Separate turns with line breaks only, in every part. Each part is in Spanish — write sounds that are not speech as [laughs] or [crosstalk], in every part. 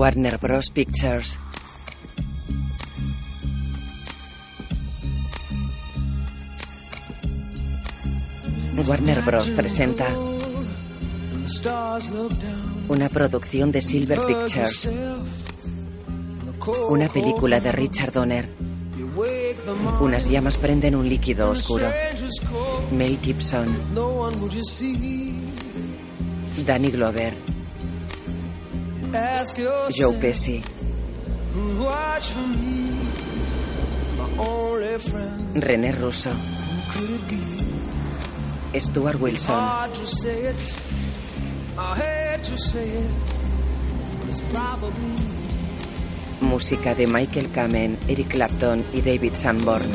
Warner Bros. Pictures. Warner Bros. presenta una producción de Silver Pictures, una película de Richard Donner. Unas llamas prenden un líquido oscuro. Mel Gibson, Danny Glover, Joe Pesci, René Russo, Stuart Wilson, música de Michael Kamen, Eric Clapton y David Sanborn.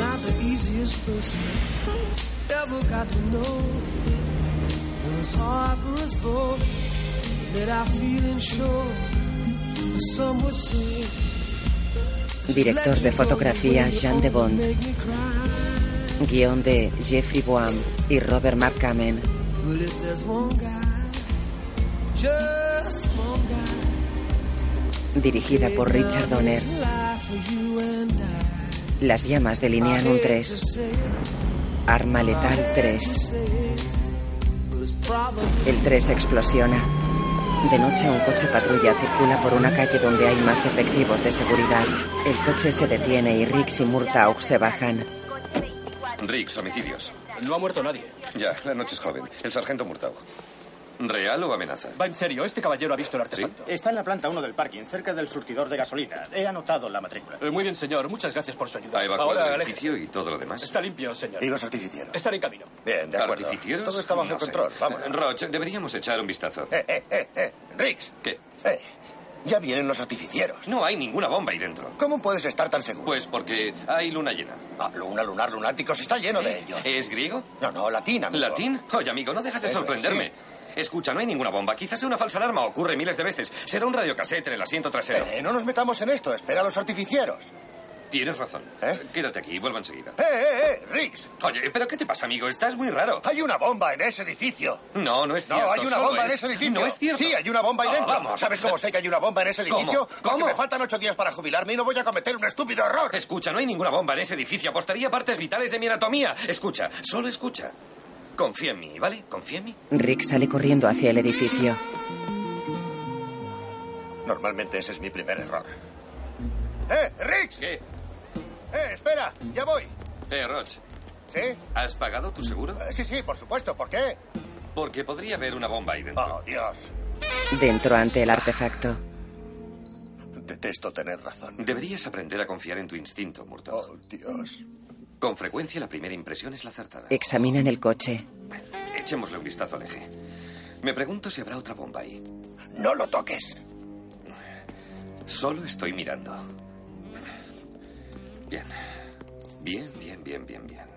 Director de fotografía Jean de Bond. Guión de Jeffrey Boam y Robert Markamen. Dirigida por Richard Donner. Las llamas delinean un 3. Arma letal 3. El 3 explosiona. De noche un coche patrulla circula por una calle donde hay más efectivos de seguridad. El coche se detiene y Riggs y Murtaugh se bajan.
Riggs, homicidios.
No ha muerto nadie.
Ya, la noche es joven. El sargento Murtaugh. ¿Real o amenaza?
Va en serio, este caballero ha visto el artefacto.
Está en la planta 1 del parking, cerca del surtidor de gasolina. He anotado la matrícula.
Eh, Muy bien, señor. Muchas gracias por su ayuda.
Ha evacuado
Ahora,
el
aléjese.
edificio y todo lo demás.
Está limpio, señor.
Y los artificieros.
Están en camino.
Bien, de acuerdo.
¿Artificieros?
Todo está bajo
No sé.
control. Vámonos.
Roch, deberíamos echar un vistazo.
Eh, eh, eh, eh. Riggs.
¿Qué?
Eh, ya vienen los artificieros.
No hay ninguna bomba ahí dentro.
¿Cómo puedes estar tan seguro?
Pues porque hay luna llena. ¿Eh?
Ah, luna, lunar, lunáticos, está lleno de ellos.
¿Es griego?
No, no, latín, amigo.
¿Latín? Oye, amigo, no dejas de
Eso,
sorprenderme. Escucha, no hay ninguna bomba. Quizás sea una falsa alarma. Ocurre miles de veces. Será un radiocasete en el asiento trasero.
Eh, no nos metamos en esto, espera a los artificieros.
Tienes razón.
¿Eh?
Quédate aquí y vuelvo enseguida.
¡Eh, eh, eh! ¡Riggs!
Oye, ¿pero qué te pasa, amigo? Estás muy raro.
¡Hay una bomba en ese edificio!
No, no es
No,
cierto.
hay una
solo
bomba en
es-
ese edificio.
No es cierto.
Sí, hay una bomba ahí
Ah,
dentro.
vamos.
¿Sabes cómo sé que hay una bomba en ese
¿Cómo?
edificio? Porque
¿Cómo?
me faltan ocho días para jubilarme y no voy a cometer un estúpido error.
Escucha, no hay ninguna bomba en ese edificio. Apostaría partes vitales de mi anatomía. Escucha, solo escucha. Confía en mí, ¿vale? Confía en mí.
Rick sale corriendo hacia el edificio.
Normalmente ese es mi primer error. ¡Eh, Riggs!
¿Qué?
¡Eh, espera! ¡Ya voy!
Eh, Roch,
¿Sí? Eh,
¿has pagado tu seguro?
sí, sí, por supuesto. ¿Por qué?
Porque podría haber una bomba ahí dentro.
Oh, Dios.
Dentro ante el artefacto.
Detesto tener razón.
Deberías aprender a confiar en tu instinto, Murtaugh.
Oh, Dios.
Con frecuencia la primera impresión es la acertada.
Examinan el coche.
Echémosle un vistazo al eje. Me pregunto si habrá otra bomba ahí.
No lo toques.
Solo estoy mirando. Bien. Bien, bien, bien, bien, bien.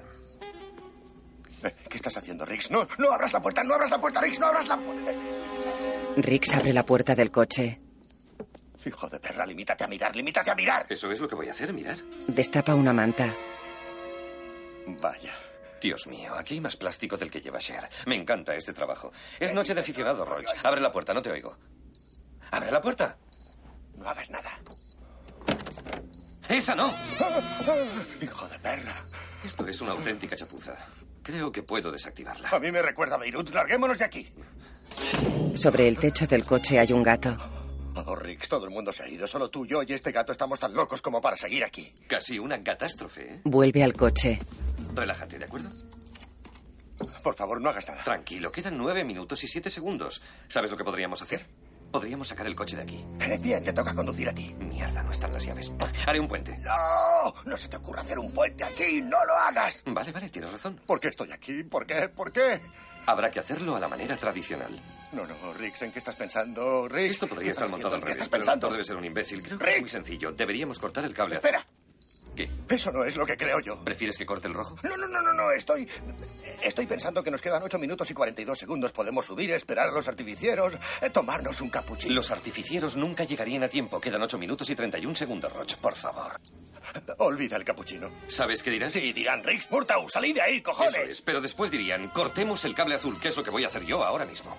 Eh, ¿Qué estás haciendo, Riggs? No, no abras la puerta, no abras la puerta, Riggs, no abras la puerta.
Rick abre la puerta del coche.
Hijo de perra, limítate a mirar, limítate a mirar.
Eso es lo que voy a hacer, mirar.
Destapa una manta.
Vaya.
Dios mío, aquí hay más plástico del que lleva Cher. Me encanta este trabajo.
Eh,
Es noche de aficionado, Roach. Abre la puerta, no te oigo. ¡Abre la puerta!
No hagas nada.
¡Esa no!
Hijo de perra.
Esto es una auténtica chapuza. Creo que puedo desactivarla.
[laughs] A mí me recuerda a Beirut. Larguémonos de aquí.
Sobre el techo del coche hay un gato.
Oh, Riggs, todo el mundo se ha ido. Solo tú, yo y este gato estamos tan locos como para seguir aquí.
Casi una catástrofe, ¿eh?
Vuelve al coche.
Relájate, ¿de acuerdo?
Por favor, no hagas nada.
Tranquilo, quedan nueve minutos y siete segundos. ¿Sabes lo que podríamos hacer? Podríamos sacar el coche de aquí.
Eh, Bien, te toca conducir a ti.
Mierda, no están las llaves. Haré un puente.
¡No! No se te ocurra hacer un puente aquí. ¡No lo hagas!
Vale, vale, tienes razón.
¿Por qué estoy aquí? ¿Por qué? ¿Por qué?
Habrá que hacerlo a la manera tradicional.
No, no, Riggs, ¿en qué estás pensando? Riggs.
Esto podría
¿qué
estar
estás
montado al
haciendo? ¿En
revés.
¿Qué estás
pero el
pensando?
autor debe ser un imbécil. Creo que es
Rick.
muy sencillo. Deberíamos cortar el cable.
Espera,
¿Qué?
eso no es lo que creo yo.
¿Prefieres que corte el rojo?
No, no, no, no, no, estoy. Estoy pensando que nos quedan 8 minutos y 42 segundos. Podemos subir, esperar a los artificieros, eh, tomarnos un capuchino.
Los artificieros nunca llegarían a tiempo. Quedan 8 minutos y 31 segundos, Roch, por favor.
Olvida el capuchino.
¿Sabes qué dirán?
Sí, dirán, Riggs Murtaugh, salí de ahí,
Eso
cojones.
es, pero después dirían, cortemos el cable azul, que es lo que voy a hacer yo ahora mismo.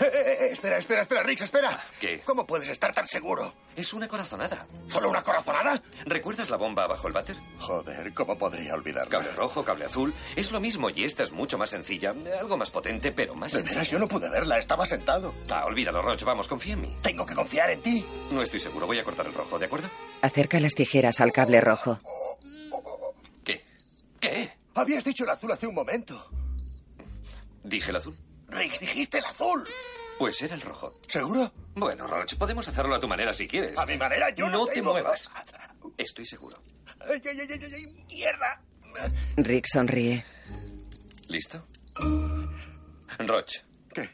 Eh, eh, espera, espera, espera, Rix, espera.
¿Qué?
¿Cómo puedes estar tan seguro?
Es una corazonada.
¿Solo una corazonada?
¿Recuerdas la bomba bajo el váter?
Joder, ¿cómo podría olvidarla?
Cable rojo, cable azul. Es lo mismo y esta es mucho más sencilla. Algo más potente, pero más
De
sencilla.
veras, yo no pude verla, estaba sentado.
Ah, olvídalo, Roch. Vamos, confía en mí.
Tengo que confiar en ti.
No estoy seguro. Voy a cortar el rojo, ¿de acuerdo?
Acerca las tijeras al cable rojo.
¿Qué? ¿Qué?
Habías dicho el azul hace un momento.
¿Dije el azul?
Rix, dijiste el azul.
Pues era el rojo.
¿Seguro?
Bueno, Roch, podemos hacerlo a tu manera si quieres.
A mi manera, yo no,
No te
tengo-
muevas. Estoy seguro.
Ay, ay, ay, ay, ay, mierda.
Rick sonríe.
¿Listo? Roch,
¿Qué?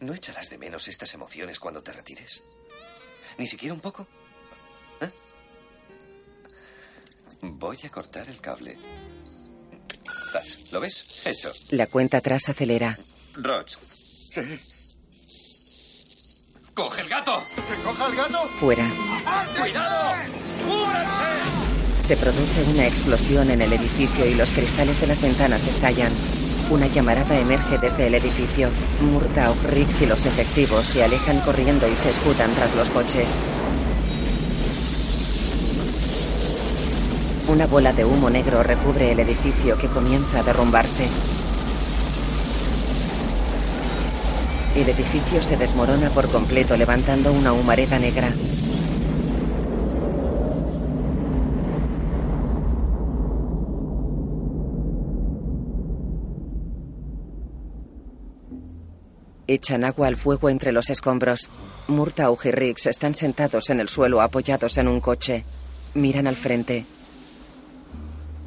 ¿no echarás de menos estas emociones cuando te retires? ¿Ni siquiera un poco? ¿Eh? Voy a cortar el cable. Zas, ¿Lo ves? Hecho.
La cuenta atrás acelera.
Roch. ¡Coge el gato!
¿Que coja el gato?
Fuera.
¡Cuidado! ¡Cúbranse!
Se produce una explosión en el edificio y los cristales de las ventanas estallan. Una llamarada emerge desde el edificio. Murtaugh, Rix y los efectivos se alejan corriendo y se escudan tras los coches. Una bola de humo negro recubre el edificio que comienza a derrumbarse. El edificio se desmorona por completo levantando una humareda negra. Echan agua al fuego entre los escombros. Murtaugh y Riggs están sentados en el suelo apoyados en un coche. Miran al frente.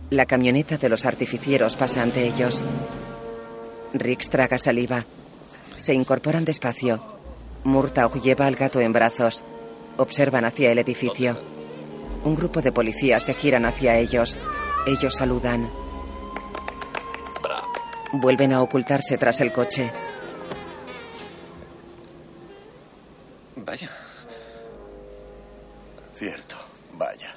La camioneta de los artificieros pasa ante ellos. Riggs traga saliva. Se incorporan despacio. Murtaugh lleva al gato en brazos. Observan hacia el edificio. Un grupo de policías se giran hacia ellos. Ellos saludan. Vuelven a ocultarse tras el coche.
Vaya.
Cierto, vaya.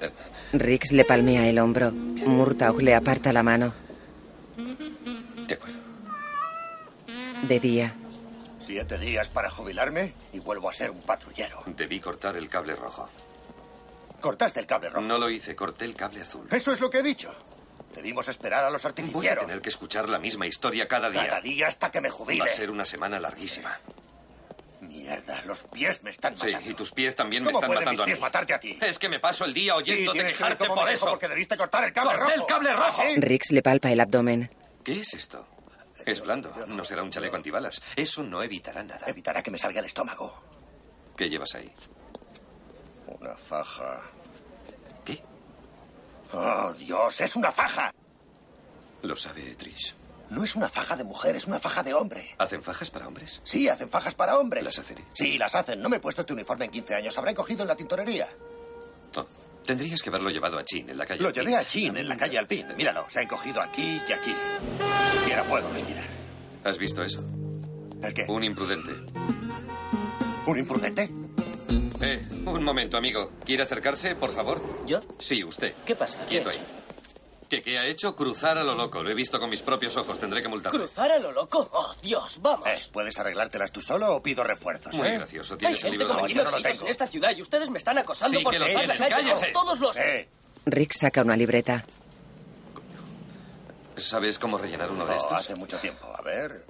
Eh,
Rix le palmea el hombro. Murtaugh le aparta la mano.
De acuerdo.
De día,
Siete días para jubilarme y vuelvo a ser un patrullero.
Debí cortar el cable rojo.
Cortaste el cable rojo.
No lo hice, corté el cable azul.
Eso es lo que he dicho. Debimos esperar a los
Voy a
artificieros.
tener que escuchar la misma historia cada día.
Cada día hasta que me
Va
jubile.
a ser una semana larguísima.
Mierda, los pies me están
Sí,
matando.
y tus pies también me
¿Cómo
están
pueden
matando
mis pies
a mí.
matarte a ti?
Es que me paso el día
Sí,
oyéndote
tienes que ver
quejarte
cómo
por
me quejo
eso.
porque debiste cortar el cable
¡Corté
rojo.
el cable rojo!
¿Ah, sí?
Rix le palpa el abdomen.
¿Qué es esto? Es blando. No será un chaleco antibalas. Eso no evitará nada.
Evitará que me salga el estómago.
¿Qué llevas ahí?
Una faja.
¿Qué?
Oh, Dios, es una faja.
Lo sabe Trish.
No es una faja de mujer, es una faja de hombre.
¿Hacen fajas para hombres?
Sí, hacen fajas para hombres.
Las hacen.
Sí, las hacen. No me he puesto este uniforme en 15 años. Habré cogido en la tintorería.
No. Tendrías que haberlo llevado a Chin en la calle.
Lo llevé a Chin en la calle Alpín. Míralo, se ha encogido aquí y aquí. Ni siquiera puedo respirar.
¿Has visto eso?
¿El qué?
Un imprudente.
¿Un imprudente?
Eh, un momento, amigo. ¿Quiere acercarse, por favor?
¿Yo?
Sí, usted.
¿Qué pasa? ¿Qué
Quieto
he hecho?
ahí. ¿Qué, qué ha hecho? Cruzar a lo loco. Lo he visto con mis propios ojos. Tendré que multarlo.
¿Cruzar a lo loco? ¡Oh, Dios,
Eh,
vamos!
¿Puedes arreglártelas tú solo o pido refuerzos?
Muy
eh?
gracioso.
Hay
Tienes el
gente
libro de
con
la
mañana.
yo no lo
vestidos
tengo.
en esta ciudad y ustedes me están acosando
Sí,
por
que lo
cruzar
tienes,
la calle.
cállese.
Todos los...
Eh,
Rick saca una libreta.
¿Sabes cómo rellenar uno de
oh,
estos?
hace mucho tiempo. A ver.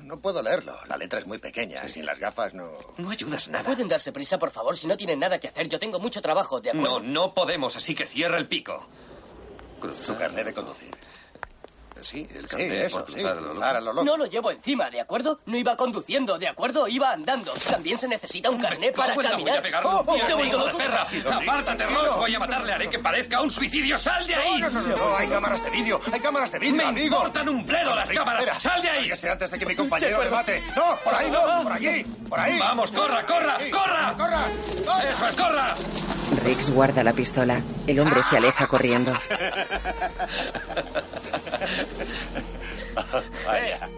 No puedo leerlo. La letra es muy pequeña. Sin las gafas no.
No ayudas nada.
Pueden darse prisa, por favor, si no tienen nada que hacer. Yo tengo mucho trabajo, ¿de
No,
acuerdo?
no podemos, así que cierra el pico.
Su
Cruzar.
carnet de conducir.
Sí, el
Sí,
carnet
eso,
por
sí.
cruzar a lo loco.
cruzar a lo loco.
No lo llevo encima, ¿de acuerdo? No iba conduciendo, ¿de acuerdo? Iba andando. También se necesita un carnet para
Vuelta, Voy a
caminar.
pegarle un
Oh,
tiro,
oh,
hijo de
oh,
perra. Apártate, Roach. Voy a matarle. Haré que parezca un suicidio. ¡Sal de ahí!
No, no, no, no, hay cámaras de vídeo, hay cámaras de vídeo,
¡Me
amigo.
importan un bledo las
Espera,
cámaras!
espera.
¡Sal de ahí!
Cállese antes de que mi compañero le mate. No, por ahí no, por allí, por ahí.
¡Vamos, corra, corra,
Sí,
corra!
corra. corra.
¡Eso es, corra!
Rix guarda la pistola. El hombre se aleja corriendo.
[laughs] Vaya.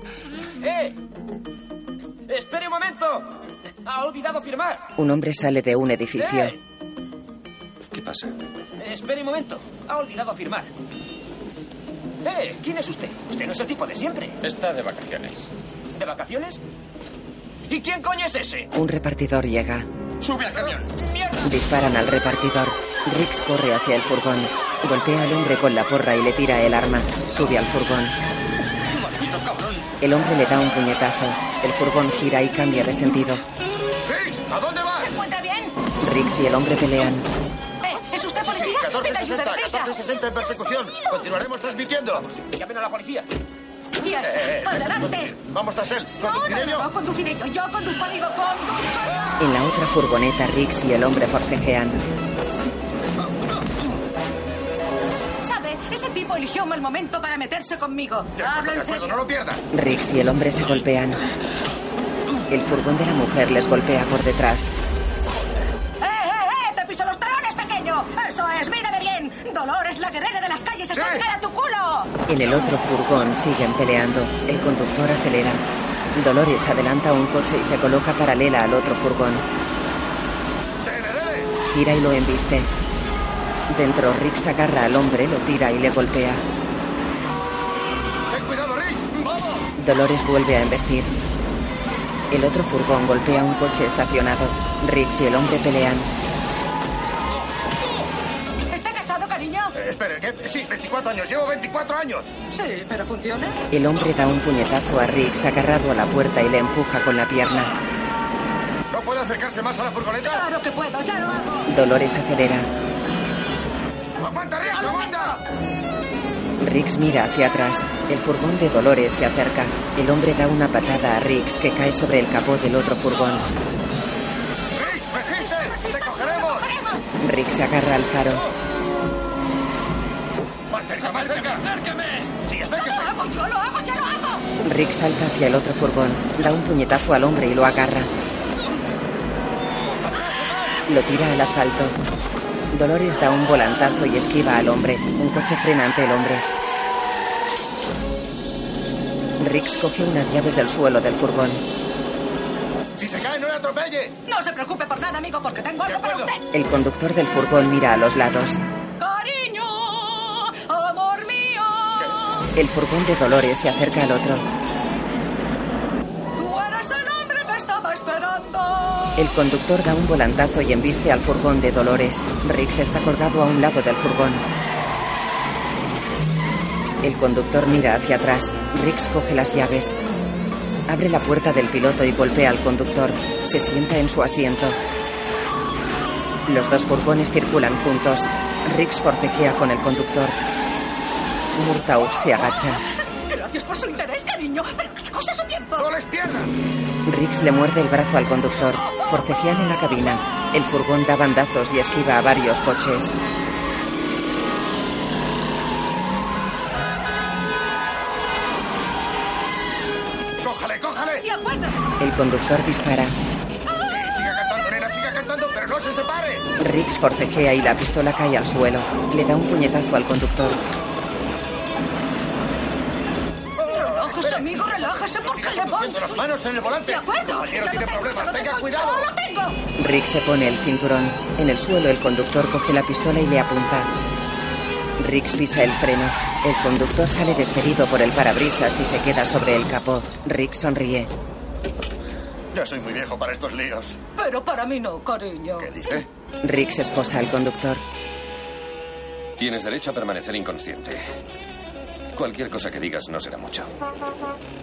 ¡Eh! ¡Espere un momento! Ha olvidado firmar.
Un hombre sale de un edificio.
¡Eh!
¿Qué pasa?
Espere un momento. Ha olvidado firmar. ¡Eh! ¿Quién es usted? Usted no es el tipo de siempre.
Está de vacaciones.
¿De vacaciones? ¿Y quién coño es ese?
Un repartidor llega.
¡Sube al camión!
Disparan al repartidor. Riggs corre hacia el furgón. Golpea al hombre con la porra y le tira el arma. Sube al furgón. El hombre le da un puñetazo. El furgón gira y cambia de sentido.
¡Riggs! ¿A dónde vas?
cuenta bien?
Riggs y el hombre pelean.
Eh, ¿Es usted
Sí, sí,
policía? Vete, ayuda,
1460,
deprisa.
1460 en persecución. Continuaremos transmitiendo. Eh,
¡Llamen a la policía!
Y hasta- ¡Para adelante!
Vamos tras él.
No,
¿Conduciré
no, no,
yo?
no, conduciré yo. Yo conduzco, amigo, conduzco.
En la otra furgoneta, Riggs y el hombre forcejean.
¿Sabe? Ese tipo eligió un mal momento para meterse conmigo. Eh,
De
Hablo
acuerdo, de
en
acuerdo,
serio.
no lo pierdas.
Riggs y el hombre se golpean. El furgón de la mujer les golpea por detrás.
¡Eh, eh, eh! ¡Te piso los talones, pequeño! ¡Eso es! ¡Mírame bien! Dolores, la guerrera de las calles, está
Sí.
pegada a tu culo!
En el otro furgón siguen peleando. El conductor acelera. Dolores adelanta un coche y se coloca paralela al otro furgón.
Dele, dele.
Gira y lo embiste. Dentro, Riggs agarra al hombre, lo tira y le golpea.
Ten cuidado, Riggs.
Dolores vuelve a embestir. El otro furgón golpea un coche estacionado. Riggs y el hombre pelean.
¿Está casado, cariño?
Eh, espere, ¿qué? Sí, 24 años. Llevo 24 años.
Sí, pero funciona.
El hombre da un puñetazo a Riggs agarrado a la puerta y le empuja con la pierna.
¿No puede acercarse más a la furgoneta?
Claro que puedo, ya lo hago.
Dolores acelera.
¡Aguanta, Riggs! ¡Aguanta!
Riggs mira hacia atrás. El furgón de Dolores se acerca. El hombre da una patada a Riggs que cae sobre el capó del otro furgón.
¡Riggs, resiste! ¡Te
¡Lo
cogeremos!
cogeremos!
Riggs se agarra al faro.
¡Más cerca, más cerca! ¡Sí,
¡Yo lo
acérquese!
hago, yo lo hago, ya lo hago!
Riggs salta hacia el otro furgón. Da un puñetazo al hombre y lo agarra. Lo tira al asfalto. Dolores da un volantazo y esquiva al hombre. Un coche frena ante el hombre. Riggs coge unas llaves del suelo del furgón.
¡Si se cae, no le atropelle!
No se preocupe por nada, amigo, porque tengo
De
algo para
acuerdo.
usted.
El conductor del furgón mira a los lados.
Cariño, amor mío,
El furgón de Dolores se acerca al otro.
tú eras el hombre que estaba esperando.
El conductor da un volantazo y embiste al furgón de Dolores. Riggs está colgado a un lado del furgón. El conductor mira hacia atrás. Riggs coge las llaves. Abre la puerta del piloto y golpea al conductor. Se sienta en su asiento. Los dos furgones circulan juntos. Riggs forcejea con el conductor. Murtaugh se agacha.
Gracias por su interés, cariño, pero qué cosa es su tiempo.
¡No les pierdas!
Riggs le muerde el brazo al conductor. Forcejean en la cabina. El furgón da bandazos y esquiva a varios coches.
¡Cójale, cójale!
De acuerdo,
El conductor dispara.
Siga cantando, nena, siga cantando, pero no se separe.
Riggs forcejea y la pistola cae al suelo. Le da un puñetazo al conductor.
relájese, amigo, relájese, porque le voy.
Poniendo las manos en el volante.
De acuerdo,
Compañero,
ya lo
tiene
tengo,
problemas.
ya lo
Tenga
tengo,
cuidado.
yo lo tengo.
Riggs se pone el cinturón. En el suelo el conductor coge la pistola y le apunta. Riggs pisa el freno. El conductor sale despedido por el parabrisas y se queda sobre el capó. Riggs sonríe.
Ya soy muy viejo para estos líos.
Pero para mí no, cariño.
¿Qué dice?
Riggs esposa al conductor.
Tienes derecho a permanecer inconsciente. Cualquier cosa que digas no será mucho.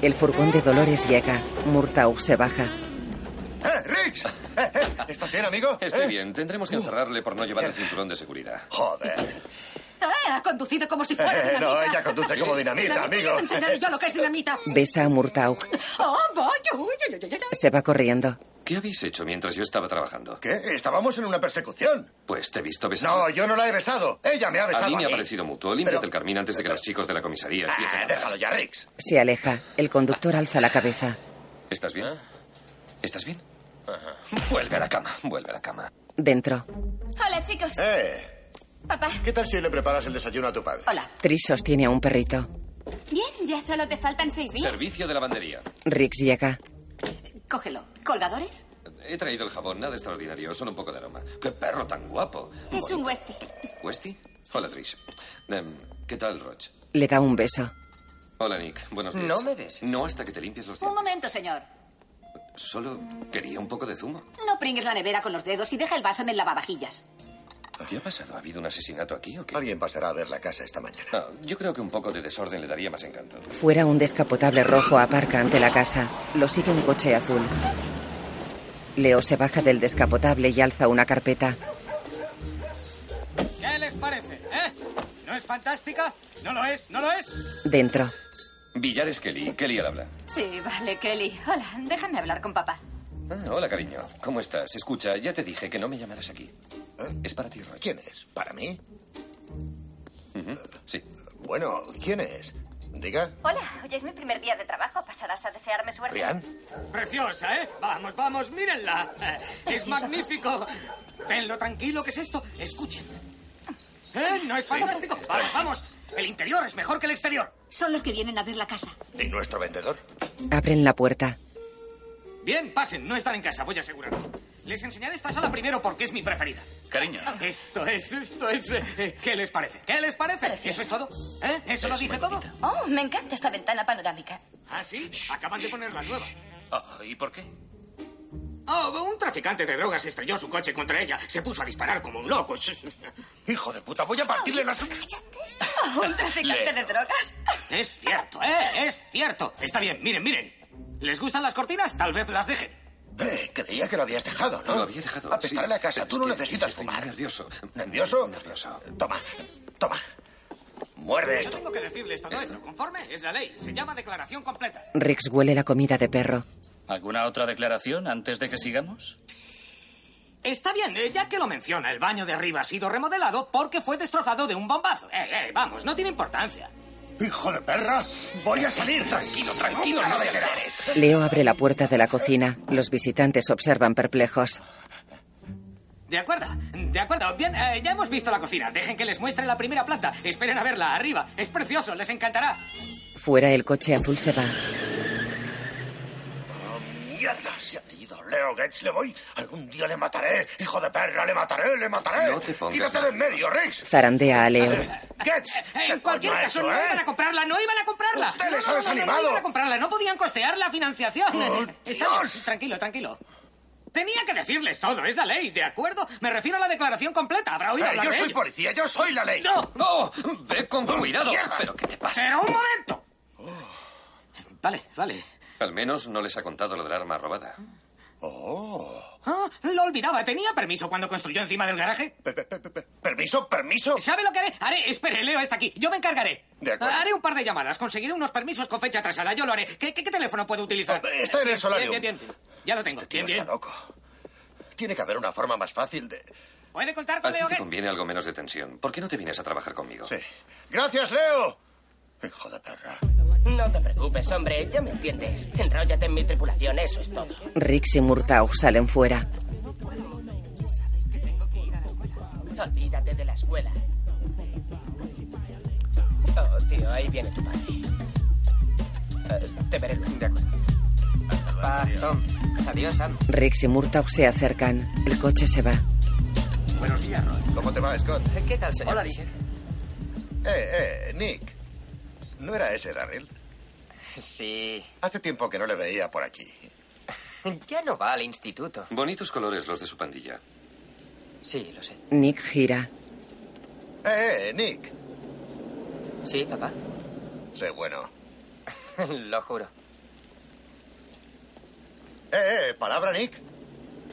El furgón de Dolores llega. Murtaugh se baja.
¡Eh, Riggs! Eh, eh, ¿Estás bien, amigo?
Estoy
¿Eh?
bien. Tendremos que encerrarle por no llevar el cinturón de seguridad.
Joder.
Eh, ha conducido como si fuera
Eh,
dinamita.
[laughs] no, ella conduce como dinamita, amigo.
Ya te [laughs] enseñaré yo lo que es
[laughs]
dinamita.
Besa a Murtaugh.
Oh, voy, uy, uy, uy, uy, uy.
Se va corriendo.
¿Qué habéis hecho mientras yo estaba trabajando?
¿Qué? Estábamos en una persecución.
Pues te he visto besar.
No, yo no la he besado. Ella me ha besado.
a mí me ha
mí.
parecido mutuo. Límpiate
Pero-
el carmín antes de que los chicos de la comisaría empiecen
Ah,
a...
déjalo ya, Riggs.
Se aleja. El conductor alza la cabeza.
¿Estás bien?
Ah.
¿Estás bien? Vuelve a la cama, vuelve a la cama.
Dentro.
Hola, chicos.
Eh,
Papá.
¿qué tal si le preparas el desayuno a tu padre?
Hola.
Tris sostiene a un perrito.
Bien, ya solo te faltan seis días.
Servicio de lavandería.
Riggs llega.
Cógelo. ¿Colgadores?
He traído el jabón, nada extraordinario, solo un poco de aroma. ¡Qué perro tan guapo!
Es un
Bonito.
Westie.
¿Westy? Hola, Trish. Em, ¿Qué tal, Roch?
Le da un beso.
Hola, Nick. Buenos días.
No me beses.
No hasta que te limpies los
Un
dientes.
momento, señor.
Solo quería un poco de zumo.
No pringues la nevera con los dedos y deja el vaso en el lavavajillas.
¿Qué ha pasado? ¿Ha habido un asesinato aquí o qué?
Alguien pasará a ver la casa esta mañana.
Ah, yo creo que un poco de desorden le daría más encanto.
Fuera un descapotable rojo aparca ante la casa. Lo sigue un coche azul. Leo se baja del descapotable y alza una carpeta.
¿Qué les parece, eh? ¿No es fantástica? ¿No lo es? ¿No lo es?
Dentro.
Villar es Kelly. Kelly al habla.
Sí, vale, Kelly. Hola, déjame hablar con papá.
Ah, hola, cariño. ¿Cómo estás? Escucha, ya te dije que no me llamaras aquí. Es para ti, Roy.
¿Eh? ¿Quién es? ¿Para mí?
Ujú, Sí.
Bueno, ¿quién es? Diga.
Hola, hoy es mi primer día de trabajo. Pasarás a desearme suerte.
¿Rian?
Preciosa, ¿eh? Vamos, vamos, mírenla. Es magnífico. Ven lo tranquilo que es esto. Escuchen. ¿Eh? ¿No es fantástico? Vamos, vamos. El interior es mejor que el exterior.
Son los que vienen a ver la casa.
¿Y nuestro vendedor?
Abren la puerta.
Bien, pasen. No están en casa, voy asegurando. Les enseñaré esta sala primero porque es mi preferida.
Cariño.
Esto es, esto es. eh, ¿Qué les parece? ¿Qué les parece? ¿Eso es todo? ¿Eh? ¿Eso lo
Es
dice
muy
todo?
bonita.
Oh, me encanta esta ventana panorámica.
¿Ah, sí? Acaban de poner la nueva.
Ah, ¿Y por qué?
Oh, un traficante de drogas estrelló su coche contra ella. Se puso a disparar como un loco.
¡Hijo de puta! ¡Voy a partirle las...
¿Un traficante de drogas?
Es cierto, ¿eh? Es cierto. Está bien, miren, miren. ¿Les gustan las cortinas? Tal vez las dejen.
Eh, creía que lo habías dejado, ¿no?
Lo había dejado.
Apestarle a
sí.
casa.
Pero
Tú
es
no
que
necesitas
estoy
fumar.
nervioso.
¿Nervioso?
Nervioso.
Toma, toma. Muerde
Yo
esto.
tengo que decirles todo esto. Conforme es la ley. Se llama declaración completa.
Rix huele la comida de perro.
¿Alguna otra declaración antes de que sigamos?
Está bien, eh, ya que lo menciona, el baño de arriba ha sido remodelado porque fue destrozado de un bombazo. Eh, eh, vamos, no tiene importancia.
¡Hijo de perra! ¡Voy a salir! Oh, Tranquilo, tranquilo, no dejes.
Leo abre la puerta de la cocina. Los visitantes observan perplejos.
De acuerdo, de acuerdo. Bien, eh, ya hemos visto la cocina. Dejen que les muestre la primera planta. Esperen a verla arriba. Es precioso, les encantará.
Fuera el coche azul se va.
¡Oh, mierda! Se ha ido Leo Gates, le voy. Algún día le mataré. ¡Hijo de perra, le mataré, le mataré!
No te pongas
¡Quítate de en medio, Rex!
Zarandea a Leo.
Gates,
Eh,
¿qué
en cualquier
coño ha
caso,
hecho,
no
eh?
iban a comprarla, no iban a comprarla.
Usted les
No, no, no, no,
ha
No,
desanimado.
iban a comprarla, no podían costear la financiación.
Oh,
Está
Dios.
bien, tranquilo, tranquilo. Tenía que decirles todo, es la ley, ¿de acuerdo? Me refiero a la declaración completa, habrá oído
Eh,
hablar
yo
de
soy
ello.
policía, yo soy la ley.
¡No!
¡No! ¡Ve con cuidado!
Mierda.
¿Pero qué te pasa?
¡Pero un momento! Vale, vale.
Al menos no les ha contado lo del arma robada.
Oh.
Ah, lo olvidaba. ¿Tenía permiso cuando construyó encima del garaje?
Pe- pe- pe- pe- Permiso, permiso.
¿Sabe lo que haré? Haré. Espere, Leo está aquí. Yo me encargaré.
De acuerdo.
Haré un par de llamadas. Conseguiré unos permisos con fecha atrasada. Yo lo haré. ¿Qué, qué- qué teléfono puedo utilizar?
Eh, está en el
Bien,
solarium.
Bien, bien, bien. Ya lo tengo.
Este tío
bien, bien.
está loco. Tiene que haber una forma más fácil de.
¿Puede contar
A
con
ti
Leo
te
Gates?
conviene algo menos de tensión. ¿Por qué no te vienes a trabajar conmigo?
Sí. Gracias, Leo. Hijo de perra.
No te preocupes, hombre, ya me entiendes. Enróllate en mi tripulación, eso es todo.
Rix y Murtaugh salen fuera.
Olvídate de la escuela. Oh, tío, ahí viene tu padre. Eh, te veré luego. De acuerdo. Hasta luego. Tom. Adiós, Sam.
Rix y Murtaugh se acercan. El coche se va.
Buenos días, Roy.
¿Cómo te va, Scott?
¿Qué tal, señor?
Hola,
Fisher?
Eh, eh, Nick. ¿No era ese Darryl?
Sí.
Hace tiempo que no le veía por aquí.
Ya no va al instituto.
Bonitos colores los de su pandilla.
Sí, lo sé.
Nick gira.
Eh, eh, Nick.
Sí, papá.
Sé bueno.
lo juro.
Eh, eh, palabra, Nick.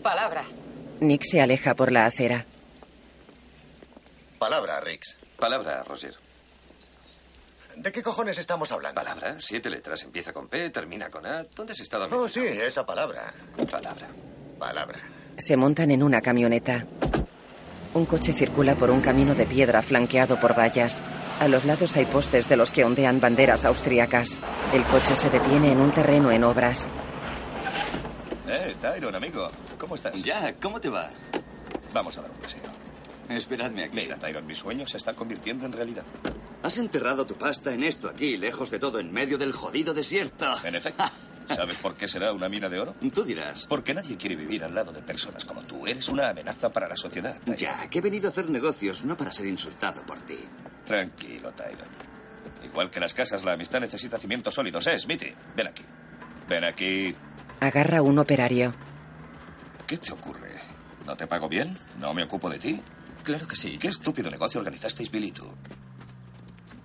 Palabra.
Nick se aleja por la acera.
Palabra, Rix.
Palabra, Roger.
¿De qué cojones estamos hablando?
Palabra, siete letras. Empieza con P, termina con A. ¿Dónde has estado?
Oh, sí, esa palabra.
Palabra.
Palabra.
Se montan en una camioneta. Un coche circula por un camino de piedra flanqueado por vallas. A los lados hay postes de los que ondean banderas austriacas. El coche se detiene en un terreno en obras.
Eh, Tyron, amigo. ¿Cómo estás?
Jack, ¿cómo te va?
Vamos a dar un paseo.
Esperadme aquí.
Mira, Tyron, mi sueño se está convirtiendo en realidad.
Has enterrado tu pasta en esto aquí, lejos de todo, en medio del jodido desierto. [laughs]
En efecto. ¿Sabes por qué será una mina de oro?
Tú dirás.
Porque nadie quiere vivir al lado de personas como tú. Eres una amenaza para la sociedad. Tyron.
Jack, he venido a hacer negocios, no para ser insultado por ti.
Tranquilo, Tyron.
Igual que en las casas, la amistad necesita cimientos sólidos. Eh, Smithy, ven aquí. Ven aquí.
Agarra a un operario.
¿Qué te ocurre? ¿No te pago bien? ¿No me ocupo de ti? Claro que sí. ¿Qué estúpido negocio organizasteis, Billy, tú?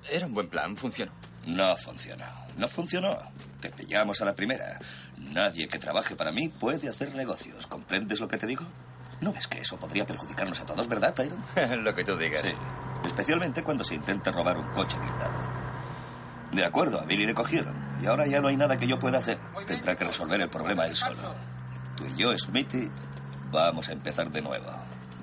Era un buen plan, funcionó.
No funcionó. No funcionó. Te pillamos a la primera. Nadie que trabaje para mí puede hacer negocios. ¿Comprendes lo que te digo? No ves que eso podría perjudicarnos a todos, ¿verdad, Tyron?
Lo que tú digas.
Sí. Especialmente cuando se intenta robar un coche blindado. De acuerdo, a Billy le cogieron. Y ahora ya no hay nada que yo pueda hacer. Tendrá que resolver el problema él solo. Tú y yo, Smithy, vamos a empezar de nuevo.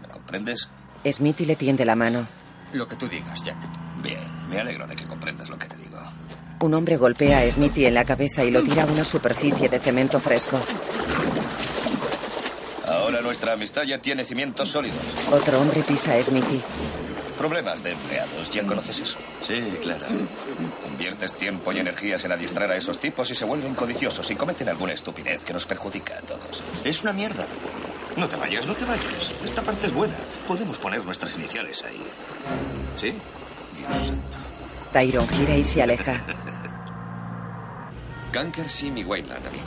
¿Me comprendes?
Smithy le tiende la mano.
Lo que tú digas, Jack.
Bien, me alegro de que comprendas lo que te digo.
Un hombre golpea a Smithy en la cabeza y lo tira a una superficie de cemento fresco.
Ahora nuestra amistad ya tiene cimientos sólidos.
Otro hombre pisa a Smithy.
Problemas de empleados, ya conoces eso.
Sí, claro.
Inviertes tiempo y energías en adiestrar a esos tipos y se vuelven codiciosos y cometen alguna estupidez que nos perjudica a todos.
Es una mierda.
No te vayas, no te vayas. Esta parte es buena. Podemos poner nuestras iniciales ahí. ¿Sí? Dios santo.
Tyron gira y se aleja.
Ganker Sim y Wayland, amigo.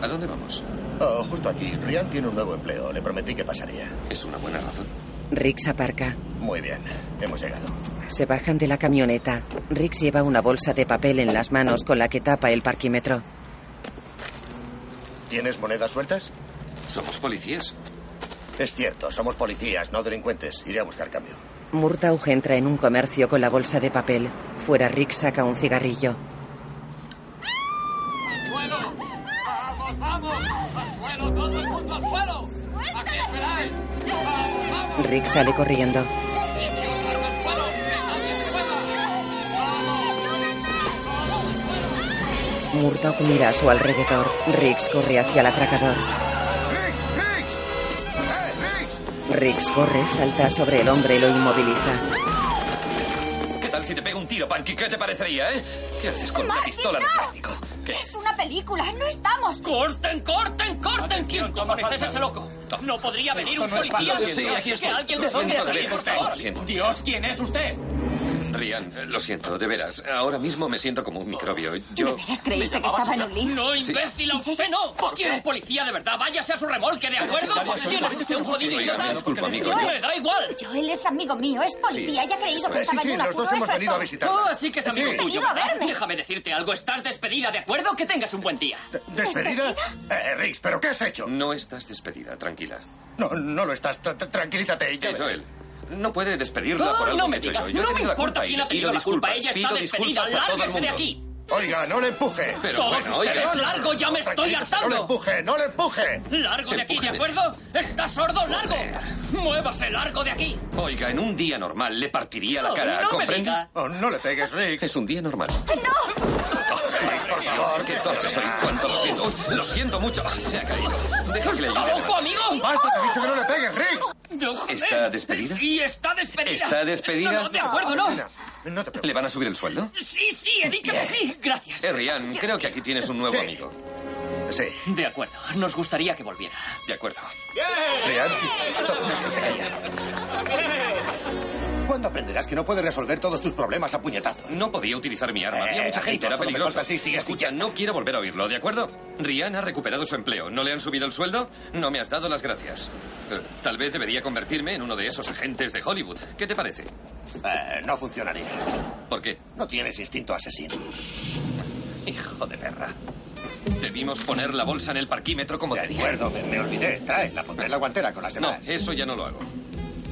¿A dónde vamos?
Oh, justo aquí. Ryan tiene un nuevo empleo. Le prometí que pasaría.
Es una buena razón.
Rix aparca.
Muy bien. Hemos llegado.
Se bajan de la camioneta. Rix lleva una bolsa de papel en las manos con la que tapa el parquímetro.
¿Tienes monedas sueltas?
Somos policías.
Es cierto, somos policías, no delincuentes. Iré a buscar cambio.
Murtaugh entra en un comercio con la bolsa de papel. Fuera, Rick saca un cigarrillo.
¡Al suelo! ¡Vamos, vamos! ¡Al suelo, todo el mundo al suelo! ¿A qué esperáis? ¡Vamos, vamos!
Rick sale corriendo. Murtaugh mira a su alrededor. Rix corre hacia el atracador. Rix corre, salta sobre el hombre y lo inmoviliza.
¿Qué tal si te pego un tiro, Panky? ¿Qué te parecería, eh? ¿Qué haces con una
Marky,
pistola de
no.
plástico? ¿Qué?
Es una película, no estamos.
¡Corten, corten, corten! ¿Quién cojones es
falsa.
ese loco? No podría venir
Esto
un
no es
policía.
falsa. Sí, aquí
que
estoy.
alguien
Lo
le
siento,
toque salir,
Belén,
por
estoy,
favor.
lo siento.
Dios, ¿quién es usted?
Rian, eh, lo siento, de veras. Ahora mismo me siento como un microbio.
¿De
[laughs]
Yo.
veras creíste que
llamabas
estaba en un lío?
No, imbécil, a usted no. Quiero un policía de verdad. Váyase a su remolque, ¿de acuerdo? ¿Quién es usted, un jodido
Oiga,
idiota?
me disculpa, amigo. yo-
Me Eh, da igual.
Yo, él es amigo mío, es policía y ha creído que
Sí,
estaba
sí,
en un
los
apuro.
dos hemos
eso es
venido a
todo.
visitar.
Oh, así que es amigo
Sí.
tuyo.
Venido a
¿verdad?
verme.
Déjame decirte algo. Estás despedida, ¿de acuerdo? Que tengas un buen día.
¿Despedida? Eh, Riggs, ¿pero qué has hecho?
No estás despedida, tranquila.
No, no lo estás. Tra- tra- Tranquilízate y ya verás.
Joel, no puede despedirla
Ay,
por algo
no me
que he hecho
digas,
yo. Yo he
no me
tenido la
importa
culpa y
quién
le
ha tenido
pido
la culpa,
disculpas,
ella está
pido
despedida,
disculpas a todo el
lárguese de
mundo.
aquí.
Oiga, no le empuje.
Pero
Todos
bueno,
ustedes,
oiga.
largo, ya me estoy
Tranquilízate, No le
hartando.
empuje, no le empuje.
Largo de aquí, ¿de
Empújeme.
acuerdo? ¿Estás sordo? ¡Largo! ¡Muévase, largo de aquí!
Oiga, en un día normal le partiría la
Oh,
cara,
no me
¿comprende?
diga.
Oh, no le pegues, Rick.
Es un día normal.
Por favor,
Qué torpe soy, cuánto lo siento. Uy, Lo siento mucho. Ah, Se ha caído. Deja que le
¡Está
ayude.
loco, amigo!
Basta, te he dicho que no le pegues, Riggs.
No, joder.
¿Está despedida?
Sí, está despedida.
¿Está despedida?
No, no, de acuerdo, no.
No, no te preocupes.
¿Le van a subir el sueldo?
Sí, sí, he dicho que sí. Gracias.
Eh, Rian, creo que aquí tienes un nuevo
Sí.
amigo.
Sí.
De acuerdo, nos gustaría que volviera.
De acuerdo.
Rian, sí. Todos esos, calla. ¿Cuándo aprenderás que no puedes resolver todos tus problemas a puñetazos?
No podía utilizar mi arma. Había
Eh,
mucha
amigo,
gente, era
solo me
peligroso.
faltan seis días y
Escucha,
ya
no quiero volver a oírlo, ¿de acuerdo? Rian ha recuperado su empleo. ¿No le han subido el sueldo? No me has dado las gracias. Eh, tal vez debería convertirme en uno de esos agentes de Hollywood. ¿Qué te parece?
Eh, no funcionaría.
¿Por qué?
No tienes instinto asesino.
Hijo de perra. Debimos poner la bolsa en el parquímetro como
De
te dije.
acuerdo, me, me olvidé. Tráela, pondré en la guantera con las
No,
demás.
eso ya no lo hago.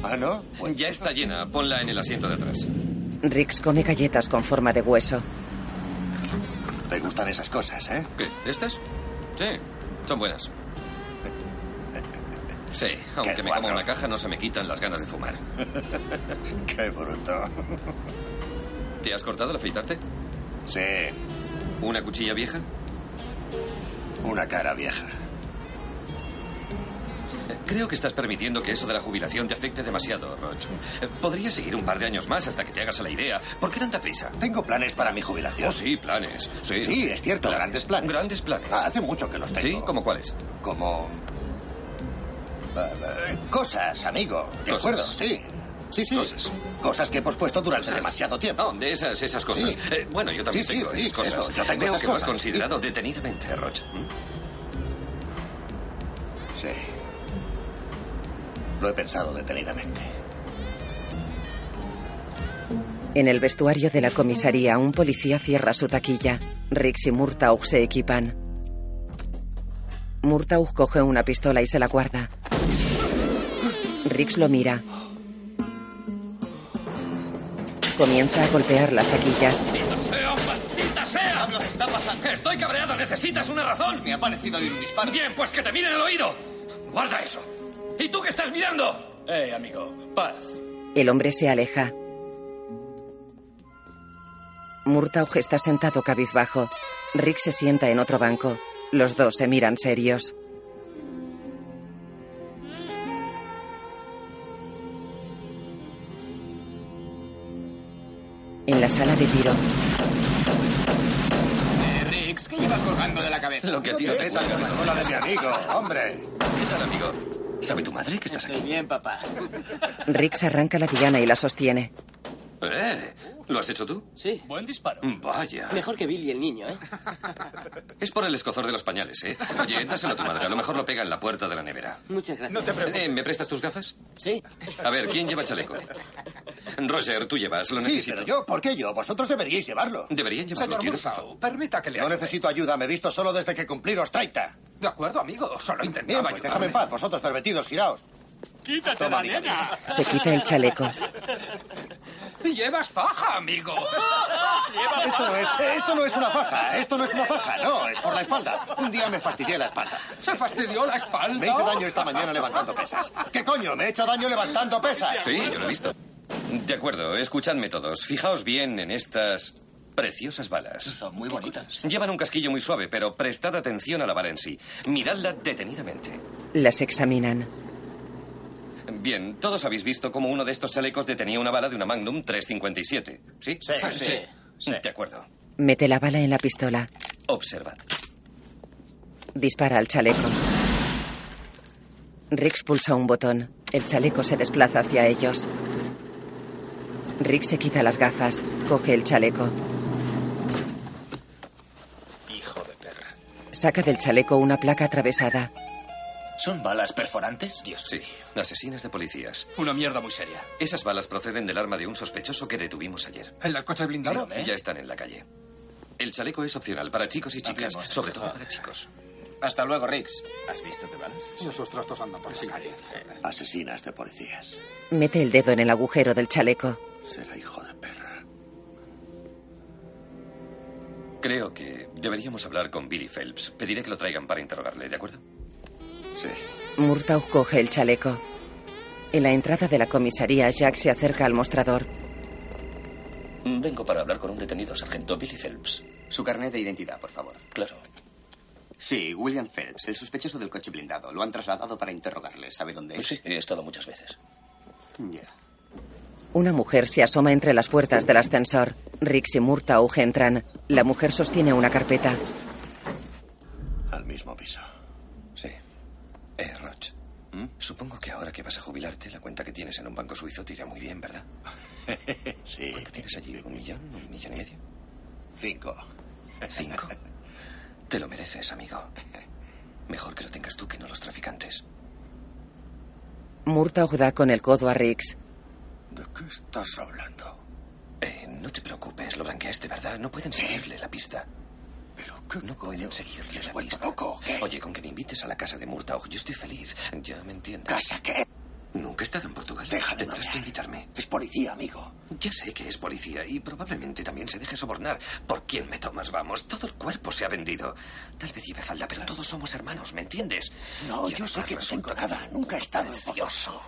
¿Ah, no? Pues-
Ya está llena. Ponla en el asiento de atrás.
Rix come galletas con forma de hueso.
Te gustan esas cosas, ¿eh?
¿Qué? ¿Estas? Sí, son buenas.
[laughs]
Sí, aunque me
guapo.
como una caja no se me quitan las ganas de fumar.
[laughs] Qué bruto.
¿Te has cortado al afeitarte?
Sí,
¿Una cuchilla vieja?
una cara vieja.
Eh, Creo que estás permitiendo que eso de la jubilación te afecte demasiado, Roch. Eh, Podrías seguir un par de años más hasta que te hagas a la idea. ¿Por qué tanta prisa?
Tengo planes para mi jubilación.
Oh, sí, planes. Sí,
Sí, es cierto, grandes planes.
Grandes planes.
Ah, hace mucho que los tengo.
¿Sí? ¿Cómo cuáles?
Como... eh, eh, cosas, amigo. De
Cosas.
acuerdo, sí. Sí, sí. Cosas. Cosas que he pospuesto durante
Cosas.
demasiado tiempo.
No, de esas, esas cosas.
Sí.
Eh, bueno, yo también
Sí, sí,
tengo
sí,
esas
eso,
cosas.
yo tengo
Veo
esas
que
cosas.
lo has considerado detenidamente, Roch.
Sí. Lo he pensado detenidamente.
En el vestuario de la comisaría, un policía cierra su taquilla. Rix y Murtaugh se equipan. Murtaugh coge una pistola y se la guarda. Rix lo mira. Comienza a golpear las taquillas.
¡Sea, maldita sea! Pablo, ¿qué está pasando? Estoy cabreado, necesitas una razón. Me ha parecido oír un disparo. Bien, pues que te miren el oído. Guarda eso. ¿Y tú qué estás mirando? Eh, amigo, paz.
El hombre se aleja. Murtaugh está sentado cabizbajo. Rick se sienta en otro banco. Los dos se miran serios. En la sala de tiro,
Eh, Rix, ¿qué llevas colgando de la cabeza?
Lo que a ti no te gusta. hombre. ¿Qué tal, amigo? ¿Sabe tu madre que estás
Estoy bien, papá.
Rick se arranca la diana y la sostiene.
¿Eh? ¿Lo has hecho tú? Sí. Buen disparo. Vaya.
Mejor que Billy el niño, ¿eh?
Es por el escozor de los pañales, ¿eh? Oye, dáselo a tu madre. A lo mejor lo pega en la puerta de la nevera.
Muchas gracias.
Eh, ¿Me prestas tus gafas?
Sí.
A ver, ¿quién lleva chaleco? Roger, tú llevas, lo
Sí,
necesito.
pero yo, ¿por qué yo? Vosotros deberíais llevarlo.
Deberían llevarlo,
Señor
tienes
Murtaugh,
razón.
Permita que le No necesito ayuda, me he visto solo desde que cumplí los 30. De acuerdo, amigo, solo intentaba Bien, pues déjame en paz, vosotros pervertidos, giraos.
¡Quítate
Toma,
la
dígame.
nena!
Se quita el chaleco.
¡Llevas faja, amigo!
Esto no, es, esto no es una faja, esto no es una faja, no, es por la espalda. Un día me fastidié la espalda.
¿Se fastidió la espalda?
Me hice daño esta mañana levantando pesas. ¿Qué coño? Me he hecho daño levantando pesas.
Sí, yo lo he visto. De acuerdo, escuchadme todos. Fijaos bien en estas preciosas balas. Son muy bonitas. Llevan un casquillo muy suave, pero prestad atención a la bala en sí. Miradla detenidamente.
Las examinan.
Bien, todos habéis visto cómo uno de estos chalecos detenía una bala de una Magnum 357, ¿sí?
Sí, Sí, sí.
De acuerdo.
Mete la bala en la pistola.
Observad.
Dispara al chaleco. Rick pulsa un botón. El chaleco se desplaza hacia ellos. Rick se quita las gafas, coge el chaleco,
Hijo de perra.
saca del chaleco una placa atravesada.
¿Son balas perforantes? Dios.
Sí, asesinas de policías. Una mierda muy seria. Esas balas proceden del arma de un sospechoso que detuvimos ayer.
¿El del coche blindado?
Ya están en la calle. El chaleco es opcional para chicos y chicas, sobre todo para chicos.
Hasta luego, Rix.
¿Has visto qué balas?
Esos trastos andan por la calle.
Asesinas de policías.
Mete el dedo en el agujero del chaleco.
Será hijo de perra.
Creo que deberíamos hablar con Billy Phelps. Pediré que lo traigan para interrogarle, ¿de acuerdo?
Murtaugh coge el chaleco. En la entrada de la comisaría, Jack se acerca al mostrador.
Vengo para hablar con un detenido, sargento Billy Phelps.
Su carnet de identidad, por favor.
Claro.
Sí, William Phelps, el sospechoso del coche blindado. Lo han trasladado para interrogarle. ¿Sabe dónde es? Sí, he estado muchas veces. Ya.
Una mujer se asoma entre las puertas del ascensor. Rix y Murtaugh entran. La mujer sostiene una carpeta.
Al mismo piso.
Sí. Eh, Roch.
¿Mm?
Supongo que ahora que vas a jubilarte, la cuenta que tienes en un banco suizo te irá muy
[laughs]
bien, ¿verdad?
sí.
¿Cuánto tienes allí? ¿Un millón? ¿Un millón y medio?
Cinco.
[laughs]
¿Cinco? Te lo mereces, amigo. Mejor que lo tengas tú que no los traficantes.
Murtaugh da con el codo a Rix.
¿De qué estás hablando? Eh, no te preocupes, lo blanqueaste, ¿verdad? No pueden seguirle la pista. ¿Pero qué No pueden seguirle la pista. Oye, con que me invites a la casa de Murtaugh, yo estoy feliz. Ya me entiendes. ¿Casa qué? Nunca he estado en Portugal. Deja de Tendrás que invitarme. Es policía, amigo. Ya sé que es policía y probablemente también se deje sobornar. ¿Por quién me tomas? Vamos, todo el cuerpo se ha vendido. Tal vez lleve falda, pero todos somos hermanos, ¿me entiendes?
No,
Y
yo sé
además
que no
resulta
tengo nada. Nunca he estado en
Precioso.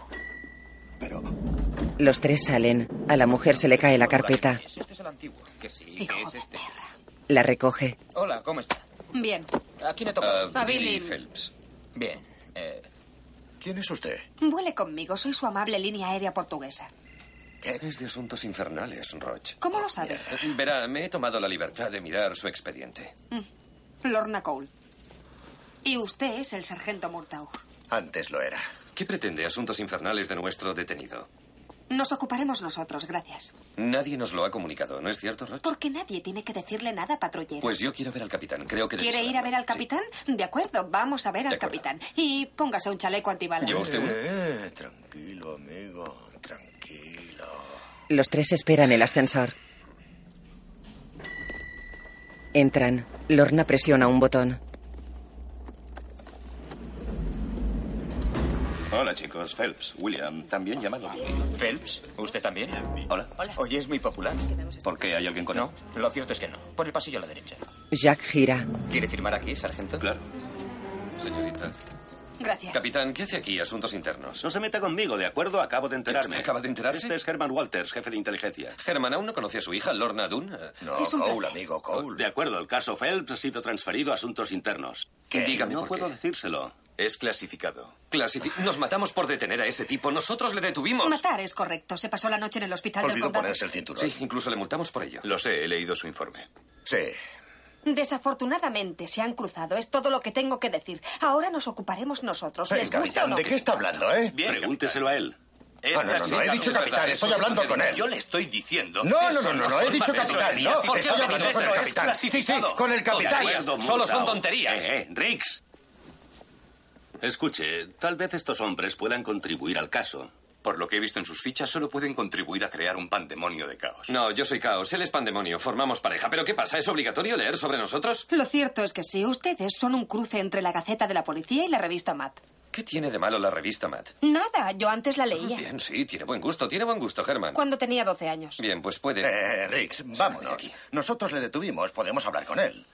Los tres salen. A la mujer se le cae la carpeta.
Este es el antiguo. Que sí, es este.
La recoge.
Hola, ¿cómo está?
Bien.
¿A quién le toca?
A Billy Billy.
Phelps.
Bien. eh,
¿Quién es usted?
Vuele conmigo, soy su amable línea aérea portuguesa.
Eres de asuntos infernales, Roch.
¿Cómo lo sabe?
Verá, me he tomado la libertad de mirar su expediente.
Lorna Cole. Y usted es el sargento Murtaugh.
Antes lo era.
¿Qué pretende asuntos infernales de nuestro detenido?
Nos ocuparemos nosotros, gracias.
Nadie nos lo ha comunicado, ¿no es cierto, Roch?
Porque nadie tiene que decirle nada, patrullero.
Pues yo quiero ver al capitán. Creo que debe
¿Quiere
saber.
ir a ver al capitán? De acuerdo, vamos a ver
De
al
acuerdo.
capitán. Y póngase un chaleco antibalas.
¿Lleva usted uno?
Eh, tranquilo, amigo. Tranquilo.
Los tres esperan el ascensor. Entran. Lorna presiona un botón.
Hola, chicos. Phelps, William, también llamado.
¿Phelps? ¿Usted también?
Hola.
Hoy es muy popular.
¿Por qué hay alguien con
No, lo cierto es que no. Por el pasillo a la derecha.
Jack gira.
¿Quiere firmar aquí, sargento?
Claro. Señorita.
Gracias.
Capitán, ¿qué hace aquí? Asuntos internos.
No se meta conmigo, ¿de acuerdo? Acabo de enterarme.
¿Acaba de enterarse?
Este es Herman Walters, jefe de inteligencia.
Germán, ¿aún no conoce a su hija, Lorna Dunn? Eh,
No, Cole, amigo, Cole. De acuerdo, el caso Phelps ha sido transferido a asuntos internos.
¿Qué?
Dígame, no
¿Por
puedo decírselo.
Es clasificado.
clasifi- Nos matamos por detener a ese tipo. Nosotros le detuvimos.
Matar es correcto. Se pasó la noche en el hospital del condado.
el cinturón.
Sí, incluso le multamos por ello.
Lo sé, he leído su informe. Sí.
Desafortunadamente se han cruzado. Es todo lo que tengo que decir. Ahora nos ocuparemos nosotros.
Eh,
¿Les gusta o
capitán,
no?
¿de qué está hablando, eh?
Pregúnteselo a él.
Ah, no, no, no, he dicho capitán, estoy hablando con él.
Yo le estoy diciendo.
No, no,
Eso
no, no,
son
he dicho
tonterías.
capitán,
Eso
no,
es
estoy hablando con el capitán. Sí, sí,
clasificado.
con el capitán.
De acuerdo,
Solo son
Murtaugh.
tonterías.
Eh, eh, Riggs. Escuche, tal vez estos hombres puedan contribuir al caso.
Por lo que he visto en sus fichas, solo pueden contribuir a crear un pandemonio de caos.
No, yo soy Caos, él es pandemonio, formamos pareja. ¿Pero qué pasa? ¿Es obligatorio leer sobre nosotros?
Lo cierto es que sí, ustedes son un cruce entre la Gaceta de la Policía y la revista Matt.
¿Qué tiene de malo la revista, Matt?
Nada, yo antes la leía.
Bien, sí, tiene buen gusto, tiene buen gusto, Germán.
Cuando tenía 12 años.
Bien, pues puede.
Eh, Riggs, vámonos. Nosotros le detuvimos, podemos hablar con él.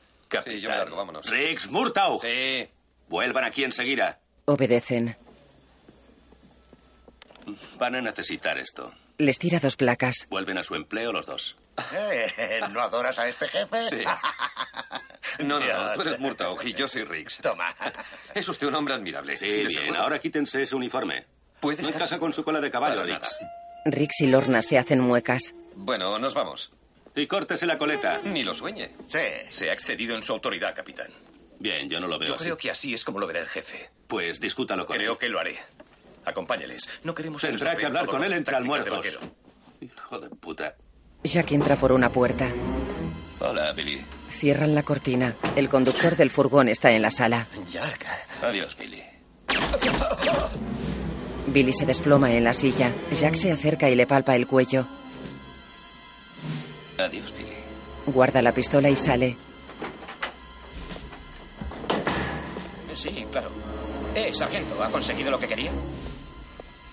Sí, yo me largo, vámonos.
Riggs, Murtaugh. Sí. Vuelvan aquí enseguida.
Obedecen.
Van a necesitar esto.
Les tira dos placas.
Vuelven a su empleo los dos.
Eh, ¿No adoras a este jefe?
Sí. No, no, no, tú eres Murtaugh y yo soy Riggs.
Toma.
Es usted un hombre admirable.
Sí, bien. Ahora quítense ese uniforme.
Puede
No
estar
encaja
seguro.
con su cola de caballo,
Para
Riggs.
Rix y Lorna se hacen muecas.
Bueno, nos vamos.
Y córtese la coleta.
Ni lo sueñe.
Sí.
Se ha excedido en su autoridad, capitán.
Bien, yo no lo veo
Yo
así.
creo que así es como lo verá el jefe.
Pues discútalo con
Creo
él.
que lo haré. Acompáñales. No queremos nos
Tendrá que
vean
hablar
todo
con él
con
entre
tácticas de
almuerzos. Hijo de puta.
Jack entra por una puerta.
Hola, Billy.
Cierran la cortina. El conductor del furgón está en la sala.
Jack.
Adiós, Billy.
Billy se desploma en la silla. Jack se acerca y le palpa el cuello.
Adiós, Billy.
Guarda la pistola y sale.
Sí, claro. Eh, sargento, ¿ha conseguido lo que quería?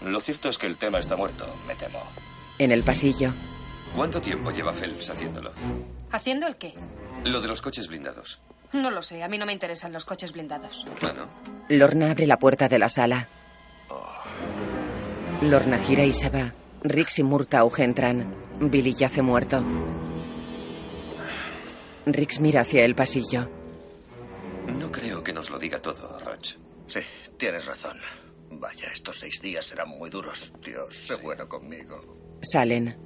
Lo cierto es que el tema está muerto, me temo.
En el pasillo.
¿Cuánto tiempo lleva Phelps haciéndolo?
¿Haciendo el qué?
Lo de los coches blindados.
No lo sé, a mí no me interesan los coches blindados.
Bueno,
Lorna abre la puerta de la sala. Lorna gira y se va. Rix y Murtaugh entran. Billy yace muerto. Rix mira hacia el pasillo.
no creo que nos lo diga todo, Roch.
Sí, tienes razón. Vaya, estos seis días serán muy duros. Dios, sé bueno conmigo.
Salen.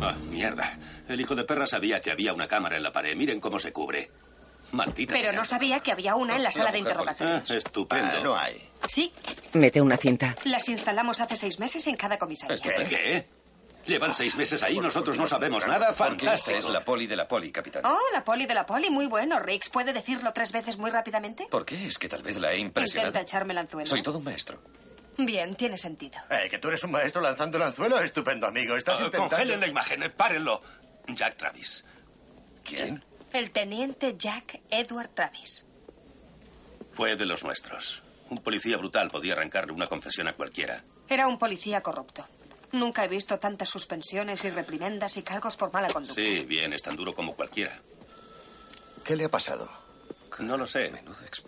Ah, mierda. El hijo de perra sabía que había una cámara en la pared. Miren cómo se cubre. Maldita.
Pero no sabía que había una en la sala de interrogación.
Ah, estupendo. no hay.
Sí,
Mete una cinta.
las instalamos hace seis meses en cada comisaría.
¿Qué? Llevan seis meses ahí, nosotros no sabemos nada.
Porque
Fantástico.
esta es la poli de la poli, capitán.
Oh, la poli de la poli, muy bueno. Riggs, ¿puede decirlo tres veces muy rápidamente?
¿Por qué? Es que tal vez la he impresionado.
Intenta echarme el anzuelo.
Soy todo un maestro.
Bien, tiene sentido.
Eh, que tú eres un maestro lanzando el anzuelo, estupendo amigo. Estás
Ah,
intentando.
Congelen la imagen, eh, párenlo. Jack Travis.
¿Quién?
El teniente Jack Edward Travis.
Fue de los nuestros. Un policía brutal podía arrancarle una confesión a cualquiera.
Era un policía corrupto. Nunca he visto tantas suspensiones y reprimendas y cargos por mala conducta.
Sí, bien, es tan duro como cualquiera.
¿Qué le ha pasado?
No lo sé.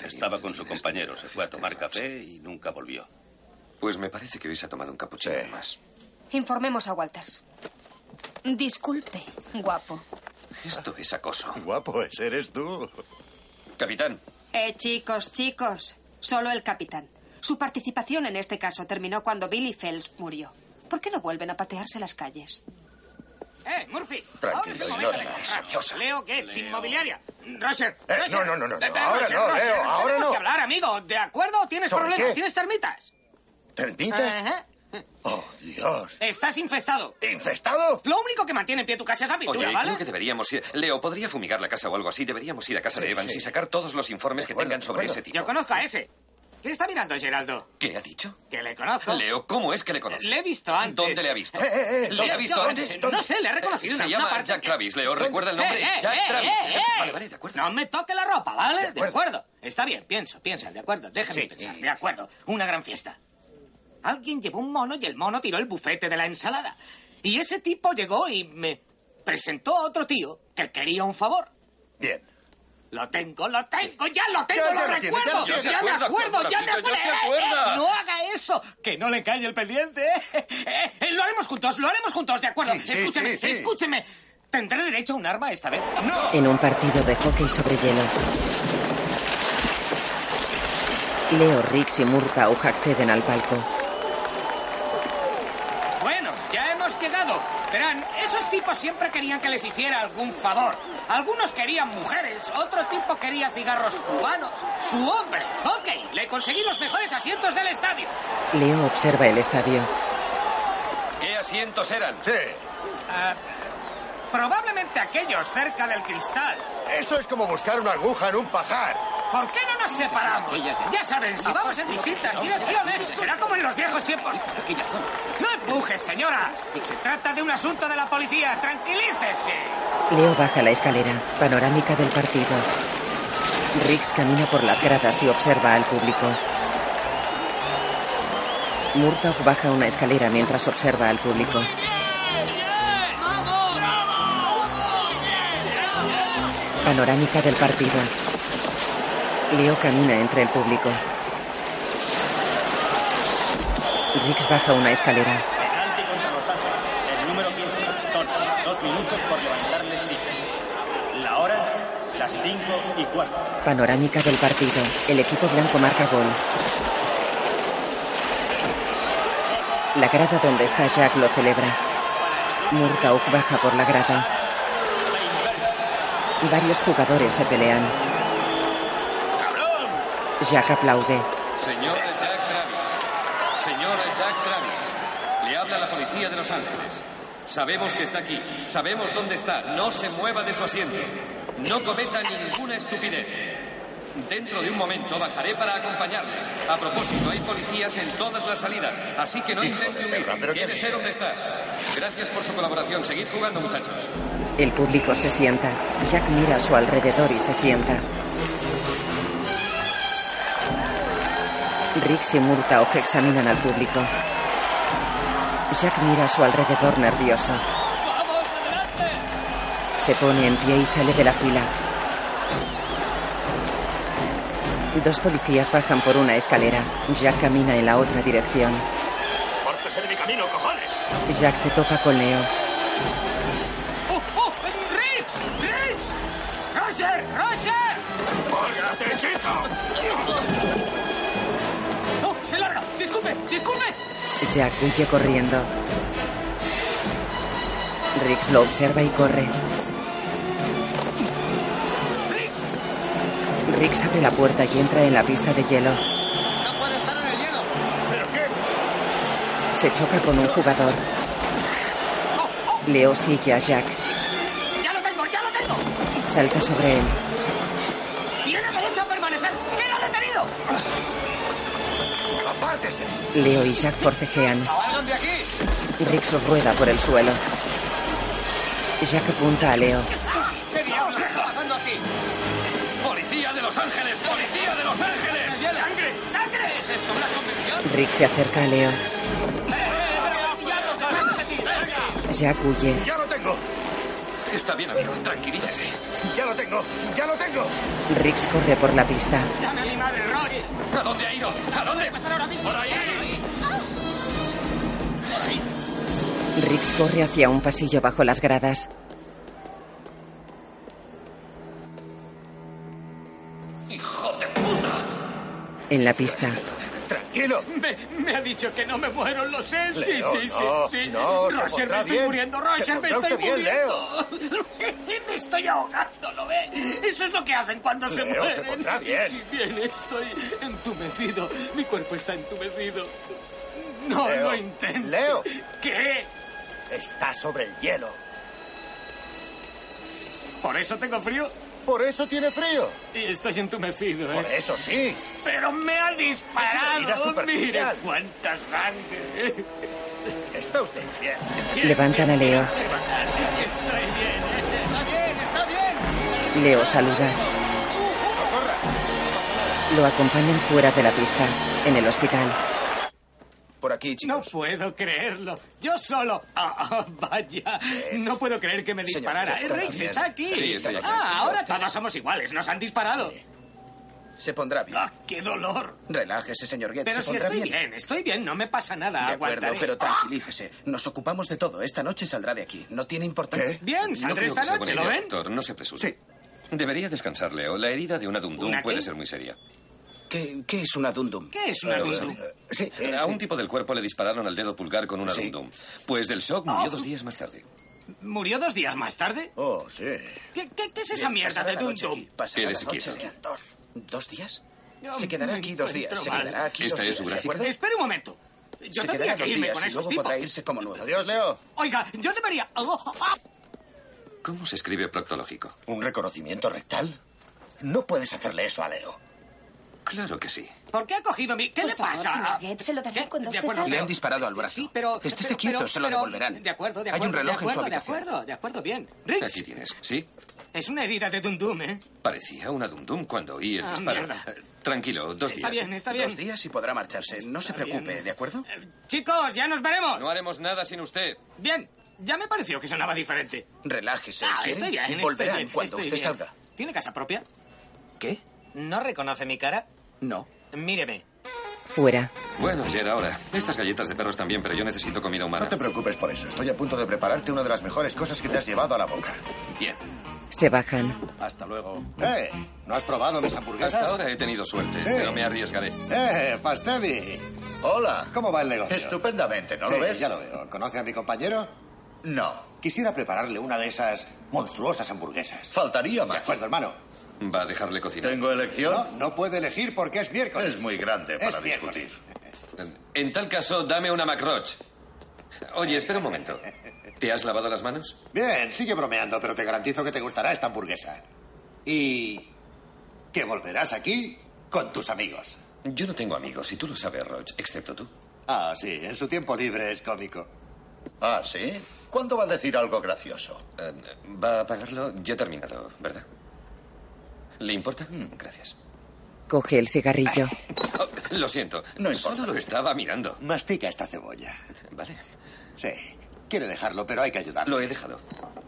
Estaba con
este.
su compañero, se fue a tomar café y nunca volvió.
Pues me parece que hoy se ha tomado un capuchino de más.
Informemos a Walters. Disculpe, guapo.
Esto es acoso.
[laughs] Guapo, ese eres tú.
Capitán.
Eh, chicos, chicos. Solo el capitán. Su participación en este caso terminó cuando Billy Phelps murió. ¿Por qué no vuelven a patearse las calles?
¡Eh, Murphy!
Tranquilo,
ahora es el momento de
ignórala,
comprar. Leo Getz, inmobiliaria. Roger,
Eh,
Roger.
no, no, no, no, no,
Pepe,
ahora
Roger,
no,
Roger,
Leo, ahora
tenemos
no.
que hablar, amigo, ¿de acuerdo? ¿Tienes
¿Sobre
problemas?
qué?
¿Tienes termitas?
¿Termitas?
Ajá.
¡Oh, Dios!
Estás infestado.
¿Infestado?
Lo único que mantiene en pie tu casa es la pintura,
Oye,
¿vale?
creo que deberíamos ir. Leo, podría fumigar la casa o algo así. Deberíamos ir a casa de Evans y sacar todos los informes que tengan sobre ese tipo.
Yo conozco a ese. ¿Qué está mirando Geraldo?
¿Qué ha dicho?
Que le conozco.
Leo, ¿cómo es que le conoces?
Le he visto antes.
¿Dónde le ha visto?
Eh, eh, eh,
¿Le ha
yo-
visto
yo-
antes?
no sé, le he reconocido
Se
una-
llama
una parte
Jack Travis, Leo. ¿Recuerda el nombre?
Eh, eh,
Jack
eh,
Travis.
eh, eh.
Vale, vale, de acuerdo.
No me toque la ropa, ¿vale?
De
De
acuerdo.
acuerdo. Está bien, pienso, piensa, de acuerdo. Déjame pensar. De acuerdo. Una gran fiesta. Alguien llevó un mono y el mono tiró el bufete de la ensalada. Y ese tipo llegó y me presentó a otro tío que quería un favor.
Bien.
Lo tengo, lo tengo, ya lo tengo,
Ya,
lo
ya lo tiene, ya
recuerdo,
lo
ya,
tiene. Ya se
me
acuerda,
acuerdo, ya me
Corporatico,
acuerdo.
ya se
Eh,
acuerda.
eh, no haga eso, que no le caiga el pendiente. eh. Eh, eh, lo haremos juntos, lo haremos juntos, de acuerdo.
Sí, sí,
escúcheme,
sí, sí.
escúcheme. ¿Tendré derecho a un arma esta vez?
En un partido de hockey sobre hielo. Leo, Riggs y Murtaugh acceden al palco.
Bueno, ya hemos llegado. Verán, esos tipos siempre querían que les hiciera algún favor. Algunos querían mujeres, otro tipo quería cigarros cubanos. Su hombre, hockey, le conseguí los mejores asientos del estadio.
Leo observa el estadio.
¿Qué asientos eran?
Sí.
Ah, probablemente aquellos cerca del cristal.
Eso es como buscar una aguja en un pajar.
¿Por qué no nos separamos? Ya saben, si vamos en distintas direcciones, será como en los viejos tiempos. No empujes, señora. Se trata de un asunto de la policía. Tranquilícese.
Leo baja la escalera, panorámica del partido. Riggs camina por las gradas y observa al público. Murtaugh baja una escalera mientras observa al público. Panorámica del partido. Leo camina entre el público. Riggs baja una escalera.
Penalti contra los Ángeles. El número 15, Tona. Dos minutos por levantarles ticket. La hora, las 5 y cuarto.
Panorámica del partido. El equipo blanco marca gol. La grada donde está Jack lo celebra. Murtaugh baja por la grada. Varios jugadores se pelean. Jack aplaude.
Señor Jack Travis. Señor Jack Travis. Le habla la policía de Los Ángeles. Sabemos que está aquí. Sabemos dónde está. No se mueva de su asiento. No cometa ninguna estupidez. Dentro de un momento bajaré para acompañarle. A propósito, hay policías en todas las salidas, así que no intente huir. Quédese donde está. Gracias por su colaboración. Seguid jugando, muchachos.
El público se sienta. Jack mira a su alrededor y se sienta. Riggs y Murtaugh examinan al público. Jack mira a su alrededor nervioso. Se pone en pie y sale de la fila. Dos policías bajan por una escalera. Jack camina en la otra dirección.
¡Córtese de mi camino, cojones!
Jack se topa con Leo.
¡Oh, oh! ¡Riggs! ¡Riggs! ¡Roger! ¡Roger!
¡Pórgate, chico!
¡Oh, se larga! ¡Disculpe! ¡Disculpe!
Jack huye corriendo. Riggs lo observa y corre. Riggs abre la puerta y entra en la pista de hielo. Se choca con un jugador. Leo sigue a Jack.
¡Ya lo tengo! ¡Ya lo tengo!
Salta sobre él.
¡Tiene derecho a permanecer! ¡Queda detenido!
¡Apártese!
Leo y Jack forcejean.
¡Salgan de aquí!
Riggs rueda por el suelo. Jack apunta a Leo.
¿Qué diablos está pasando aquí? ¡Policía de Los Ángeles! ¡Policía de Los Ángeles! ¡Sangre! ¡Sangre! ¿Es esto una convención?
Riggs se acerca a Leo. Jack huye.
¡Ya lo tengo!
Está bien, amigo. Tranquilícese.
¡Ya lo tengo! ¡Ya lo tengo!
Riggs corre por la pista.
¡Dame a mi madre, Roger!
¿A dónde ha ido? ¿A dónde? pasar ahora mismo? ¡Por ahí!
Riggs corre hacia un pasillo bajo las gradas.
¡Hijo de puta!
En la pista,
Tranquilo.
Me, me ha dicho que no me muero, lo sé. sí,
Leo,
sí, sí,
no,
sí.
no, se
Roger,
pondrá
me estoy
bien.
muriendo,
Se
Roger, me
pondrá
estoy
usted bien,
muriendo. [laughs] me estoy ahogando, ¿lo ve? Eso es lo que hacen cuando se
Leo, se
mueren. [laughs]
pondrá bien.
Si bien estoy entumecido, mi cuerpo está entumecido. No
Leo.
lo intentes.
Leo.
¿Qué?
Está sobre el hielo.
¿Por eso tengo frío?
Por eso tiene frío.
Y estoy entumecido, ¿eh?
Por eso sí.
Pero me ha
Es una vida
disparado.
superficial.
Mira cuánta sangre.
Está usted bien.
Levantan a Leo.
Así que estoy bien. Está bien, está bien.
Leo saluda. Lo acompañan fuera de la pista, en el hospital.
Por aquí, chicos. No puedo creerlo. Yo solo. Ah, ah, vaya.
Eh.
No puedo creer que me disparara.
estoy
Eh, Riggs
bien.
está aquí.
Sí, estoy aquí.
Ah, ahora todos somos iguales. Nos han disparado.
Se pondrá bien.
¡Ah, qué dolor!
Relájese, señor Goetz.
Pero
se
si
pondrá
estoy bien. estoy bien. No me pasa nada.
De acuerdo,
Aguantaré. Ah.
pero tranquilícese. Nos ocupamos de todo. Esta noche saldrá de aquí. No tiene importancia.
Bien,
No
saldré
creo que
esta
sea
noche.
buena
¿Lo
idea,
ven?
doctor. No se apresure. Debería descansar, Leo. La herida de una dumdum
¿Una
puede
qué?
ser muy seria. eh,
¿Qué, qué es una dundum?
¿Qué es una dundum?
a un tipo del cuerpo le dispararon al dedo pulgar con una dumdum. Pues del shock murió
Oh.
dos días más tarde.
¿Murió dos días más tarde?
Oh, sí.
¿Qué, qué- qué es esa mierda de Dum Dum?
Quédese quieto.
Dos. ¿Dos días?
Yo
Se quedará
me
aquí dos días.
encuentro
Se
mal.
quedará aquí
¿Esta
dos
es
días.
su
¿de
gráfica?
acuerdo?
Espera un momento. Yo
se
tendría
quedará
que
dos
irme
días
con
y
esos
luego
tipos.
podrá irse como nuevo.
Adiós, Leo.
Oiga, yo debería. Oh, oh, ah.
¿Cómo se escribe proctológico?
¿Un reconocimiento rectal? No puedes hacerle eso a Leo.
Claro que sí.
¿Por qué ha cogido mi.? ¿Qué
Por
le
favor,
pasa?
señor
Ah,
Goetz, se lo daré cuando
de
usted
acuerdo,
Le
salga.
han disparado al brazo.
Sí, pero.
Estése
pero-
quieto,
pero-
se lo
pero-
devolverán.
De acuerdo, de
Hay
acuerdo.
un reloj
de
en su
acuerdo, de
habitación.
acuerdo, de acuerdo, bien. Riggs,
Aquí tienes. ¿Sí?
es una herida de Dum Dum, ¿eh?
Parecía una dumdum cuando oí el
Ah,
disparo.
mierda.
Eh, Tranquilo, dos
Está
días.
bien, está bien. Eh,
Dos días y podrá marcharse. No se preocupe, ¿de acuerdo?
Chicos, ya nos veremos.
No haremos nada sin usted.
Bien, ya me pareció que sonaba diferente.
Relájese.
Ah,
¿quiere?
estoy bien,
Volverán
estoy bien,
cuando
estoy
usted
bien.
salga.
¿Tiene casa propia?
¿Qué?
¿No reconoce mi cara?
No.
Míreme.
Fuera.
Bueno, ya era hora. Estas galletas de perros también, pero yo necesito comida humana.
No te preocupes por eso. Estoy a punto de prepararte una de las mejores cosas que te has llevado a la boca.
Bien.
Se bajan.
Hasta luego. ¡Eh! ¿No has probado mis hamburguesas?
Hasta ahora he tenido suerte,
Sí.
pero me arriesgaré.
¡Eh, Pastedi! Hola. ¿Cómo va el negocio?
Estupendamente, ¿no
Sí,
lo ves?
ya lo veo. ¿Conoce a mi compañero? No. Quisiera prepararle una de esas monstruosas hamburguesas. Faltaría más. De acuerdo, hermano.
¿Va a dejarle cocinar?
¿Tengo elección?
No, no puede elegir porque es miércoles.
Es muy grande para
Es
discutir.
En tal caso, dame una macroch. Oye, espera un momento. ¿Te has lavado las manos?
Bien, sigue bromeando, pero te garantizo que te gustará esta hamburguesa. Y que volverás aquí con tus amigos.
Yo no tengo amigos, y tú lo sabes, Roch, excepto tú.
Ah, sí, en su tiempo libre es cómico.
Ah, ¿sí? ¿Cuándo va a decir algo gracioso?
Eh, ¿Va a pagarlo? Ya he terminado, ¿verdad? ¿Le importa? Gracias.
Coge el cigarrillo.
Oh, lo siento. No Solo lo estaba mirando.
Mastica esta cebolla.
Vale.
Sí, quiere dejarlo, pero hay que ayudarlo.
Lo he dejado.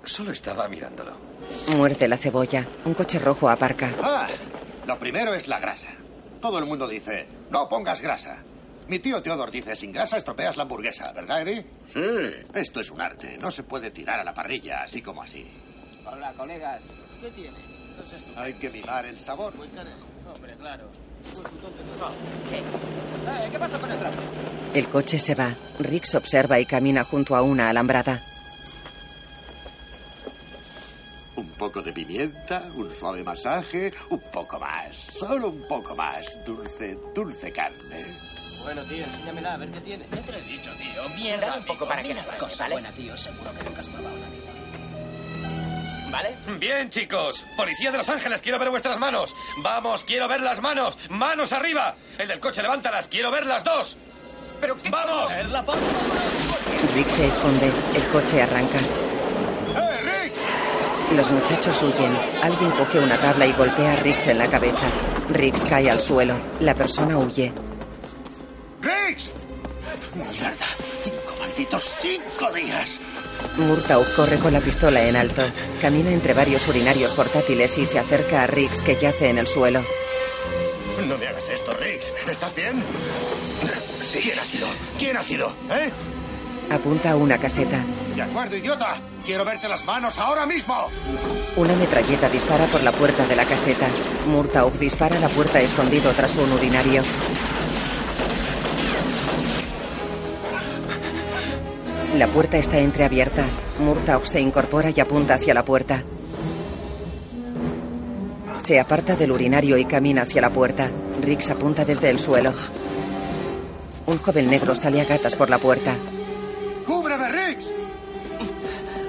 Solo estaba mirándolo.
Muerde la cebolla. Un coche rojo aparca.
Ah, lo primero es la grasa. Todo el mundo dice, no pongas grasa. Mi tío Teodor dice, sin grasa estropeas la hamburguesa, ¿verdad, Eddie? Sí. Esto es un arte, no se puede tirar a la parrilla así como así.
Hola, colegas. ¿Qué tienes? No seas tú.
Hay que mimar el sabor.
Muy carajo. Hombre, claro. Pues tú tonto, tú. ¿Qué? Eh, ¿Qué pasa con el trapo?
El coche se va. Riggs observa y camina junto a una alambrada.
Un poco de pimienta, un suave masaje, un poco más, solo un poco más. Dulce, dulce carne.
Bueno, tío, enséñamela a ver qué tiene. ¿Qué te lo he dicho, tío?
Mierda, un poco para que la cosa, ¿vale?
Buena, tío, seguro que nunca has probado una, tío.
¿Vale? Bien, chicos. Policía de Los Ángeles, quiero ver vuestras manos. Vamos, quiero ver las manos. Manos arriba. El del coche, levántalas. Quiero ver las dos. Pero ¡Vamos!
Rick se esconde. El coche arranca. Los muchachos huyen. Alguien coge una tabla y golpea a Riggs en la cabeza. Riggs cae al suelo. La persona huye.
¡Riggs! ¡Mierda! ¡Cinco malditos cinco días!
Murtaugh corre con la pistola en alto. Camina entre varios urinarios portátiles y se acerca a Riggs que yace en el suelo.
No me hagas esto, Riggs. ¿Estás bien? ¿Quién ha sido? ¿Quién ha sido? ¿Eh?
Apunta a una caseta.
De acuerdo, idiota. Quiero verte las manos ahora mismo.
Una metralleta dispara por la puerta de la caseta. Murtaugh dispara a la puerta escondido tras un urinario. La puerta está entreabierta. Murtaugh se incorpora y apunta hacia la puerta. Se aparta del urinario y camina hacia la puerta. Riggs apunta desde el suelo. Un joven negro sale a gatas por la puerta.
¡Cúbreme, Riggs!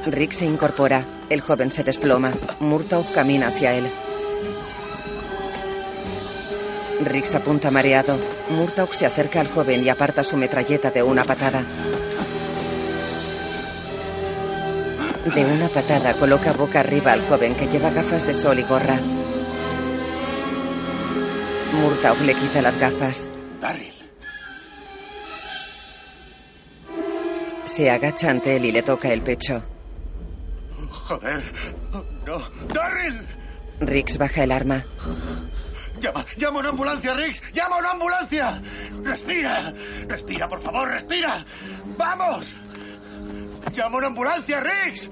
Rick se incorpora. El joven se desploma. Murtaugh camina hacia él. Rick se apunta mareado. Murtaugh se acerca al joven y aparta su metralleta de una patada. De una patada coloca boca arriba al joven que lleva gafas de sol y gorra. Murtaugh le quita las gafas.
Darryl.
Se agacha ante él y le toca el pecho.
Joder. No. ¡Darryl!
Rix baja el arma.
Llama, llama a una ambulancia, Riggs. Llama a una ambulancia. Respira. Respira, por favor, respira. Vamos. Llama a una ambulancia, Riggs.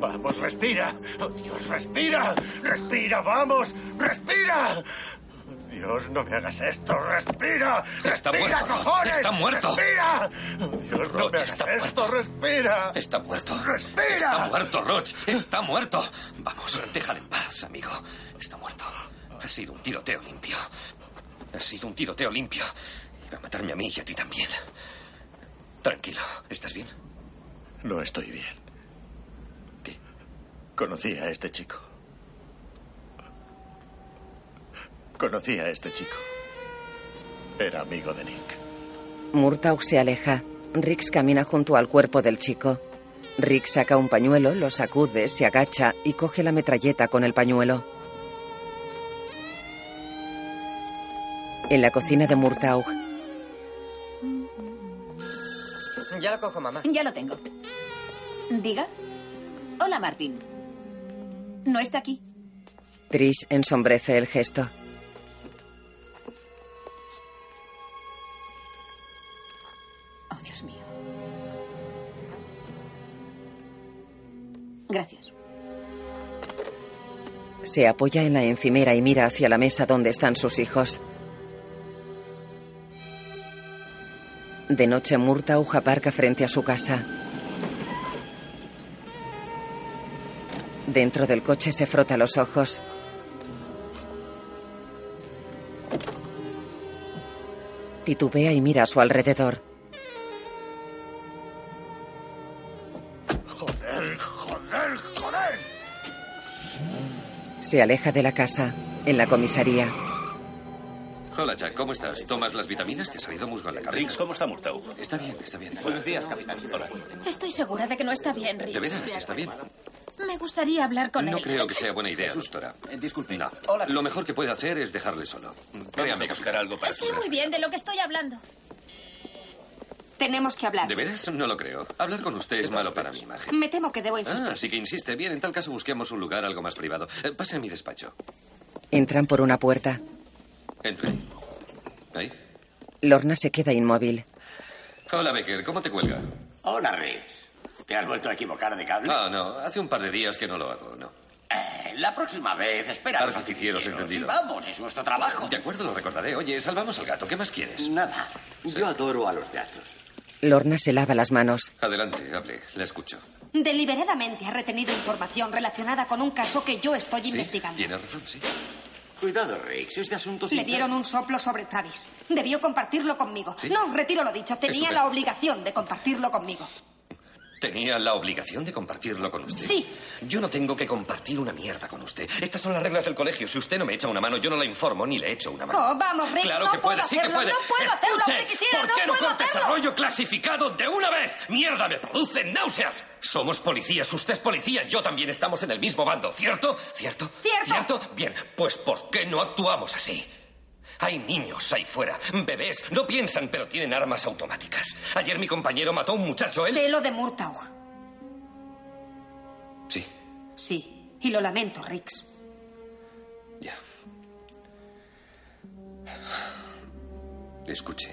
Vamos, respira. Oh, Dios, respira. Respira, vamos. Respira. Dios, no me hagas esto. Respira. Respira,
Está muerto, Roch.
cojones.
Está muerto.
Respira. Oh, Dios, no
Roch,
me hagas
está
esto. Respira.
Está muerto.
Respira.
Está muerto, Roch. Está muerto. Vamos, déjale en paz, amigo. Está muerto. Ha sido un tiroteo limpio. Ha sido un tiroteo limpio. Iba a matarme a mí y a ti también. Tranquilo. ¿Estás bien?
No estoy bien. Conocí a este chico. Conocí a este chico. Era amigo de Nick.
Murtaugh se aleja. Rix camina junto al cuerpo del chico. Rick saca un pañuelo, lo sacude, se agacha y coge la metralleta con el pañuelo. En la cocina de Murtaugh,
Ya lo cojo, mamá.
Ya lo tengo. Diga. Hola, Martín. No está aquí.
Trish ensombrece el gesto.
Oh, Dios mío. Gracias.
Se apoya en la encimera y mira hacia la mesa donde están sus hijos. De noche, Murtaugh aparca frente a su casa. Dentro del coche se frota los ojos. Titubea y mira a su alrededor.
Joder, joder, joder.
Se aleja de la casa, en la comisaría.
Hola, Jack. ¿Cómo estás? ¿Tomas las vitaminas? ¿Te ha salido musgo en la cabeza?
Riggs, ¿cómo está Murtaugh?
Está bien, está bien.
Buenos días, capitán. Hola.
Estoy segura de que no está bien, Rick.
¿De veras? ¿Está bien?
Me gustaría hablar con
No
él.
creo que sea buena idea, doctora.
eh,
Disculpe. No. Lo mejor que puede hacer es dejarle solo. Créame. buscar algo para
Sí, muy bien, de lo que estoy hablando.
Tenemos que hablar.
¿De veras? No lo creo. Hablar con usted es malo para mi imagen.
Me temo que debo
Ah,
insistir.
así que insiste. Bien, en tal caso busquemos un lugar algo más privado. Eh, Pase a mi despacho.
Entran por una puerta.
Entre. Ahí.
Lorna se queda inmóvil.
Hola, Becker. ¿Cómo te cuelga?
Hola, Riggs. ¿Te has vuelto a equivocar de cable?
Ah, no. Hace un par de días que no lo hago, no.
Eh, la próxima vez, espera. a los
Artificieros, entendido.
Sí, vamos, es nuestro trabajo.
De acuerdo, lo recordaré. Oye, salvamos al gato. ¿Qué más quieres?
Nada. Yo adoro a los gatos.
Lorna se lava las manos.
Adelante, hable. La escucho.
Deliberadamente ha retenido información relacionada con un caso que yo estoy investigando.
Tiene razón, sí.
Cuidado, Riggs, es de asuntos
Le dieron un soplo sobre Travis. Debió compartirlo conmigo. No, retiro lo dicho. Tenía
Estupendo.
la obligación de compartirlo conmigo.
Tenía la obligación de compartirlo con usted.
Sí.
Yo no tengo que compartir una mierda con usted. Estas son las reglas del colegio. Si usted no me echa una mano, yo no la informo ni le echo una mano.
Oh, vamos, Riggs,
Claro
no
que puede,
puedo
sí que
hacerlo,
puede.
no puedo hacerlo,
Escuche,
aunque quisiera,
¿Por
no
qué no,
puedo
corta ese
hacerlo.
rollo clasificado de una vez? ¡Mierda, me produce náuseas! Somos policías, usted es policía, yo también estamos en el mismo bando, ¿cierto? ¿Cierto? ¿Cierto? Bien, pues ¿por qué no actuamos así? Hay niños ahí fuera, bebés, no piensan, pero tienen armas automáticas. Ayer mi compañero mató a un muchacho, él...
Sé lo de Murtaugh.
Sí.
Sí, y lo lamento, Riggs.
Escuche.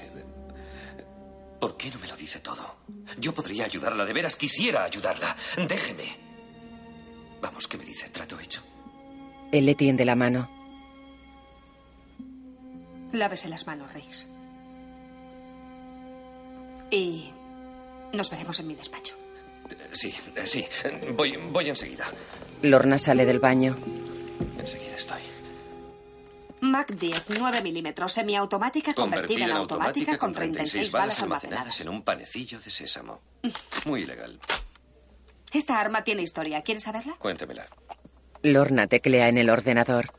¿Por qué no me lo dice todo? Yo podría ayudarla, de veras quisiera ayudarla. Déjeme. Vamos, ¿qué me dice? Trato hecho.
Él le tiende la mano.
Lávese las manos, Riggs. Y nos veremos en mi despacho.
Eh, Sí, eh, sí. Eh, Voy, voy enseguida.
Lorna sale del baño.
Enseguida estoy.
Mac 10, 9 milímetros, semiautomática
Convertida
convertida
en
en automática con 36 balas almacenadas.
almacenadas en un panecillo de sésamo. Muy ilegal.
Esta arma tiene historia. ¿Quieres saberla?
Cuéntemela.
Lorna teclea en el ordenador.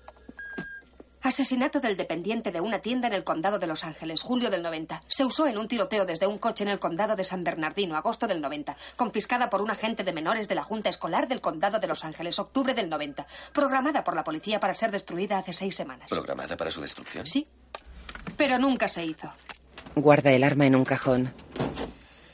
Asesinato del dependiente de una tienda en el condado de Los Ángeles, julio del 90. Se usó en un tiroteo desde un coche en el condado de San Bernardino, agosto del 90. Confiscada por un agente de menores de la Junta Escolar del condado de Los Ángeles, octubre del 90. Programada por la policía para ser destruida hace seis semanas.
¿Programada para su destrucción?
Sí. Pero nunca se hizo.
Guarda el arma en un cajón.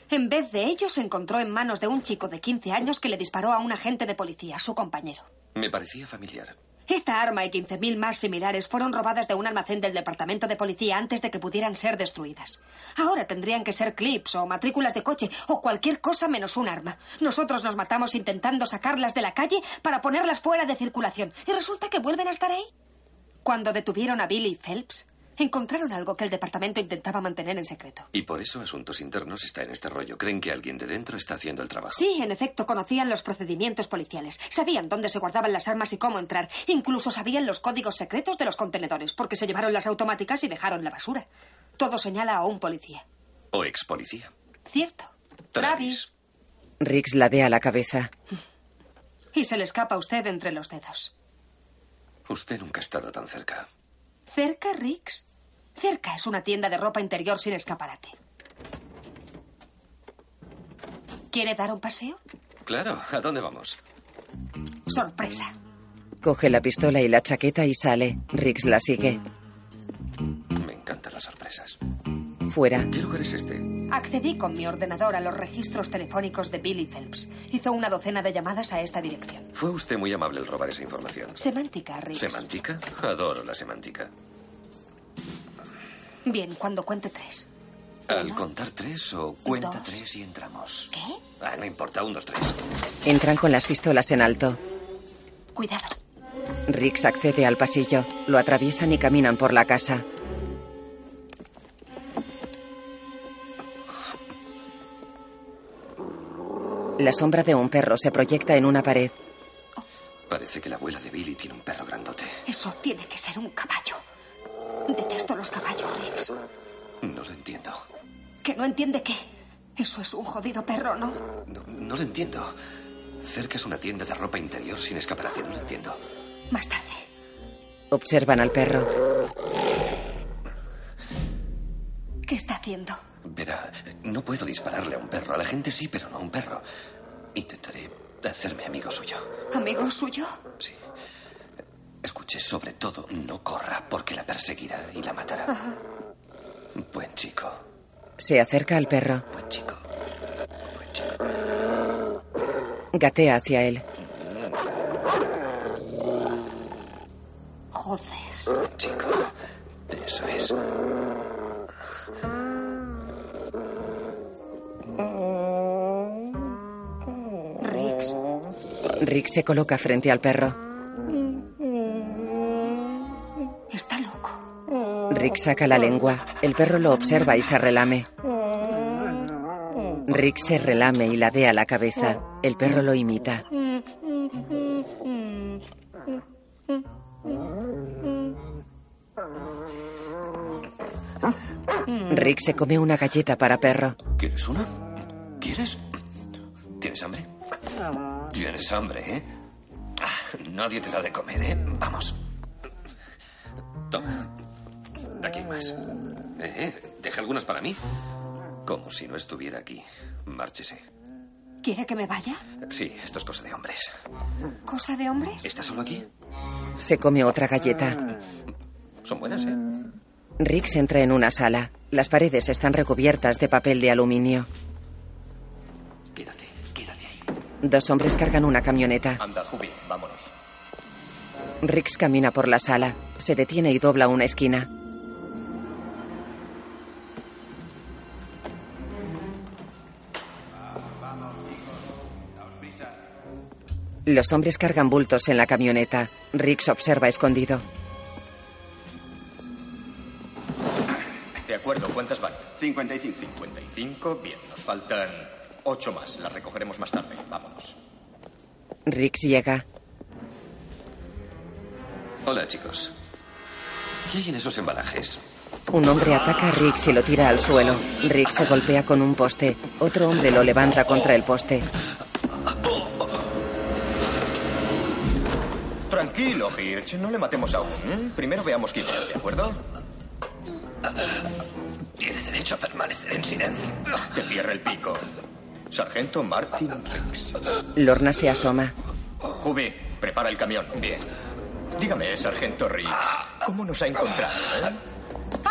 En vez de ello, se encontró en manos de un chico de 15 años que le disparó a un agente de policía, su compañero.
Me parecía familiar.
Esta arma y 15.000 más similares fueron robadas de un almacén del Departamento de Policía antes de que pudieran ser destruidas. Ahora tendrían que ser clips o matrículas de coche o cualquier cosa menos un arma. Nosotros nos matamos intentando sacarlas de la calle para ponerlas fuera de circulación y resulta que vuelven a estar ahí. Cuando detuvieron a Billy Phelps, encontraron algo que el departamento intentaba mantener en secreto.
Y por eso Asuntos Internos está en este rollo. Creen que alguien de dentro está haciendo el trabajo.
Sí, en efecto, conocían los procedimientos policiales. Sabían dónde se guardaban las armas y cómo entrar. Incluso sabían los códigos secretos de los contenedores, porque se llevaron las automáticas y dejaron la basura. Todo señala a un policía.
O ex policía.
Cierto. Travis.
Riggs ladea la cabeza.
Y se le escapa a usted entre los dedos.
Usted nunca ha estado tan cerca.
¿Cerca, Riggs? Cerca es una tienda de ropa interior sin escaparate. ¿Quiere dar un paseo?
Claro, ¿a dónde vamos?
Sorpresa.
Coge la pistola y la chaqueta y sale. Riggs la sigue.
Me encantan las sorpresas.
Fuera.
¿Qué lugar es este?
Accedí con mi ordenador a los registros telefónicos de Billy Phelps. Hizo una docena de llamadas a esta dirección.
Fue usted muy amable al robar esa información.
Semántica, Riggs.
¿Semántica? Adoro la semántica.
Bien, cuando cuente tres.
Al contar tres o cuenta
Dos.
tres y entramos.
¿Qué?
Ah, no importa, un, dos, tres.
Entran con las pistolas en alto.
Cuidado.
Riggs accede al pasillo. Lo atraviesan y caminan por la casa. La sombra de un perro se proyecta en una pared.
Parece que la abuela de Billy tiene un perro grandote.
Eso tiene que ser un caballo. Detesto los caballos, Riggs.
No lo entiendo.
¿Que no entiende qué? Eso es un jodido perro, ¿no?
No lo entiendo. Cerca es una tienda de ropa interior sin escaparate. No lo entiendo.
Más tarde.
Observan al perro.
¿Qué está haciendo?
Verá, no puedo dispararle a un perro. A la gente sí, pero no a un perro. Intentaré hacerme amigo suyo.
¿Amigo suyo?
Escuche, sobre todo, no corra, porque la perseguirá y la matará. Buen chico.
Se acerca al perro.
Pues,
Buen chico.
Gatea hacia él.
Joder. Chico, eso es.
Riggs.
Rick se coloca frente al perro.
Está loco.
Rick saca la lengua. El perro lo observa y se relame. Rick se relame y ladea la cabeza. El perro lo imita. Rick se come una galleta para perro.
¿Quieres una? ¿Quieres? ¿Tienes hambre? Tienes hambre, ¿eh? Ah, Nadie te da de comer, ¿eh? Vamos. Toma. Aquí hay más. Eh, deja algunas para mí. Como si no estuviera aquí. Márchese.
¿Quiere que me vaya?
Sí, esto es cosa de hombres.
¿Cosa de hombre?
¿Está solo aquí? Mm,
Se come otra galleta.
Son buenas, ¿eh?
Rick se entra en una sala. Las paredes están recubiertas de papel de aluminio.
Quédate, quédate ahí.
Dos hombres cargan una camioneta.
Anda, Jubi, vámonos.
Rix camina por la sala, se detiene y dobla una esquina. Los hombres cargan bultos en la camioneta. Rix observa escondido.
De acuerdo, ¿cuántas van? 55. 55, bien. Nos faltan ocho más. Las recogeremos más tarde. Vámonos.
Rix llega.
Hola, chicos. ¿Qué hay en esos embalajes?
Un hombre ataca a Riggs y lo tira al suelo. Riggs se golpea con un poste. Otro hombre lo levanta contra el poste.
Tranquilo, Hirsch. No le matemos aún. ¿eh? Primero veamos quién es, ¿de acuerdo? Tiene derecho a permanecer en silencio. Que cierre el pico. Sargento Martin Riggs.
Lorna se asoma.
Jubi, prepara el camión. Bien. Dígame, Sargento Riggs, ¿cómo nos ha encontrado? eh?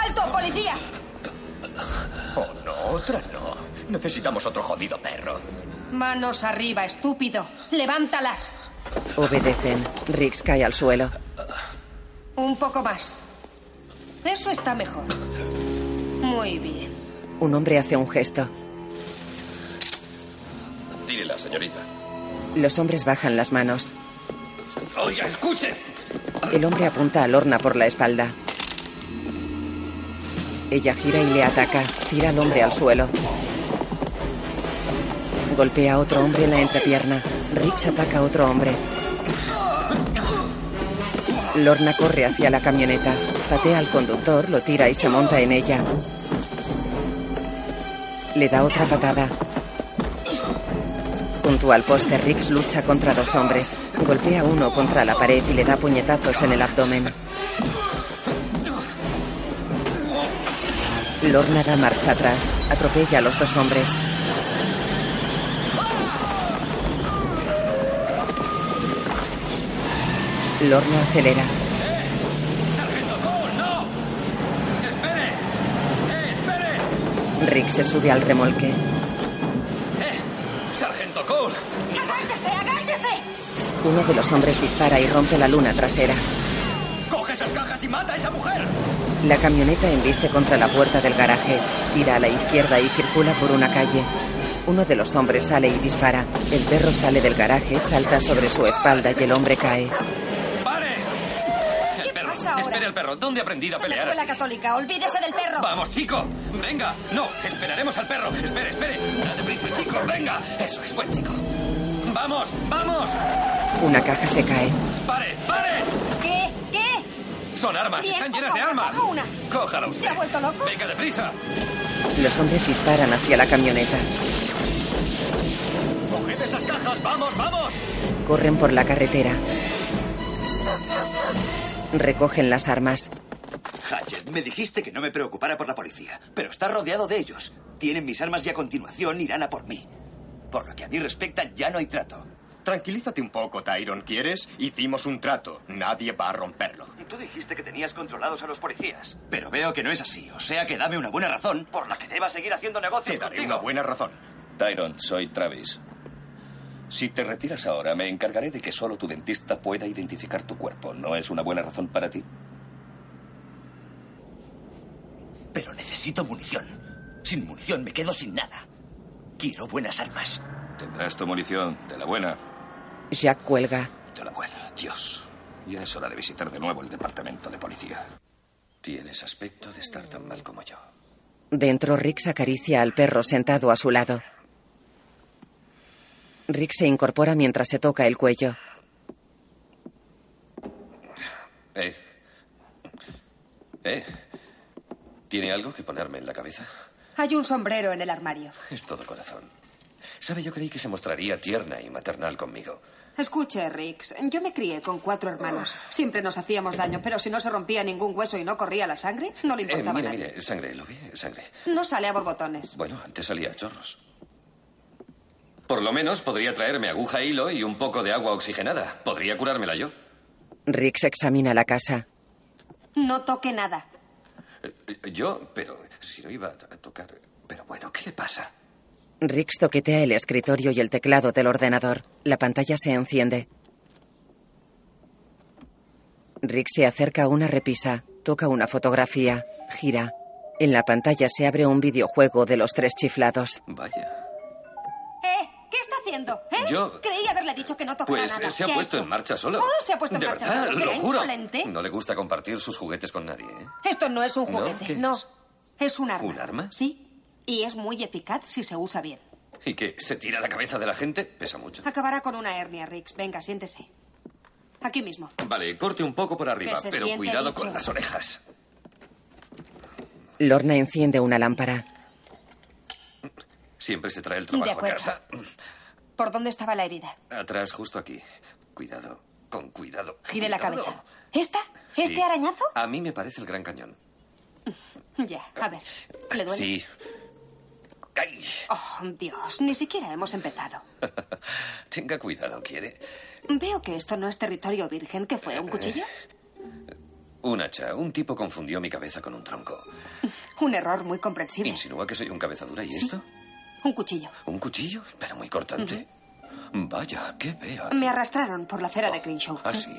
¡Alto, policía!
Oh, no, otra no. Necesitamos otro jodido perro.
Manos arriba, estúpido. Levántalas.
Obedecen. Riggs cae al suelo.
Un poco más. Eso está mejor. Muy bien.
Un hombre hace un gesto.
Tírela, señorita.
Los hombres bajan las manos.
Oiga, escuche.
El hombre apunta a Lorna por la espalda. Ella gira y le ataca. Tira al hombre al suelo. Golpea a otro hombre en la entrepierna. Riggs ataca a otro hombre. Lorna corre hacia la camioneta. Patea al conductor, lo tira y se monta en ella. Le da otra patada. Junto al poste, Riggs lucha contra dos hombres. Golpea a uno contra la pared y le da puñetazos en el abdomen. Lorna da marcha atrás. Atropella a los dos hombres. Lorna acelera. Rick se sube al remolque.
¡Sargento Cole!
¡Agáchese, agáchese!
Uno de los hombres dispara y rompe la luna trasera.
¡Coge esas cajas y mata a esa mujer!
La camioneta embiste contra la puerta del garaje, tira a la izquierda y circula por una calle. Uno de los hombres sale y dispara. El perro sale del garaje, salta sobre su espalda y el hombre cae.
¡Pare! El perro. Espere el perro. ¿Dónde ha aprendido a
En la
pelear
escuela
así?
católica, olvídese del perro.
¡Vamos, chico! ¡Venga! ¡No! ¡Esperaremos al perro! ¡Espere, espere! ¡Dale prisa, chico! ¡Venga! ¡Eso es buen chico! ¡Vamos! ¡Vamos!
Una caja se cae.
¡Pare! ¡Pare!
¿Qué? ¿Qué?
Son armas.
Bien,
Están
coja
llenas de
una,
armas.
coja una.
Cójala usted.
¿Se ha vuelto loco?
¡Venga, deprisa!
Los hombres disparan hacia la camioneta.
¡Coged esas cajas! ¡Vamos, vamos!
Corren por la carretera. Recogen las armas.
Hatchet, me dijiste que no me preocupara por la policía, pero está rodeado de ellos. Tienen mis armas y a continuación irán a por mí. Por lo que a mí respecta, ya no hay trato.
Tranquilízate un poco, Tyron. ¿Quieres? Hicimos un trato. Nadie va a romperlo.
Tú dijiste que tenías controlados a los policías, pero veo que no es así, o sea que dame una buena razón por la que deba seguir haciendo negocios
Te daré
contigo.
una buena razón.
Tyron, soy Travis. Si te retiras ahora, me encargaré de que solo tu dentista pueda identificar tu cuerpo. ¿No es una buena razón para ti?
Pero necesito munición. Sin munición me quedo sin nada. Quiero buenas armas.
Tendrás tu munición, de la buena.
Jack cuelga.
De la buena, Dios. Ya es hora de visitar de nuevo el departamento de policía.
Tienes aspecto de estar tan mal como yo.
Dentro, Rick acaricia al perro sentado a su lado. Rick se incorpora mientras se toca el cuello.
¿Eh? ¿Eh? ¿Tiene algo que ponerme en la cabeza?
Hay un sombrero en el armario.
Es todo corazón. Sabe, yo creí que se mostraría tierna y maternal conmigo.
Escuche, Riggs, yo me crié con cuatro hermanos.
Ah.
Siempre nos hacíamos daño, pero si no se rompía ningún hueso y no corría la sangre, no le
Eh,
importaba
mire,
nada.
mire, sangre, ¿lo ve? Sangre.
No sale a borbotones.
Bueno, antes salía a chorros. Por lo menos podría traerme aguja, hilo y un poco de agua oxigenada. Podría curármela yo.
Rick examina la casa.
No toque nada.
Eh, Yo, pero si no iba a to- a tocar. Pero bueno, ¿qué le pasa?
Rick toquetea el escritorio y el teclado del ordenador. La pantalla se enciende. Rick se acerca a una repisa, toca una fotografía, gira. En la pantalla se abre un videojuego de los tres chiflados.
Vaya.
¿Eh? ¿Qué está haciendo? ¿Eh?
Yo-
Creí haberle dicho que no tocara
Pues
nada.
eh, se ha
¿Qué
puesto
hecho?
en marcha solo.
Oh, se ha puesto en
De
marcha
verdad,
solo. ¿Se
lo
ve
juro.
insolente?
No le gusta compartir sus juguetes con nadie, ¿eh?
Esto no es un
¿No?
juguete,
¿Qué
no. Es? un arma.
¿Un arma?
Sí, y es muy eficaz si se usa bien. Ah.
¿Y que se tira la cabeza de la gente? Pesa mucho.
Acabará con una hernia, Riggs. Venga, siéntese. Aquí mismo.
Vale, corte un poco por arriba,
Que se
pero
siente
cuidado
dicho.
con las orejas.
Lorna enciende una lámpara.
Siempre se trae el
De
trabajo a
acuerdo.
casa.
¿Por dónde estaba la herida?
Atrás, justo aquí. Cuidado, con cuidado.
Gire la
Cuidado.
cabeza. ¿Esta?
Sí.
¿Este arañazo?
A mí me parece el gran cañón.
Ya, a ver. ¿Le duele?
Sí. Ay,
Oh, Dios, ni siquiera hemos empezado.
[laughs] tenga cuidado, ¿quiere?
Veo que esto no es territorio virgen. ¿Qué fue?
Eh,
¿Un cuchillo?
Un hacha. Un tipo confundió mi cabeza con un tronco.
Un error muy comprensible.
¿Insinúa que soy un cabezadura y esto?
Un cuchillo.
¿Un cuchillo? Pero muy cortante. Vaya, qué vea.
Me arrastraron por la acera de Crenshaw.
Así.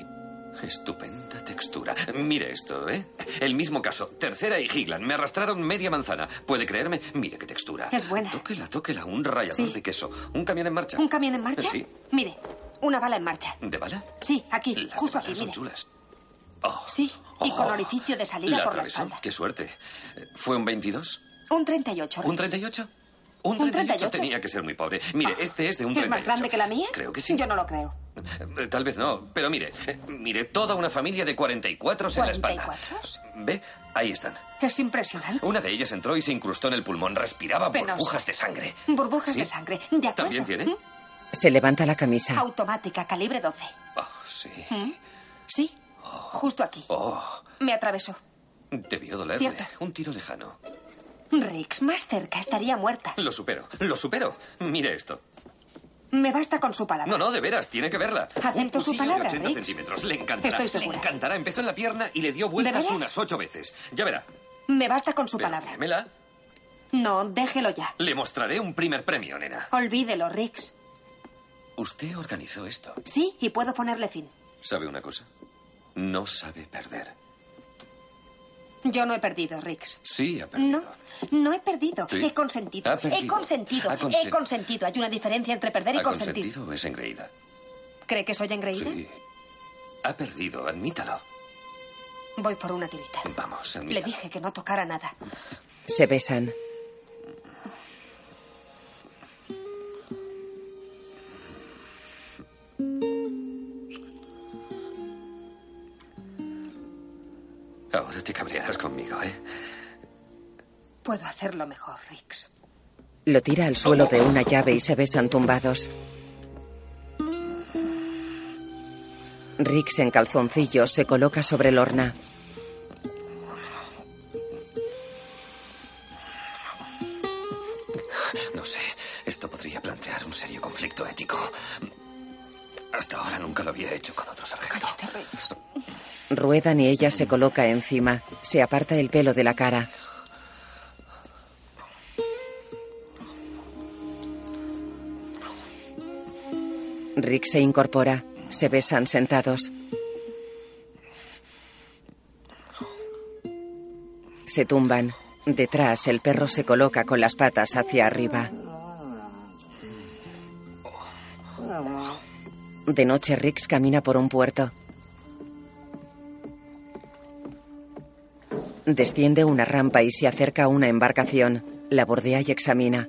Estupenda textura. Mire esto, ¿eh? El mismo caso. Tercera y Higland. Me arrastraron media manzana. ¿Puede creerme? Mire qué textura.
Es buena.
Tóquela, tóquela. Un rallador
Sí.
de queso. Un camión en marcha.
¿Un camión en marcha?
Sí.
Mire, una bala en marcha.
¿De bala?
Sí, aquí,
Las
justo
balas
aquí,
son
mire.
chulas.
Sí, y con
Oh.
orificio de salida
La
por la
atravesó.
espalda.
Qué suerte. Eh, ¿Fue un 22?
Un 38.
¿Un
Rex.
38? Un 38,
Un 38.
tenía que ser muy pobre. Mire, este es de un
Ah, ¿Es más
38.
grande que la mía?
Creo que sí.
Yo no lo creo.
Eh, Tal vez no, pero mire, eh, mire, toda una familia de 44 en la espalda.
¿44?
¿Ve? Ahí están.
Es impresionante.
Una de ellas entró y se incrustó en el pulmón. Respiraba
Penoso.
burbujas de sangre.
Burbujas
Sí.
de sangre. De acuerdo.
¿También tiene?
Se levanta la camisa.
Automática, calibre 12.
Oh, sí.
¿Mm? Sí, justo aquí.
Oh,
Me atravesó.
debió dolerle.
Cierto.
Un tiro lejano.
Rix, más cerca, estaría muerta.
Lo supero, lo supero. Mire esto.
Me basta con su palabra.
No, no, de veras, tiene que verla.
Acepto
Un
su
cuchillo
palabra,
de 80
Rick.
centímetros. Le encantará.
Estoy segura.
Le encantará. Empezó en la pierna y le dio vueltas
veras?
unas ocho veces. Ya verá.
Me basta con su
Pero
palabra.
démela.
No, déjelo ya.
Le mostraré un primer premio, nena.
Olvídelo, Rix.
Usted organizó esto.
Sí, y puedo ponerle fin.
¿Sabe una cosa? No sabe perder.
Yo no he perdido, Rix.
Sí, ha perdido.
No, no he perdido.
Sí.
He consentido.
Ha perdido.
He consentido.
Ha consen-
He consentido. Hay una diferencia entre perder y
¿Ha
consentir.
consentido o es engreída?
¿Cree que soy engreída?
Sí. Ha perdido, admítalo.
Voy por una tirita.
Vamos,
Le
admítalo.
dije que no tocara nada.
Se besan.
Ahora te cabrearás conmigo, ¿eh?
Puedo hacerlo mejor, Rix.
Lo tira al suelo de una llave y se besan tumbados. Rix en calzoncillos se coloca sobre Lorna.
No sé, esto podría plantear un serio conflicto ético. Hasta ahora nunca lo había hecho con otro sargento.
Ruedan y ella se coloca encima. Se aparta el pelo de la cara. Rick se incorpora. Se besan sentados. Se tumban. Detrás, el perro se coloca con las patas hacia arriba. De noche, Rix camina por un puerto. Desciende una rampa y se acerca a una embarcación. La bordea y examina.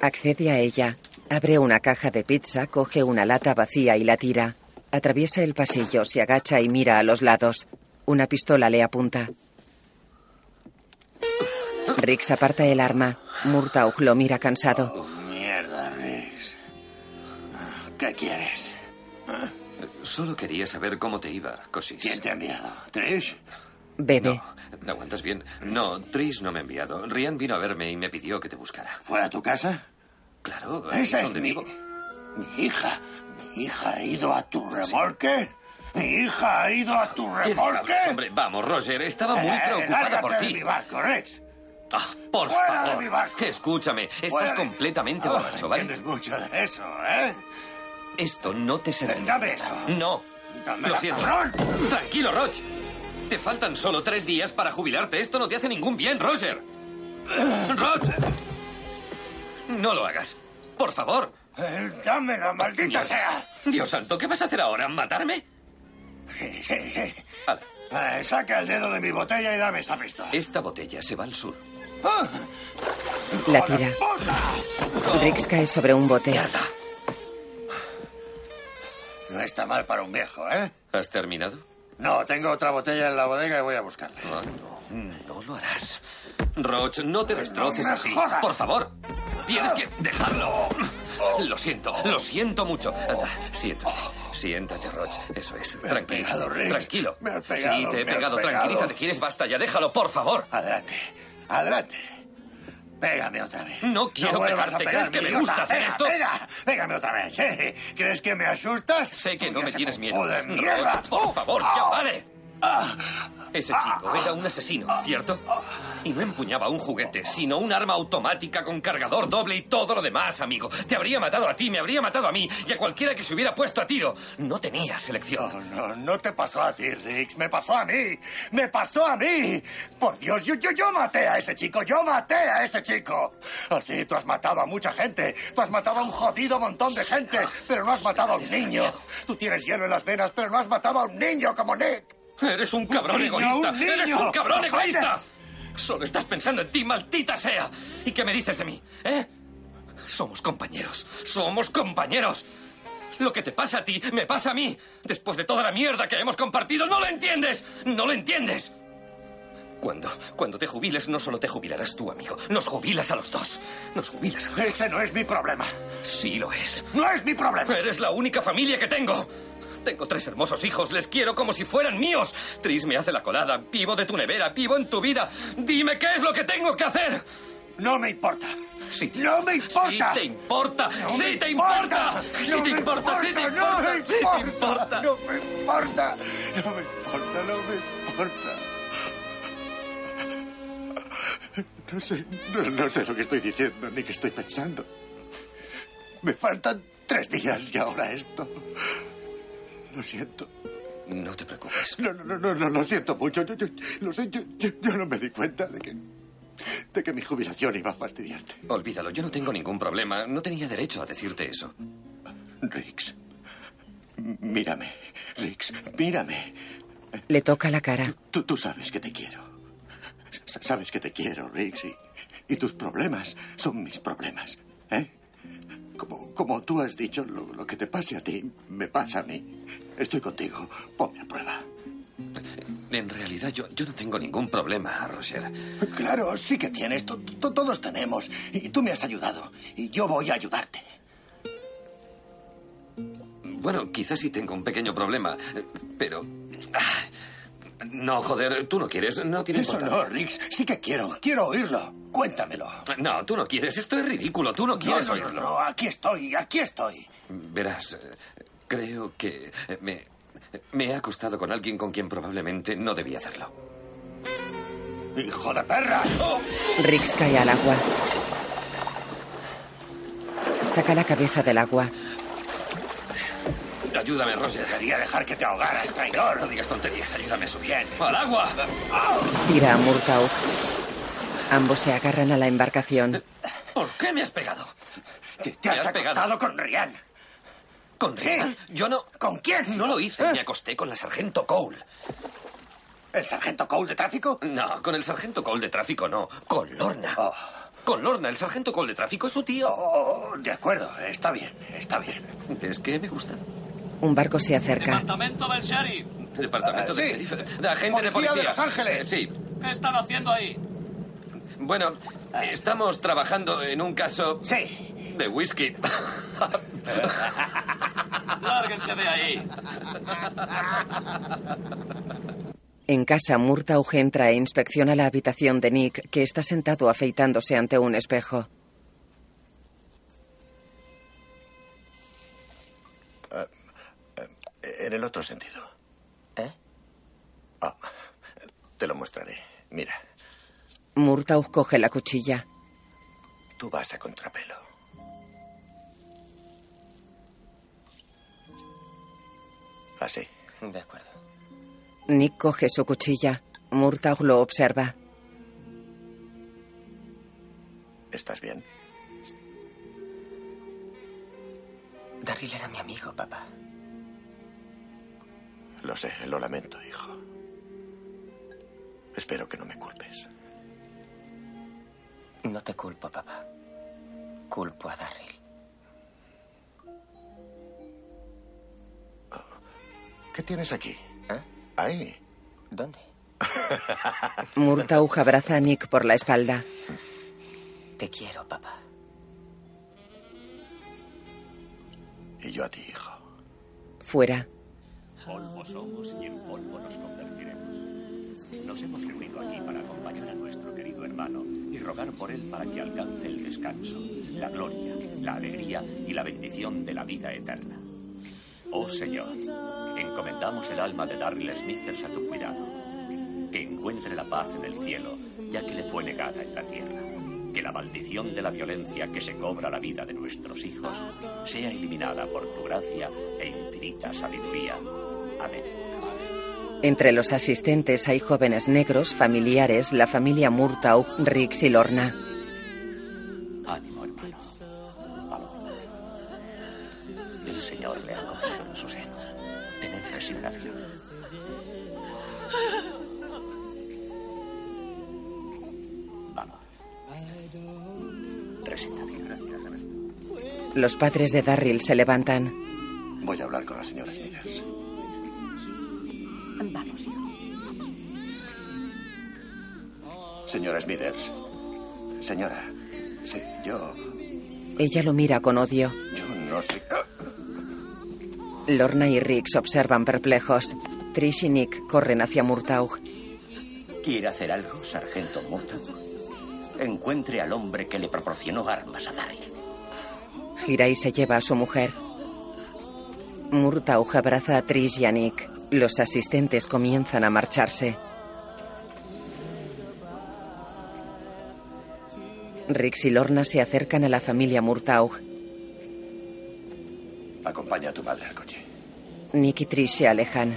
Accede a ella. Abre una caja de pizza, coge una lata vacía y la tira. Atraviesa el pasillo, se agacha y mira a los lados. Una pistola le apunta. Rix aparta el arma. Murtaugh lo mira cansado.
Mierda, Rex.
Ah,
¿Qué quieres?
Solo quería saber cómo te iba, Cosis. ¿Eh? ¿Quién
te ha enviado? ¿Trish?
Bebe.
¿Aguantas bien? No, Trish no me ha enviado. Rian vino a verme y me pidió que te buscara.
¿Fue a tu casa?
Claro, ahí
Esa es
es donde
mi,
vivo.
mi hija. Mi hija ha ido a tu remolque. Mi hija ha ido a tu
¿Qué
remolque.
diablos, hombre? Vamos, Roger, estaba muy
Eh,
preocupada
lárgate
por
de
ti.
mi barco, Rex.
Ah, por
Fuera de
favor.
mi barco.
Escúchame,
Fuera
estás
de-
completamente
Ah,
borracho, ¿vale?
entiendes mucho de eso, ¿eh?
Esto no te servirá.
Dame eso.
No.
Dame
Lo
la
siento.
cabrón.
Tranquilo, Roch. Te faltan solo tres días para jubilarte. Esto no te hace ningún bien, Roger. Roch. No lo hagas. Por favor.
Eh, Dame la maldita
Mierda.
sea.
Dios santo, ¿qué vas a hacer ahora? ¿Matarme?
Sí, sí, sí. Eh, saca el dedo de mi botella y dame esa pistola. Ah.
Esta botella se va al sur.
La tira. Rix cae sobre un bote.
No está mal para un viejo, ¿eh?
¿Has terminado?
No, tengo otra botella en la bodega y voy a buscarla. Mm,
no, lo harás. Roch, no te destroces
Pues me
así.
jodas.
Por favor, tienes que dejarlo.
Oh.
Lo siento, lo siento mucho. Anda, siéntate. Siéntate, Roch. Eso es. Tranquilo.
pegado, Rex.
tranquilo.
Me has pegado,
sí, te he
me has
pegado.
pegado.
Tranquilízate. ¿Quieres basta ya? Déjalo, por favor.
Adelante. Adelante. Pégame otra vez.
No quiero
vuelvas
pegarte.
a
¿Crees
pegarme,
que me
idiota.
gusta hacer
Pega,
esto?
pega. pégame otra vez, ¿eh? ¿Crees que me asustas?
Sé que no me tienes miedo.
joder, mierda.
Roach, por favor, ya vale. Ese chico era un asesino, ¿cierto? Y no empuñaba un juguete, sino un arma automática con cargador doble y todo lo demás, amigo. Te habría matado a ti, me habría matado a mí y a cualquiera que se hubiera puesto a tiro. No tenía selección.
No, no te pasó a ti, Rix. Me pasó a mí. Me pasó a mí. Por Dios, yo, yo, yo maté a ese chico. Yo maté a ese chico. Así, tú has matado a mucha gente. Tú has matado a un jodido montón de gente. Pero no has matado a un niño. Tú tienes hielo en las venas, pero no has matado a un niño como Nick.
Eres un cabrón
niño,
egoísta.
un niño.
Eres un cabrón
¿Me
egoísta.
ofendes?
Solo estás pensando en ti, maldita sea. ¿Y qué me dices de mí? ¿Eh? Somos compañeros. Somos compañeros. Lo que te pasa a ti, me pasa a mí. Después de toda la mierda que hemos compartido, no lo entiendes. No lo entiendes. Cuando, cuando te jubiles, no solo te jubilarás tú, amigo. Nos jubilas a los dos. Nos jubilas a los
Ese no es mi problema.
Sí lo es.
No es mi problema.
Eres la única familia que tengo. Tengo tres hermosos hijos, les quiero como si fueran míos. Tris me hace la colada, vivo de tu nevera, vivo en tu vida. Dime qué es lo que tengo que hacer.
No me importa.
Sí.
No me importa.
Sí te importa.
No
sí
me
te importa.
importa.
Sí
No
te
me
importa. Sí te
importa,
importa.
no
Sí te importa.
No me importa. No me importa, no me importa. No sé, no, no sé lo que estoy diciendo ni qué estoy pensando. Me faltan tres días y ahora esto. Lo siento.
No te preocupes.
No, no, no, no, no lo siento mucho. Yo, yo- lo sé, yo, yo- yo no me di cuenta de que, de que mi jubilación iba a fastidiarte.
Olvídalo, yo no tengo ningún problema. No tenía derecho a decirte eso.
Rix, mírame. Rix, mírame.
Le toca la cara.
Tú, tú sabes que te quiero. S- Sabes que te quiero, Rix. Y, y tus problemas son mis problemas. ¿eh? Como, como tú has dicho, lo, lo que te pase a ti, me pasa a mí. Estoy contigo. Ponme a prueba.
En realidad, yo, yo no tengo ningún problema, Roger.
Claro, sí que tienes. to- to- Todos tenemos. Y tú me has ayudado. Y yo voy a ayudarte.
Bueno, quizás sí tengo un pequeño problema, eh, pero... ah, No, joder, tú no quieres, no tiene
Eso
importancia.
no, Rix. Sí que quiero. Quiero oírlo. Cuéntamelo.
No, tú no quieres. Esto es ridículo. Tú no
No,
quieres
no, no,
oírlo.
no, Aquí estoy. Aquí estoy.
Verás, eh, creo que eh, me, me he acostado con alguien con quien probablemente no debía hacerlo. Oh.
¡Hijo de perra!
Rix cae al agua. Saca la cabeza del agua.
Ayúdame, Roger.
Quería dejar que te ahogaras, traidor.
No digas tonterías. Ayúdame Ah. a subir. ¡Al agua!
Tira a Murtaugh. Ambos se agarran a la embarcación.
¿Por qué me has pegado?
Te, has, acostado con Rian.
¿Con Rian? Yo no...
¿Con quién? ¿Eh?
No lo hice. Me acosté con la sargento Cole.
¿El sargento Cole de tráfico?
No, con el sargento Cole de tráfico no. Con Lorna. Con Lorna. El sargento Cole de tráfico es su tío.
Oh, de acuerdo. Está bien. Está bien.
Es que me gusta.
Un barco se acerca.
Departamento del sheriff. Departamento
Ah,
del
sí.
sheriff. De agente de
Policía
policía.
de Los Ángeles.
Eh, sí.
¿Qué están haciendo ahí?
Bueno, estamos trabajando en un caso.
[laughs]
De whisky.
Lárguense de ahí.
En casa, Murtaugh entra e inspecciona la habitación de Nick, que está sentado afeitándose ante un espejo.
En el otro sentido.
¿Eh?
Ah, te lo mostraré. Mira,
Murtaugh coge la cuchilla.
tú vas a contrapelo. Así.
De acuerdo.
Nick coge su cuchilla. Murtaugh lo observa.
¿Estás bien?
Darryl era mi amigo, papá.
Lo sé, lo lamento, hijo. Espero que no me culpes.
No te culpo, papá. Culpo a Darryl.
¿Qué tienes aquí? Ahí.
[laughs]
¿Dónde?
Murtaugh abraza a Nick por la espalda.
Te quiero, papá.
Y yo a ti, hijo.
Fuera.
Polvo somos y en polvo nos convertiremos. Nos hemos reunido aquí para acompañar a nuestro querido hermano y rogar por él para que alcance el descanso, la gloria, la alegría y la bendición de la vida eterna. Oh Señor, encomendamos el alma de Darryl Smithers a tu cuidado. Que encuentre la paz en el cielo, ya que le fue negada en la tierra. Que la maldición de la violencia que se cobra la vida de nuestros hijos sea eliminada por tu gracia e infinita sabiduría. Amén.
Entre los asistentes hay jóvenes negros, familiares, la familia Murtaugh, Rix y Lorna.
Ánimo, hermano. Valor. El Señor le ha cogido en su seno. Tened resignación. Valor. Resignación.
Los padres de Darryl se levantan.
Voy a hablar con la señora Smithers.
Vamos, hijo.
Señora Smithers. Señora. Sí, yo.
Ella lo mira con odio.
Yo no sé.
Lorna y Rix observan perplejos. Trish y Nick corren hacia Murtaugh.
¿Quiere hacer algo, sargento Murtaugh? Encuentre al hombre que le proporcionó armas a Daryl.
Gira y se lleva a su mujer. Murtaugh abraza a Trish y a Nick. Los asistentes comienzan a marcharse. Rix y Lorna se acercan a la familia Murtaugh.
Acompaña a tu madre al coche.
Nick y Trish se alejan.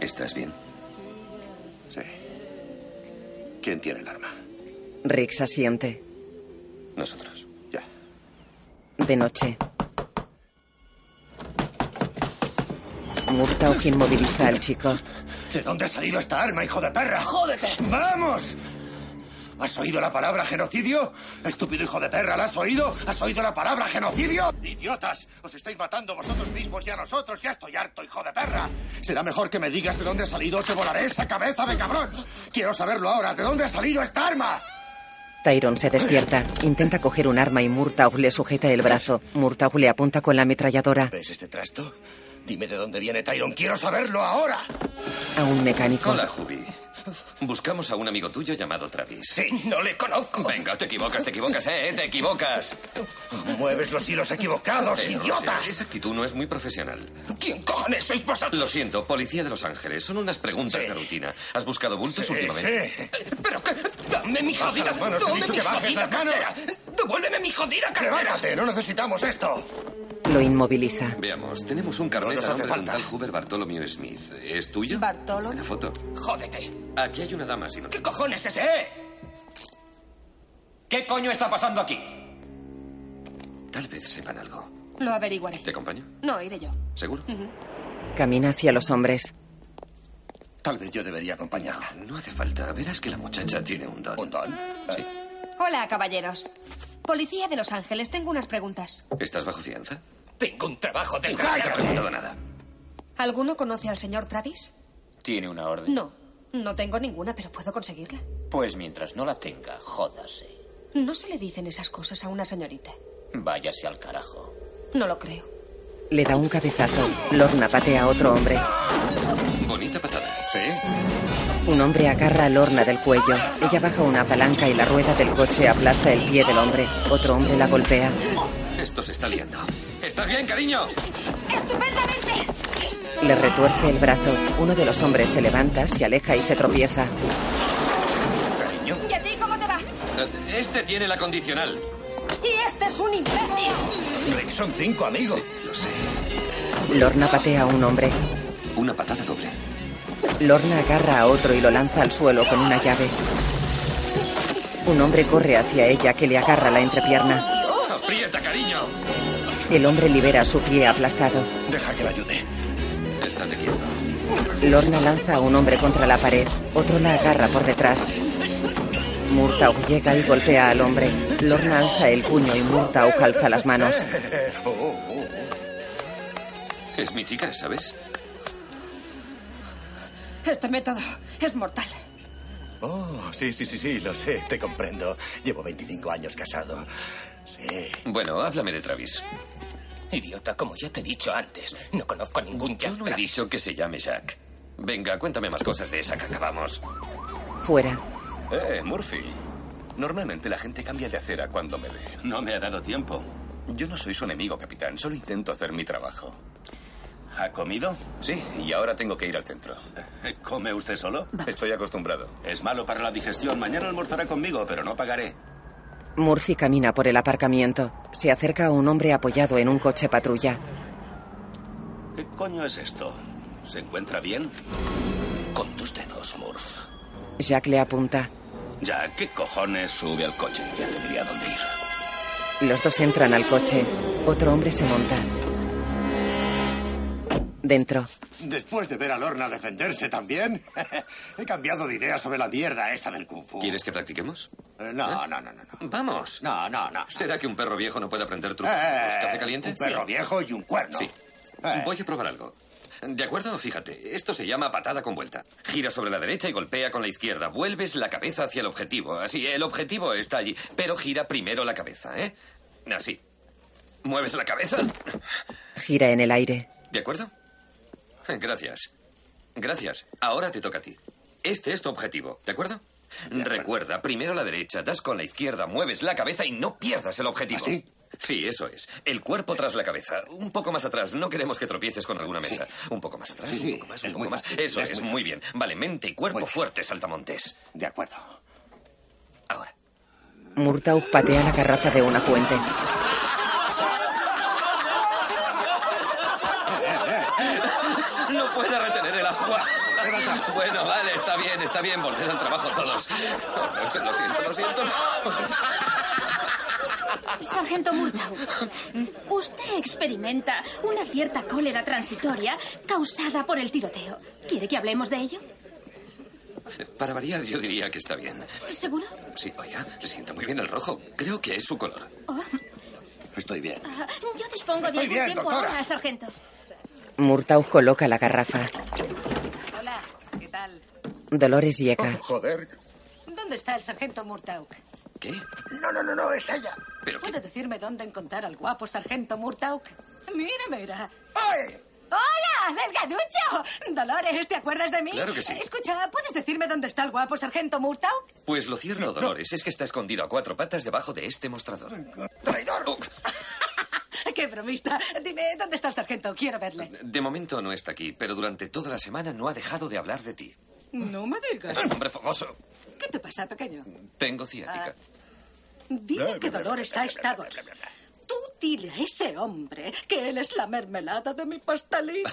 ¿Estás bien? Sí. ¿Quién tiene el arma?
Rix asiente.
Nosotros.
De noche. Murtaugh inmoviliza al chico.
¿De dónde ha salido esta arma, hijo de perra?
¡Jódete!
¡Vamos! ¿Has oído la palabra genocidio? Estúpido hijo de perra, ¿la has oído? ¿Has oído la palabra genocidio? ¡Idiotas! Os estáis matando vosotros mismos y a nosotros. Ya estoy harto, hijo de perra. Será mejor que me digas de dónde ha salido o te volaré esa cabeza de cabrón. Quiero saberlo ahora. ¿De dónde ha salido esta arma?
Tyron se despierta, intenta coger un arma y Murtaugh le sujeta el brazo. Murtaugh le apunta con la ametralladora.
¿Ves este trasto? Dime de dónde viene Tyron. Quiero saberlo ahora.
A un mecánico.
Hola, Jubi. Buscamos a un amigo tuyo llamado Travis. Sí, no le conozco. Venga, te equivocas, te equivocas, eh, te equivocas.
Mueves los hilos equivocados, idiota.
Esa actitud no es muy profesional. ¿Quién cojones sois vosotros? Lo siento, policía de Los Ángeles. Son unas preguntas de rutina. ¿Has buscado bultos
Sí,
últimamente? ¿Pero qué? Dame mi
Baja
jodida.
las manos, te he
dame
dicho
mi
que bajes
jodida
las manos.
cartera. Devuélveme mi jodida cartera.
Levántate, no necesitamos esto.
Lo inmoviliza.
Veamos, tenemos un carnet a nombre de un tal Hubert Bartholomew Smith. ¿Es tuyo?
Bartolo.
Una foto.
Jódete.
Aquí hay una dama, si no te-
¿Qué cojones es ese? ¿Qué coño está pasando aquí?
Tal vez sepan algo.
Lo averiguaré.
¿Te acompaño?
No, iré yo.
¿Seguro?
Ujú.
Camina hacia los hombres.
Tal vez yo debería acompañarla.
Ah, No hace falta. Verás que la muchacha tiene un don.
¿Un don?
Sí.
Hola, caballeros. Policía de Los Ángeles, tengo unas preguntas.
¿Estás bajo fianza?
Tengo un trabajo de...
No he preguntado nada.
¿Alguno conoce al señor Travis?
Tiene una orden.
No, no tengo ninguna, pero puedo conseguirla.
Pues mientras no la tenga, jódase.
No se le dicen esas cosas a una señorita.
Váyase al carajo.
No lo creo.
Le da un cabezazo. Lorna patea a otro hombre.
Bonita patada.
¿Sí?
Un hombre agarra a Lorna del cuello. Ella baja una palanca y la rueda del coche aplasta el pie del hombre. Otro hombre la golpea.
Esto se está liando. ¿Estás bien, cariño?
Le retuerce el brazo. Uno de los hombres se levanta, se aleja y se tropieza.
¿Y a ti cómo te va?
Eh, Este tiene la condicional.
¡Y este es un imbécil!
son cinco amigos.
Lo sé.
Lorna patea a un hombre.
Una patada doble.
Lorna agarra a otro y lo lanza al suelo con una llave. Un hombre corre hacia ella que le agarra la entrepierna.
¡Oh,
¡Aprieta, cariño!
El hombre libera su pie aplastado.
Deja que la ayude.
Estate quieto.
Lorna lanza a un hombre contra la pared. Otro la agarra por detrás. Murtaugh llega y golpea al hombre. Lorna alza el puño y Murtaugh alza las manos.
Es mi chica, ¿sabes?
Este método es mortal.
Oh, sí, sí, sí, sí, lo sé, te comprendo. Llevo 25 años casado. Sí.
Bueno, Oh, háblame de Travis.
Idiota, como ya te he dicho antes, no conozco a ningún Jack.
No he dicho que se llame Jack. Venga, cuéntame más cosas de esa que acabamos.
Fuera.
Eh, Murphy. Normalmente la gente cambia de acera cuando me ve. No me ha dado tiempo. Yo no soy su enemigo, capitán. Solo intento hacer mi trabajo. ¿Ha comido? Sí, y ahora tengo que ir al centro.
¿Come usted solo?
Estoy acostumbrado.
Es malo para la digestión. Mañana almorzará conmigo, pero no pagaré.
Murphy camina por el aparcamiento. Se acerca a un hombre apoyado en un coche patrulla.
¿Qué coño es esto? ¿Se encuentra bien? Con tus dedos, Murph.
Jack le apunta.
Ya, ¿qué cojones sube al coche? Ya te diría dónde ir.
Los dos entran al coche. Otro hombre se monta. Dentro.
Después de ver a Lorna defenderse también, [laughs] he cambiado de idea sobre la mierda esa del kung fu.
¿Quieres que practiquemos?
Eh, No, no, no, no. no.
Vamos.
No, no, no.
¿Será que un perro viejo no puede aprender trucos?
Eh,
¿Café caliente?
Un perro viejo y un cuerno. Eh.
Sí. Voy a probar algo. ¿De acuerdo? Fíjate, esto se llama patada con vuelta. Gira sobre la derecha y golpea con la izquierda. Vuelves la cabeza hacia el objetivo. Así, el objetivo está allí, pero gira primero la cabeza, ¿eh? Así. ¿Mueves la cabeza?
Gira en el aire.
¿De acuerdo? Gracias. Gracias. Ahora te toca a ti. Este es tu objetivo, ¿de acuerdo? Recuerda, primero la derecha, das con la izquierda, mueves la cabeza y no pierdas el objetivo. ¿Ah, ¿Sí? Sí, eso es. El cuerpo tras la cabeza. Un poco más atrás. No queremos que tropieces con alguna mesa. Un poco más atrás, un poco más, un poco más. Eso es, muy, bien. Vale, mente y cuerpo fuertes, Altamontes.
De acuerdo.
Murtaugh patea la carraza de una fuente.
[laughs] No puedo retener el agua. Bueno, vale, está bien, está bien. Volved al trabajo todos. [laughs] Lo siento, lo siento.
Sargento Murtaugh, usted experimenta una cierta cólera transitoria causada por el tiroteo. ¿Quiere que hablemos de ello?
Para variar, yo diría que está bien.
¿Seguro?
Sí, oiga, le sienta muy bien el rojo. Creo que es su color.
Oh,
Estoy bien.
ah, yo dispongo de
Estoy
algún
bien,
tiempo
doctora.
ahora, sargento.
Murtaugh coloca la garrafa.
Hola, ¿qué tal?
Dolores llega.
joder. ¿Dónde está el sargento Murtaugh?
¿Qué?
No, no, no, no, es ella.
¿Pero
¿Puede decirme dónde encontrar al guapo sargento Murtaugh? Mira, mira. ¡Hola, delgaducho! Dolores, ¿te acuerdas de mí?
Claro que sí.
Escucha, ¿puedes decirme dónde está el guapo sargento Murtaugh?
Pues lo cierto, Dolores, es que está escondido a cuatro patas debajo de este mostrador.
¡Traidor! Oh. [laughs] ¡Qué bromista! Dime, ¿dónde está el sargento? Quiero verle.
De momento no está aquí, pero durante toda la semana no ha dejado de hablar de ti.
No me digas.
Es un hombre fogoso.
¿Qué te pasa, pequeño?
Tengo ciática.
Dile que Dolores ha estado aquí. Tú dile a ese hombre que él es la mermelada de mi
[laughs]
pastelito.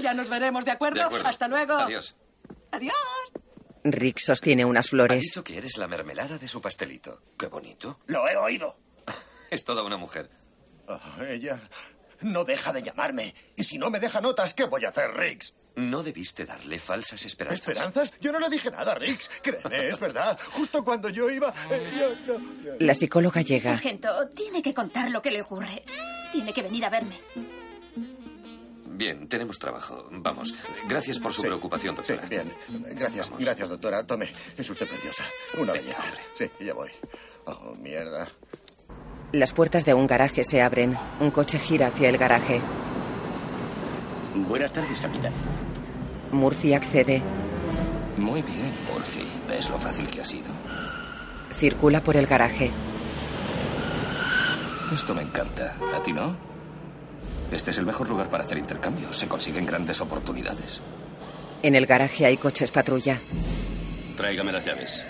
ya nos veremos, ¿de acuerdo?
De acuerdo.
Hasta luego.
Adiós.
Adiós.
Rick sostiene unas
Ha
flores.
dicho que eres la mermelada de su pastelito. Qué bonito.
Lo he oído.
[laughs] Es toda una mujer.
Oh, ella no deja de llamarme. Y si no me deja notas, ¿qué voy a hacer, Riggs?
No debiste darle falsas esperanzas.
¿Esperanzas? Yo no le dije nada, Riggs. Créeme, es verdad. Justo cuando yo iba... eh, yo- yo- yo-
La psicóloga llega.
Sargento, tiene que contar lo que le ocurre. Tiene que venir a verme.
Bien, tenemos trabajo. Vamos. Gracias por su preocupación, doctora.
bien. Gracias, gracias, doctora. Tome, es usted preciosa. Una belleza. Sí, ya voy. Oh, mierda.
Las puertas de un garaje se abren. Un coche gira hacia el garaje.
Buenas tardes, capitán.
Murphy accede.
Muy bien, Murphy. ¿Ves lo fácil que ha sido?
Circula por el garaje.
Esto me encanta. ¿A ti no? Este es el mejor lugar para hacer intercambios. Se consiguen grandes oportunidades.
En el garaje hay coches patrulla.
Tráigame las llaves.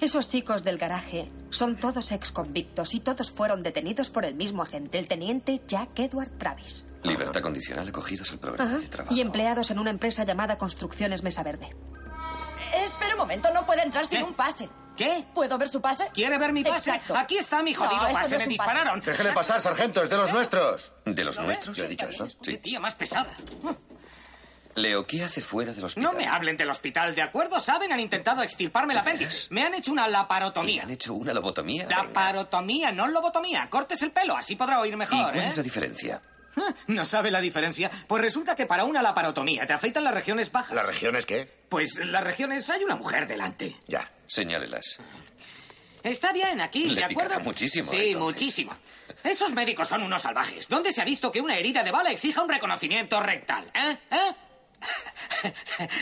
Esos chicos del garaje son todos exconvictos y todos fueron detenidos por el mismo agente, el teniente Jack Edward Travis.
Libertad condicional acogidos al programa
Ajá.
de trabajo.
Y empleados en una empresa llamada Construcciones Mesa Verde.
Espera un momento, no puede entrar sin un pase. ¿Qué? ¿Puedo ver su pase?
Eh. ¿Quiere ver mi pase?
Exacto.
Aquí está mi jodido
No, esto
pase,
no es
me
un
dispararon. ¿Eh?
Déjele pasar, sargento. Es de los nuestros.
¿De los nuestros?
Eh,
Yo he dicho eso.
Qué tía más pesada.
Leo, ¿qué hace fuera del hospital?
No me hablen del hospital, ¿de acuerdo? Saben, han intentado extirparme el apéndice. Me han hecho una
¿Le
laparotomía.
¿eh? han hecho una lobotomía?
Laparotomía, no lobotomía. Cortes el pelo, así podrá oír
¿Y
mejor,
cuál
¿eh? Ah,
es la diferencia?
¿No sabe la diferencia? Pues resulta que para una laparotomía te afeitan las regiones bajas.
¿Las regiones qué?
Pues en las regiones hay una mujer delante.
Ya.
Señálelas.
Está bien, aquí,
Le
¿de acuerdo?
picará muchísimo,
Sí,
entonces.
muchísimo. Esos médicos son unos salvajes. ¿Dónde se ha visto que una herida de bala exija un reconocimiento rectal? ¿Eh? [laughs]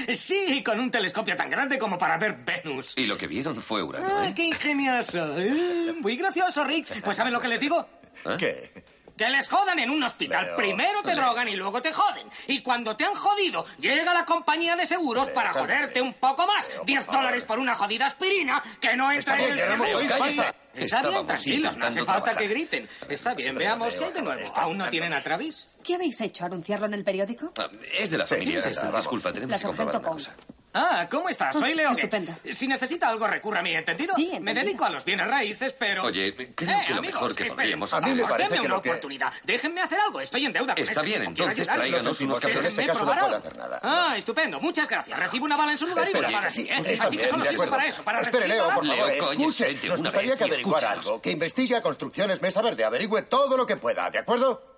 ¿Eh? Sí, con un telescopio tan grande como para ver Venus.
Y lo que vieron fue Urano,
Ah,
¿eh?
¡Qué ingenioso! Eh, Muy gracioso, Rix. Pues ¿saben lo que les digo?
¿eh?
¿Qué?
Que les jodan en un hospital.
Leo,
Primero te
Leo.
drogan y luego te joden. Y cuando te han jodido, llega la compañía de seguros para
cálmate.
joderte un poco más. Diez dólares por una jodida aspirina que no entra
Estamos-
en el
Leo,
seguro.
cállate.
Está bien,
Estábamos
tranquilos, no hace
intentando
falta
trabajar.
que griten. Está bien,
pero
veamos
Leo,
qué hay de nuevo. ¿Aún no tienen a Travis?
¿Qué habéis hecho? ¿Anunciarlo en el periódico?
Ah, Es de la
Sí,
familia.
es esta,
esta.
vamos.
Disculpa, tenemos
La
que comprobar
sargento
una
Cole.
cosa.
Ah, ¿cómo estás? Soy
Ah,
Leo.
estupendo.
Gates. Si necesita algo, recurra a mí, ¿entendido?
Sí,
Me
entendido.
dedico a los bienes raíces, pero...
Oye, creo
Eh,
que lo
amigos,
mejor que
esperen,
podríamos
por
hacer-
favor,
A mí me parece
denme
que
una
lo que-
oportunidad. Déjenme hacer algo. Estoy en deuda con
Está
este
bien,
tipo. Quiero
entonces
ayudarle.
tráiganos unos
Déjenme
cafés. En este caso no
probar
puedo
algo.
hacer nada.
Ah, estupendo. Muchas gracias. Recibo una bala en su lugar y me la
Espere,
paga así, ¿eh?
usted
Así que
también,
solo
de
sirve
acuerdo.
para eso, para
Espere,
recibir
Leo,
balas.
por favor,
Leo, coño,
escuche.
vete
Nos
una
gustaría
vez
que
y
averiguara
escúchanos.
algo, que investigue a Construcciones Mesa Verde, averigüe todo lo que pueda, ¿de acuerdo?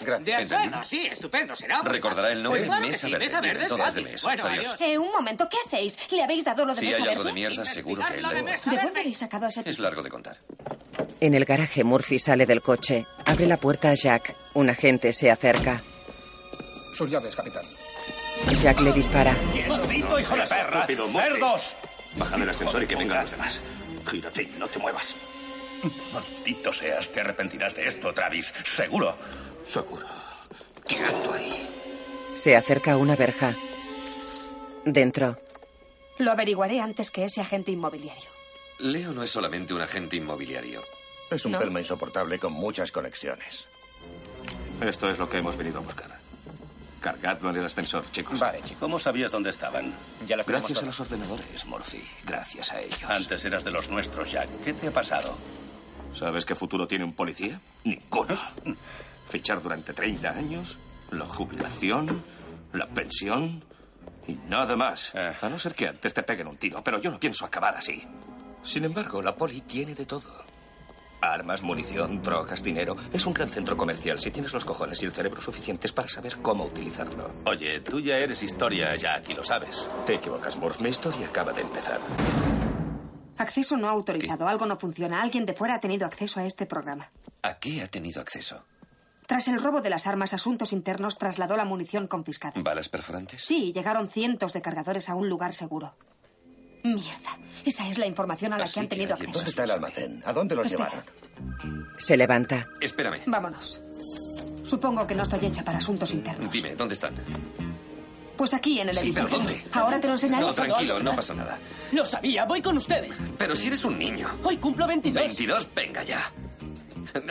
Gracias.
De acuerdo, sí, estupendo. Será... bonita.
Recordará el nombre
Pues claro que
Mesa
sí,
Verde.
Mesa
Tiene
Verde es
todas de
fácil.
Mesa.
Bueno,
Adiós.
adiós.
Eh, un momento, ¿qué hacéis? ¿Le habéis dado lo de
Si
mesa
hay algo de
verde?
mierda, seguro que él lo...
¿De dónde habéis sacado a ese
Es largo de contar.
En el garaje, Murphy sale del coche. Abre la puerta a Jack. Un agente se acerca.
Sus llaves, capitán.
Jack le dispara.
¡Maldito hijo de perra! ¡Cerdos!
Baja del ascensor y que vengan los demás.
Gírate y no te muevas. Maldito seas, te arrepentirás de esto, Travis. Seguro. Seguro. ¿Qué gato ahí?
Se acerca a una verja. Dentro.
Lo averiguaré antes que ese agente inmobiliario.
Leo no es solamente un agente inmobiliario.
Es un
No.
pelma insoportable con muchas conexiones.
Esto es lo que hemos venido a buscar.
Cargadlo en el ascensor, chicos.
Vale, chicos.
¿Cómo sabías dónde estaban? Ya
los tenemos
Gracias a
todos.
los ordenadores, Murphy. Gracias a ellos.
Antes eras de los nuestros, Jack. ¿Qué te ha pasado?
¿Sabes qué futuro tiene un policía? Ninguno. Fichar durante 30 años, la jubilación, la pensión y nada más.
Eh.
A no ser que antes te peguen un tiro, pero yo no pienso acabar así. Sin embargo, la poli tiene de todo. Armas, munición, drogas, dinero. Es un gran centro comercial si tienes los cojones y el cerebro suficientes para saber cómo utilizarlo.
Oye, tú ya eres historia, Jack, y lo sabes.
Te equivocas, Murph. Mi historia acaba de empezar.
Acceso no autorizado. Algo no funciona. Alguien de fuera ha tenido acceso a este programa.
¿A qué ha tenido acceso?
Tras el robo de las armas, Asuntos Internos trasladó la munición confiscada.
¿Balas perforantes?
Sí, llegaron cientos de cargadores a un lugar seguro. Mierda. Esa es la información a la que han tenido acceso.
¿Dónde está el almacén? ¿A dónde los
Pues
Espera.
llevaron?
Se levanta.
Espérame.
Vámonos. Supongo que no estoy hecha para asuntos internos.
Dime, ¿dónde están?
Pues aquí, en el
Sí,
edificio.
pero ¿dónde?
Ahora te lo enseñaré.
No, tranquilo, no pasa nada.
Lo sabía, voy con ustedes.
Pero si eres un niño.
Hoy cumplo 22.
22, venga ya.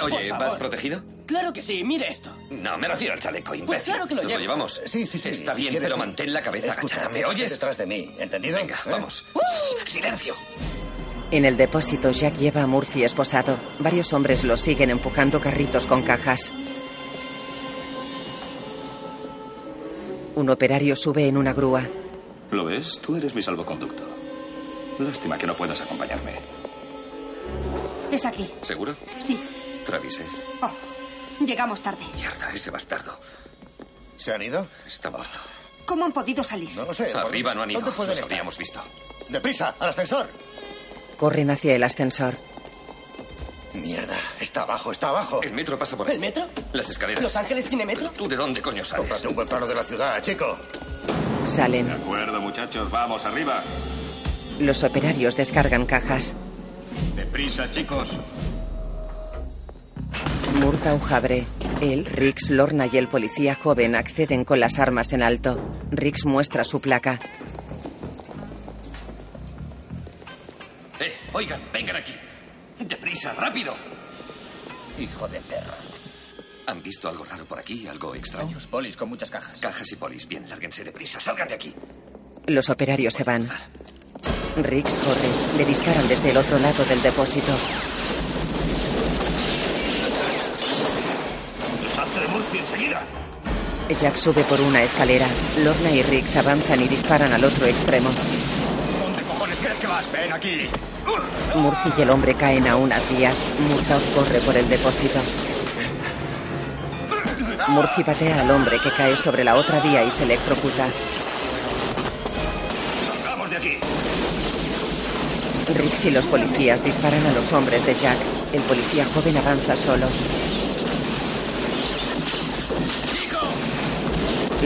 Oye, ¿vas
favor.
protegido?
Claro que sí, mire esto.
No, me refiero al chaleco, imbécil.
Pues claro que lo
¿Nos
llevo.
llevamos?
Sí, sí, sí.
Está
si
bien,
quieres,
pero
sí.
mantén la cabeza
Escucha,
agachada. ¿Me
métete
oyes?
detrás de mí, ¿entendido?
Venga,
¿Eh?
vamos.
¡Uh!
¡Silencio!
En el depósito, Jack lleva a Murphy esposado. Varios hombres lo siguen empujando carritos con cajas. Un operario sube en una grúa.
¿Lo ves? Tú eres mi salvoconducto. Lástima que no puedas acompañarme.
Es aquí.
¿Seguro?
Sí.
Travis, ¿eh?
Oh, llegamos tarde.
Mierda, ese bastardo.
¿Se han ido?
Está muerto.
¿Cómo han podido salir?
No lo sé.
Arriba no han ido.
¿Dónde pueden
Los
estar?
habríamos visto.
¡Deprisa! ¡Al ascensor!
Corren hacia el ascensor.
Mierda, está abajo, está abajo.
El metro pasa por
¿El metro?
Las escaleras.
¿Los Ángeles tiene metro?
¿Tú de dónde coño sales?
Cómprate un buen plano de la ciudad, chico.
De
Salen.
acuerdo, muchachos, vamos arriba.
Los operarios descargan cajas.
Deprisa, chicos.
Murtaugh abre. Él, Rix, Lorna y el policía joven acceden con las armas en alto. Rix muestra su placa.
Eh, oigan, vengan aquí. Deprisa, rápido. Hijo de perra. ¿Han visto algo raro por aquí? ¿Algo extraño? Unos polis con muchas cajas. Cajas y polis. Bien, lárguense deprisa. Salgan de aquí.
Los operarios se van. Rix corre. Le disparan desde el otro lado del depósito.
¡Deshazte de Murphy enseguida!
Jack sube por una escalera. Lorna y Rix avanzan y disparan al otro extremo.
¿Dónde cojones crees que vas? Ven aquí.
Murphy y el hombre caen a unas vías. Murtaugh corre por el depósito. Murphy batea al hombre que cae sobre la otra vía y se electrocuta.
¡Vamos de aquí!
Rix y los policías disparan a los hombres de Jack. El policía joven avanza solo.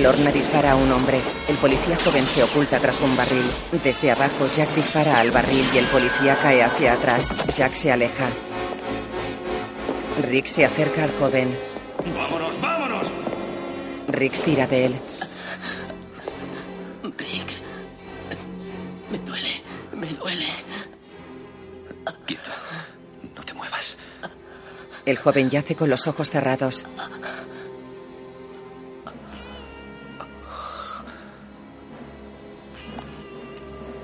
Lorna dispara a un hombre. El policía joven se oculta tras un barril. Desde abajo, Jack dispara al barril y el policía cae hacia atrás. Jack se aleja. Rick se acerca al joven.
¡Vámonos, vámonos!
Rick tira de él.
Riggs. Me duele, me duele.
Quieto. No te muevas.
El joven yace con los ojos cerrados.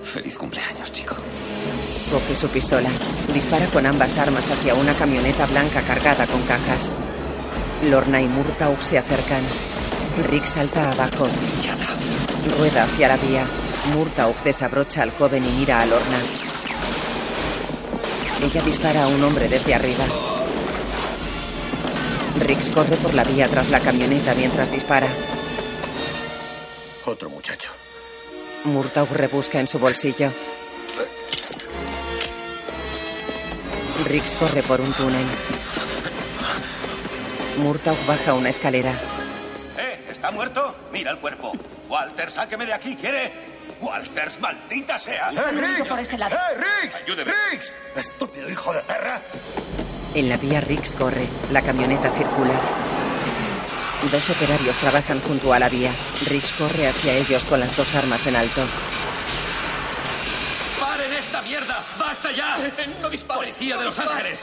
Feliz cumpleaños, chico.
Coge su pistola. Dispara con ambas armas hacia una camioneta blanca cargada con cajas. Lorna y Murtaugh se acercan. Rick salta abajo. Rueda hacia la vía. Murtaugh desabrocha al joven y mira a Lorna. Ella dispara a un hombre desde arriba. Rix corre por la vía tras la camioneta mientras dispara.
Otro muchacho.
Murtaugh rebusca en su bolsillo. Rix corre por un túnel. Murtaugh baja una escalera.
¿Eh? ¿Está muerto? Mira el cuerpo. Walter, sáqueme de aquí, ¿quiere? Walters, maldita sea.
¡Eh, Riggs! Por ese lado.
¡Eh, Riggs! ¡Ayúdeme! ¡Riggs!
¡Estúpido hijo de perra!
En la vía Rix corre. La camioneta circula. Dos operarios trabajan junto a la vía. Rix corre hacia ellos con las dos armas en alto.
¡Paren esta mierda! ¡Basta ya! ¡No disparen! ¡Policía de Los Ángeles!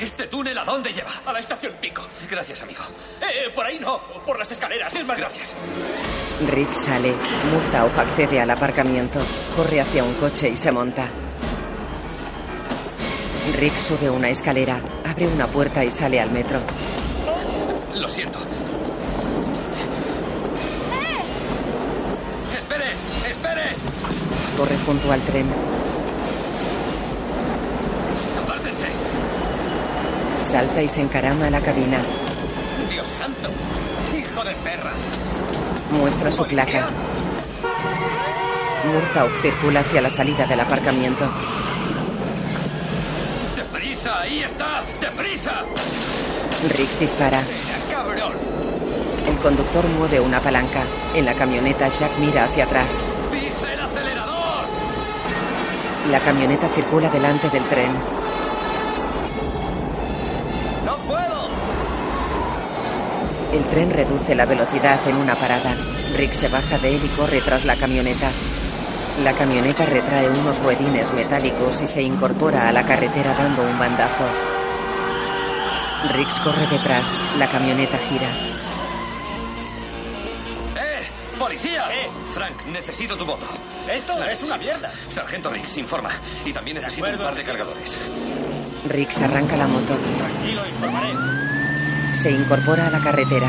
¿Este túnel a dónde lleva?
A la estación Pico.
Gracias, amigo.
Eh, por ahí no, por las escaleras. Es más, gracias.
Rick sale. Murtaugh accede al aparcamiento. Corre hacia un coche y se monta. Rick sube una escalera, abre una puerta y sale al metro.
Lo siento. ¡Espere! ¡Espere!
Corre junto al tren.
¡Apártense!
Salta y se encarama a la cabina.
¡Dios santo! ¡Hijo de perra!
Muestra su placa. Murtaugh circula hacia la salida del aparcamiento.
¡Deprisa! ¡Ahí está! ¡Deprisa!
Riggs dispara.
¡Mira, cabrón!
El conductor mueve una palanca. En la camioneta, Jack mira hacia atrás.
¡Pisa el acelerador!
La camioneta circula delante del tren.
¡No puedo!
El tren reduce la velocidad en una parada. Rick se baja de él y corre tras la camioneta. La camioneta retrae unos ruedines metálicos y se incorpora a la carretera dando un bandazo. Rix corre detrás. La camioneta gira.
¡Eh! ¡Policía!
¿Qué?
Frank, necesito tu voto.
Esto es una mierda.
Sargento Rix, informa. Y también necesito un par de cargadores.
Rix arranca la moto.
Tranquilo, informaré.
Se incorpora a la carretera.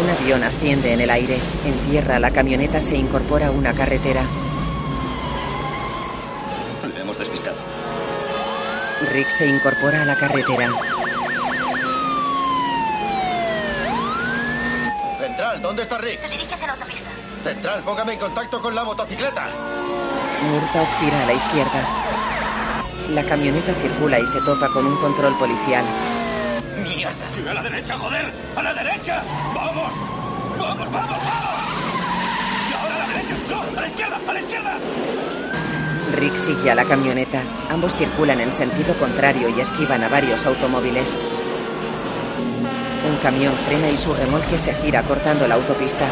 Un avión asciende en el aire. En tierra, la camioneta se incorpora a una carretera.
Le hemos despistado.
Rick se incorpora a la carretera.
Central, ¿dónde está Rick?
Se dirige hacia la autopista.
Central, póngame en contacto con la motocicleta.
Murtaugh gira a la izquierda. La camioneta circula y se topa con un control policial.
¡Mierda! ¡A la derecha, joder! ¡A la derecha! ¡Vamos! ¡Vamos, vamos, vamos! ¡Y ahora a la derecha! ¡No! ¡A la izquierda! ¡A la izquierda!
Rick sigue a la camioneta. Ambos circulan en sentido contrario y esquivan a varios automóviles. Un camión frena y su remolque se gira cortando la autopista.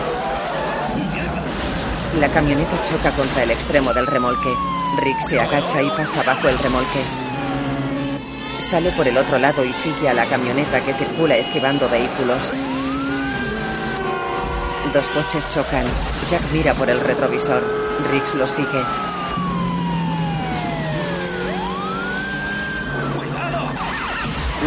La camioneta choca contra el extremo del remolque. Rick se agacha y pasa bajo el remolque. Sale por el otro lado y sigue a la camioneta que circula esquivando vehículos. Dos coches chocan. Jack mira por el retrovisor. Rick lo sigue.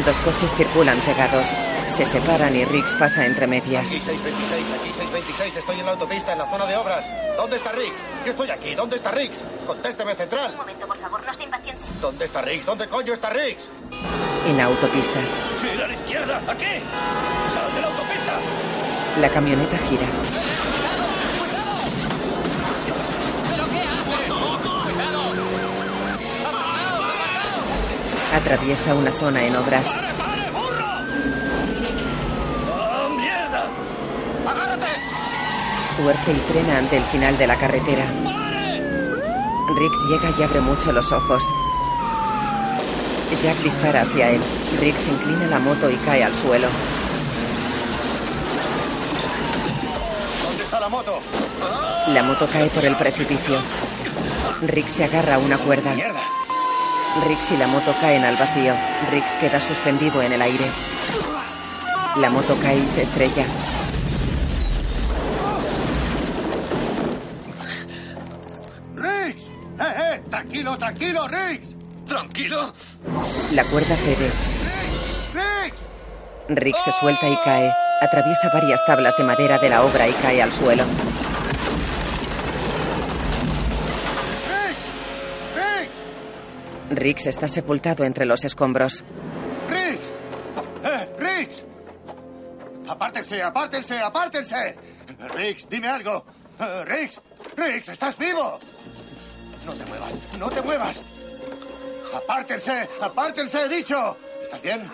Dos coches circulan pegados. Se separan y Riggs pasa entre medias.
Aquí 626, aquí 626, estoy en la autopista, en la zona de obras. ¿Dónde está Riggs? Yo estoy aquí, ¿dónde está Riggs? Contésteme,
Un
central.
momento, por favor, no se impaciente.
¿Dónde está Riggs? ¿Dónde coño está Riggs?
En la autopista,
¡Gira a la izquierda! ¡Aquí! ¡Sal de la autopista!
la camioneta gira. Atraviesa una zona en obras.
¡Oh, mierda! ¡Agárrate!
Tuerce y frena ante el final de la carretera. Riggs llega y abre mucho los ojos. Jack dispara hacia él. Riggs inclina la moto y cae al suelo.
¿Dónde está la moto?
La moto cae por el precipicio. Rick se agarra a una cuerda. Riggs y la moto caen al vacío. Riggs queda suspendido en el aire. La moto cae y se estrella.
¡Riggs! ¡Eh, eh! ¡Tranquilo, tranquilo, Riggs! ¿Tranquilo?
La cuerda cede.
¡Riggs!
Rick se suelta y cae. Atraviesa varias tablas de madera de la obra y cae al suelo.
¡Riggs!
Riggs está sepultado entre los escombros.
¡Riggs! ¡Eh, Riggs! ¡Apártense, apártense, apártense! Riggs, dime algo. Eh, Riggs, Riggs, estás vivo. No te muevas, no te muevas. Apártense, apártense, he dicho. ¿Estás bien?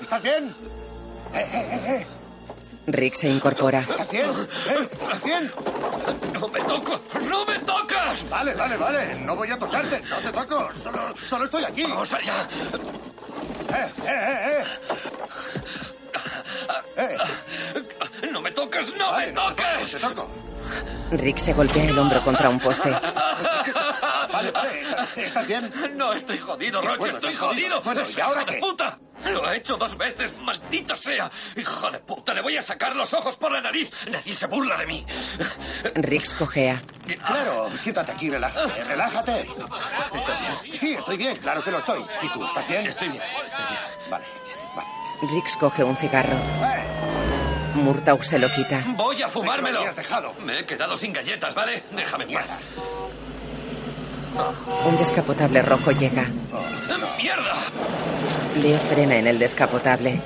¿Estás bien? Eh, eh, eh, eh.
Rick se incorpora.
¿Estás bien? ¿Eh? ¿Estás bien? ¡No me toco! ¡No me tocas! Vale, vale, vale. No voy a tocarte. No te toco. Solo, solo estoy aquí. ¡Vamos allá! ¡Eh, eh, eh! ¡Eh! ¡Eh! ¡No me toques! ¡No me toques! No te toco.
Rick se golpea el hombro contra un poste.
Vale, vale. ¿Estás bien? Eh,
No, estoy jodido, Roche,
Bueno,
estoy
estás jodido.
jodido.
Bueno,
Es
¿y
un
ahora
hijo de
qué?
puta! Lo ha hecho dos veces, maldita sea. Hijo de puta, le voy a sacar los ojos por la nariz. Nadie se burla de mí.
Rick cojea.
Claro, siéntate aquí,
Ah.
relájate, relájate. ¿Estás bien? Sí, estoy bien, claro que lo estoy. ¿Y tú, estás bien? Estoy bien. Vale.
Rick coge un cigarro. Murtaugh se lo quita.
Eh, Voy a fumármelo. Me he quedado sin galletas, ¿vale? Déjame en paz.
Un descapotable rojo llega.
¡Mierda!
Leo frena en el descapotable.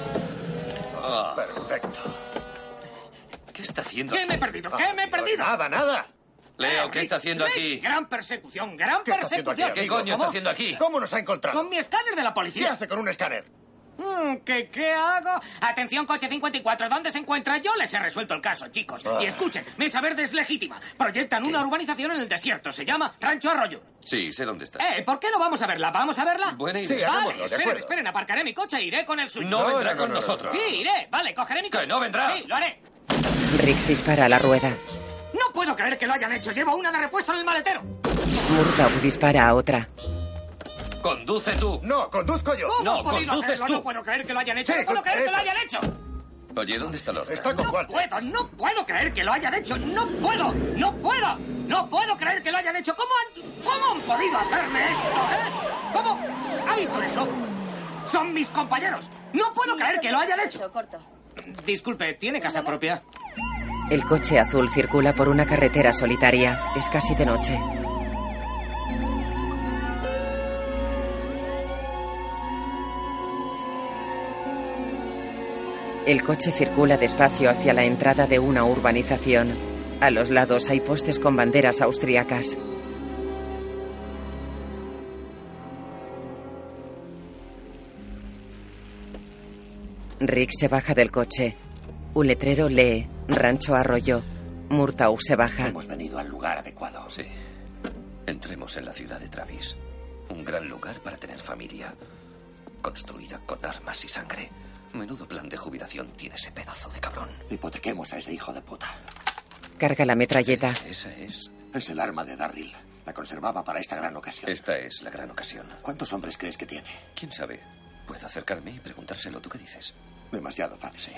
Perfecto.
Ah. ¿Qué está haciendo?
¿Qué me he perdido? ¿Qué me he perdido?
Ah, Nada, nada.
Leo, ¿qué está haciendo
Riggs,
aquí?
Gran persecución, gran
¿Qué está haciendo aquí,
persecución.
amigo? ¿Qué coño está haciendo aquí?
¿Cómo nos ha encontrado?
Con mi escáner de la policía.
¿Qué hace con un escáner?
Mm, ¿Qué, ¿Qué hago? Atención, coche 54, ¿dónde se encuentra? Yo les he resuelto el caso, chicos.
Ah.
Y escuchen, Mesa Verde es legítima. Proyectan una urbanización en el desierto, se llama Rancho Arroyo.
Sí, sé dónde está.
Eh, ¿por qué no vamos a verla? ¿Vamos a verla?
Buena idea. Sí,
Vale,
hagámoslo, de
esperen,
acuerdo.
esperen, aparcaré mi coche e iré con el suyo.
No No, vendrá no, no, con no, no, nosotros. no.
Sí, iré, vale, cogeré mi
Que
coche.
no vendrá.
Sí, lo haré.
Rick dispara a la rueda.
No puedo creer que lo hayan hecho. Llevo una de repuesto en el maletero.
Murtaugh dispara a otra.
Conduce tú.
No, conduzco yo.
¿Cómo
No,
he podido
conduces
hacerlo? No
tú.
puedo creer que lo hayan hecho.
Sí,
no puedo
con-
creer que lo
eso.
hayan hecho.
Oye, ¿dónde está Lorca?
Está con
No puedo, no puedo creer que lo hayan hecho. No puedo, no puedo, no puedo creer que lo hayan hecho. ¿Cómo han, cómo han podido hacerme esto, eh? ¿Cómo? ¿Ha visto eso? Son mis compañeros. No puedo creer que lo hayan hecho. Disculpe, ¿tiene casa propia?
El coche azul circula por una carretera solitaria. Es casi de noche. El coche circula despacio hacia la entrada de una urbanización. A los lados hay postes con banderas austriacas. Rick se baja del coche. Un letrero lee Rancho Arroyo. Murtaugh se baja.
Hemos venido al lugar adecuado. Sí. Entremos en la ciudad de Travis. Un gran lugar para tener familia. Construida con armas y sangre. Menudo plan de jubilación tiene ese pedazo de cabrón.
Hipotequemos a ese hijo de puta.
Carga la metralleta.
Esa es.
Es el arma de Darryl. La conservaba para esta gran ocasión.
Esta es la gran ocasión.
¿Cuántos hombres crees que tiene?
¿Quién sabe? Puedo acercarme y preguntárselo. ¿Tú qué dices?
Demasiado fácil. Sí.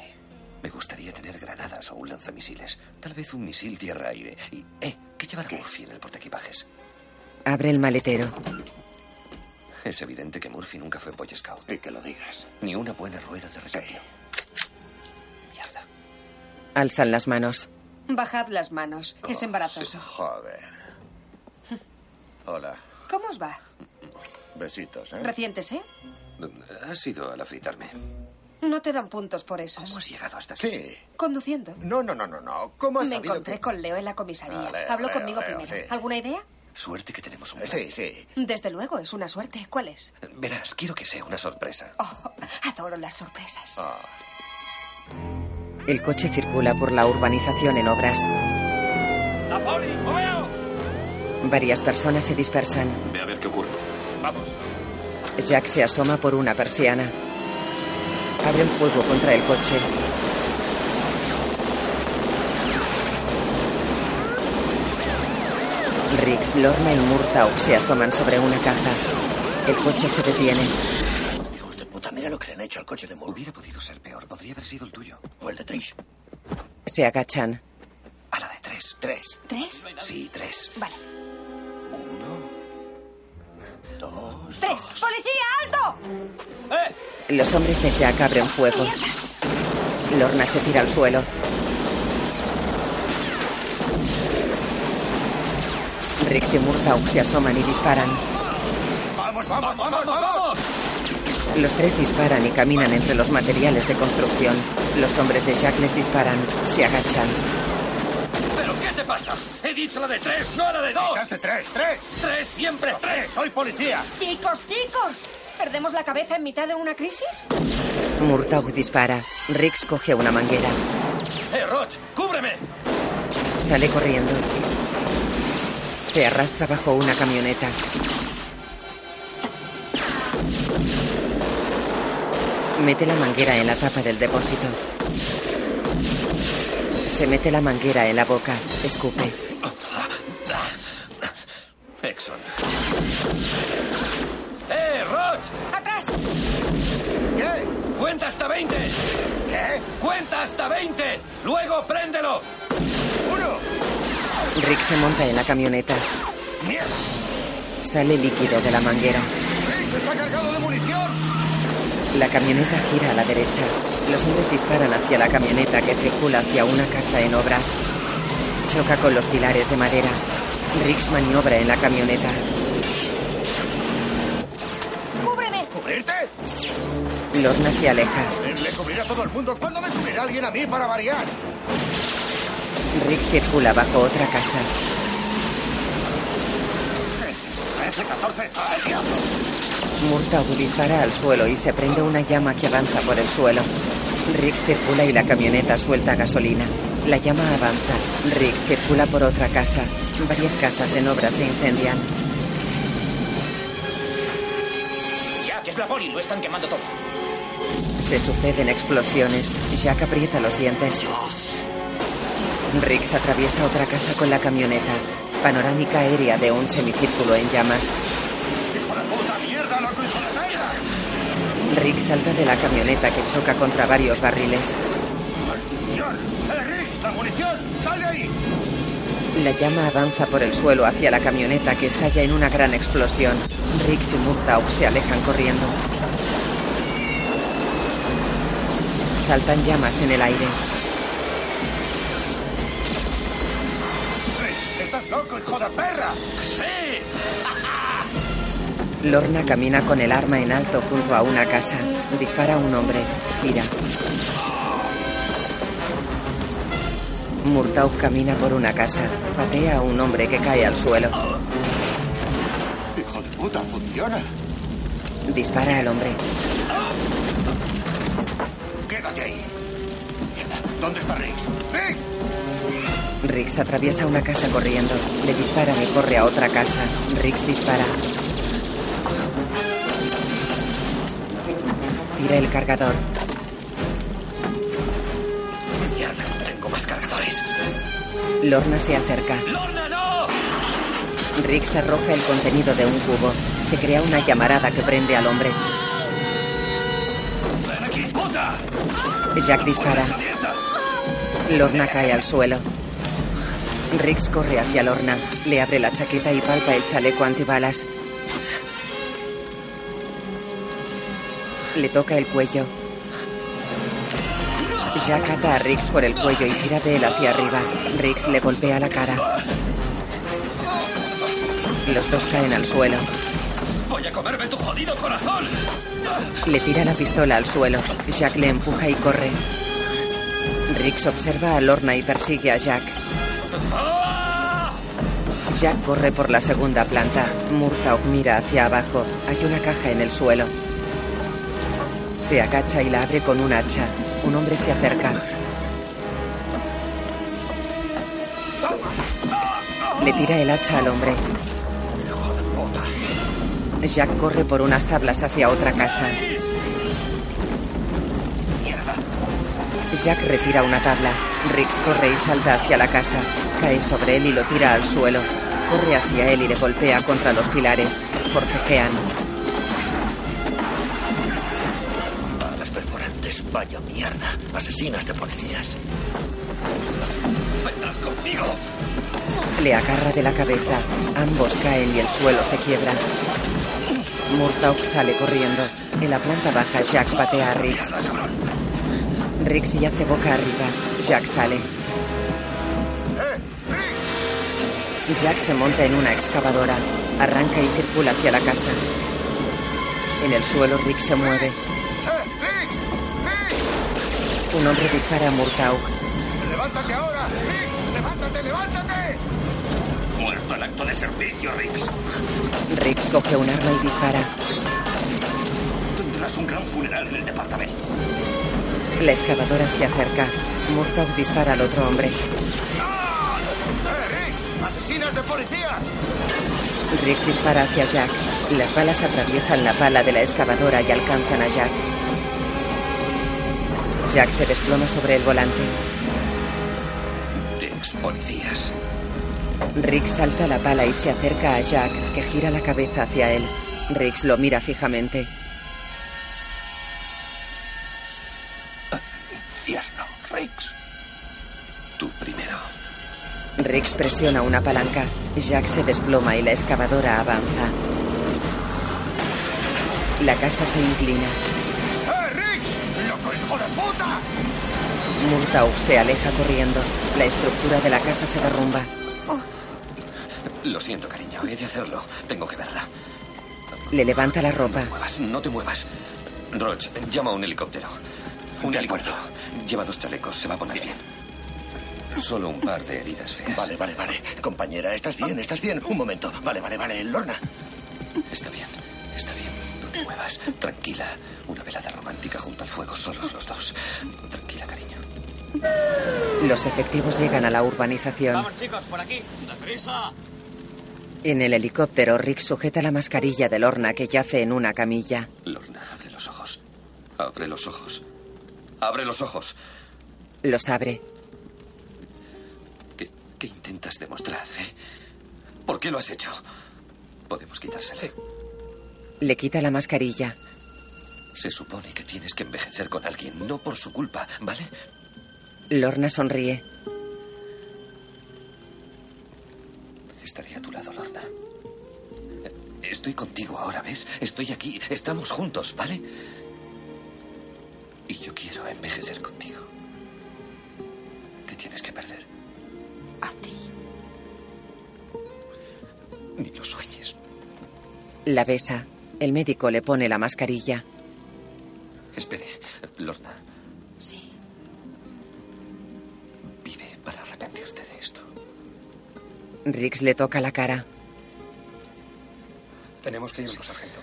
Me gustaría tener granadas o un lanzamisiles. Tal vez un misil tierra-aire. Y, eh, ¿qué llevará Murphy en el portaequipajes?
Abre el maletero.
Es evidente que Murphy nunca fue Boy Scout.
Y Eh, que lo digas. Eh,
Ni una buena rueda de recambio.
Alzan las manos.
Bajad las manos.
Oh,
Es embarazoso.
Joder. Hola.
¿Cómo os va?
Besitos, ¿eh?
¿Recientes, eh?
Mm,
Has ido al afeitarme.
No te dan puntos por eso.
¿Cómo has llegado hasta aquí?
Sí.
Conduciendo.
No, no, no, no, no. ¿Cómo has
Me
sabido
encontré
que-
con Leo en la comisaría.
Ah, Leo,
Habló
Leo,
conmigo
Leo,
primero.
sí.
¿Alguna idea?
Suerte que tenemos un
Eh, Sí, sí.
Desde luego, es una suerte.
[laughs]
¿Cuál es?
Verás, quiero que sea una sorpresa.
Adoro las sorpresas.
Ah.
El coche circula por la urbanización en obras.
¡La poli! ¡Moveos!
Varias personas se dispersan.
Ve a ver qué ocurre.
Vamos.
Jack se asoma por una persiana. Abre el fuego contra el coche. Riggs, Lorna y Murtaugh se asoman sobre una caja. El coche se detiene.
Puta, mira lo que le han hecho al coche de Moore.
Hubiera podido ser peor. Podría haber sido el tuyo.
O el de Trish.
Se agachan.
A la de tres. Tres.
¿Tres?
Sí, tres.
Vale.
Dos.
¡Tres! ¡Policía, alto!
Los hombres de Jack abren fuego. Lorna se tira al suelo. Riggs y Murtaugh se asoman y disparan.
¡Vamos, vamos, vamos, vamos!
¡Eh!
Los tres disparan y caminan entre los materiales de construcción. Los hombres de Jack les disparan, se agachan.
¿Pero qué te pasa? He dicho la de tres, no la de dos.
tres, tres!
¡Tres, siempre es tres!
¡Soy policía!
Chicos, chicos. ¿Perdemos la cabeza en mitad de una crisis?
Murtaugh dispara. Riggs coge una manguera.
¡Eh, Roch, cúbreme!
Sale corriendo. Se arrastra bajo una camioneta. Mete la manguera en la tapa del depósito. Se mete la manguera en la boca. Escupe.
Exxon.
¡Eh, Roch!
¡Atrás!
¿Qué? ¡Cuenta hasta 20! ¿Qué? ¡Cuenta hasta 20! ¡Luego préndelo! ¡Uno!
Rick se monta en la camioneta.
¡Mierda!
Sale líquido de la manguera.
¡Se está cargado de munición!
La camioneta gira a la derecha. Los hombres disparan hacia la camioneta que circula hacia una casa en obras. Choca con los pilares de madera. Riggs maniobra en la camioneta.
¡Cúbreme!
¿Cubrirte?
Lorna se aleja.
Le cubriré a todo el mundo. ¿Cuándo me cubrirá alguien a mí para variar?
Riggs circula bajo otra casa.
13, 14. ¡Al diablo!
Murtaugh dispara al suelo y se prende una llama que avanza por el suelo. Riggs circula y la camioneta suelta gasolina. La llama avanza. Riggs circula por otra casa. Varias casas en obras se incendian.
Ya, que es la poli, lo están quemando todo.
Se suceden explosiones. Jack aprieta los dientes. Riggs atraviesa otra casa con la camioneta. Panorámica aérea de un semicírculo en llamas.
¡Hijo de puta mierda, loco, hijo de perra!
Riggs salta de la camioneta que choca contra varios barriles.
¡Munición! ¡Eh, Riggs, la munición! ¡Sal de ahí!
La llama avanza por el suelo hacia la camioneta que estalla en una gran explosión. Riggs y Murtaugh se alejan corriendo. Saltan llamas en el aire.
Riggs, estás loco, hijo de perra!
¡Sí!
Lorna camina con el arma en alto junto a una casa. Dispara a un hombre. Tira. Murtaugh camina por una casa. Patea a un hombre que cae al suelo.
¡Hijo de puta, funciona!
Dispara al hombre.
¡Quédate ahí! Mierda, ¿Dónde está Riggs? ¡Riggs!
Riggs atraviesa una casa corriendo. Le disparan y corre a otra casa. Riggs dispara. Tira el cargador.
Mierda, no tengo más cargadores.
Lorna se acerca.
¡Lorna, no!
Riggs arroja el contenido de un cubo. Se crea una llamarada que prende al hombre.
¡Ven aquí, puta!
Jack dispara. Lorna cae al suelo. Riggs corre hacia Lorna. Le abre la chaqueta y palpa el chaleco antibalas. Le toca el cuello. Jack ata a Riggs por el cuello y tira de él hacia arriba. Riggs le golpea la cara. Los dos caen al suelo.
Voy a comerme tu jodido corazón.
Le tira la pistola al suelo. Jack le empuja y corre. Riggs observa a Lorna y persigue a Jack. Jack corre por la segunda planta. Murtaugh mira hacia abajo. Hay una caja en el suelo. Se agacha y la abre con un hacha. Un hombre se acerca. Le tira el hacha al hombre. Jack corre por unas tablas hacia otra casa. Jack retira una tabla. Riggs corre y salta hacia la casa. Cae sobre él y lo tira al suelo. Corre hacia él y le golpea contra los pilares. Forcejean.
Balas perforantes, vaya mierda. Asesinas de policías.
Vendrás conmigo.
Le agarra de la cabeza. Ambos caen y el suelo se quiebra. Murtaugh sale corriendo. En la planta baja, Jack patea a Riggs. Riggs yace boca arriba. Jack sale. Jack se monta en una excavadora. Arranca y circula hacia la casa. En el suelo, Riggs se mueve. Un hombre dispara a Murtaugh.
¡Levántate ahora! ¡Riggs! ¡Levántate, levántate!
Muerto al acto de servicio, Riggs.
Riggs coge un arma y dispara.
Tendrás un gran funeral en el departamento.
La excavadora se acerca. Murtaugh dispara al otro hombre.
¡Eh, Riggs! ¡Asesinas de policía!
Riggs dispara hacia Jack. Las balas atraviesan la pala de la excavadora y alcanzan a Jack. Jack se desploma sobre el volante.
De ex policías.
Riggs salta la pala y se acerca a Jack, que gira la cabeza hacia él. Riggs lo mira fijamente.
Infierno, Riggs. Tú primero.
Riggs presiona una palanca. Jack se desploma y la excavadora avanza. La casa se inclina.
¡Eh, Riggs! ¡Loco hijo de puta!
Murtaugh se aleja corriendo. La estructura de la casa se derrumba.
Lo siento, cariño. He de hacerlo. Tengo que verla.
Le levanta la ropa.
No te muevas, no te muevas. Roach, llama a un helicóptero. Un helicóptero. Lleva dos chalecos, se va a poner bien. Solo un par de heridas feas. Ah.
Vale, vale, vale. Compañera, estás bien, estás bien. Un momento. Vale, vale, vale. Lorna.
Está bien, está bien. No te muevas. Tranquila. Una velada romántica junto al fuego, solos los dos. Tranquila, cariño.
Los efectivos llegan a la urbanización.
Vamos, chicos, por aquí. ¡Deprisa!
En el helicóptero, Rick sujeta la mascarilla de Lorna que yace en una camilla.
Lorna, abre los ojos. Abre los ojos. Abre los ojos.
Los abre.
¿Qué, qué intentas demostrar, eh? ¿Por qué lo has hecho? Podemos quitársela.
Le quita la mascarilla.
Se supone que tienes que envejecer con alguien, no por su culpa, ¿vale?
Lorna sonríe.
Estaré a tu lado, Lorna. Estoy contigo ahora, ¿ves? Estoy aquí, estamos juntos, ¿vale? Y yo quiero envejecer contigo. ¿Qué tienes que perder?
A ti.
Ni lo sueñes.
La besa. El médico le pone la mascarilla.
Espere, Lorna.
Sí.
Vive para arrepentirte de esto.
Riggs le toca la cara.
Tenemos que irnos, sargento.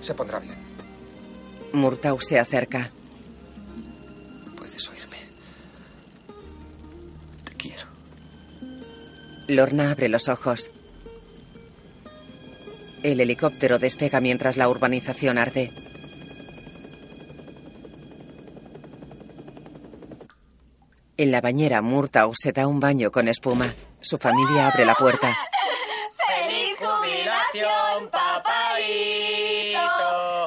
Se pondrá bien.
Murtaugh se acerca.
Puedes oírme. Te quiero.
Lorna abre los ojos. El helicóptero despega mientras la urbanización arde. En la bañera, Murtaugh se da un baño con espuma. Su familia abre la puerta.
¡Feliz jubilación, papaito!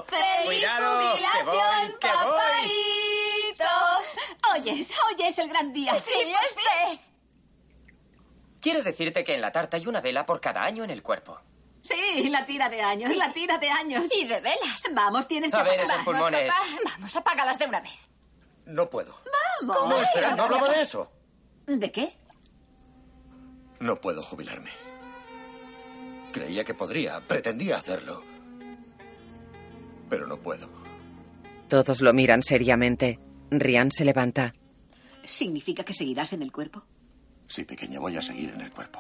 ¡Feliz jubilación, papaito!
Oyes, hoy es el gran día.
Sí, este es.
Quiero decirte que en la tarta hay una vela por cada año en el cuerpo.
Sí, la tira de años, la tira de años.
Y de velas.
Vamos, tienes que
A ver
apagar.
esos pulmones.
Papá, vamos, apágalas de una vez.
No puedo.
Vamos.
No, espera, no hablaba de eso.
¿De qué?
No puedo jubilarme. Creía que podría, pretendía hacerlo. Pero no puedo.
Todos lo miran seriamente. Rian se levanta.
¿Significa que seguirás en el cuerpo?
Sí, pequeña, voy a seguir en el cuerpo.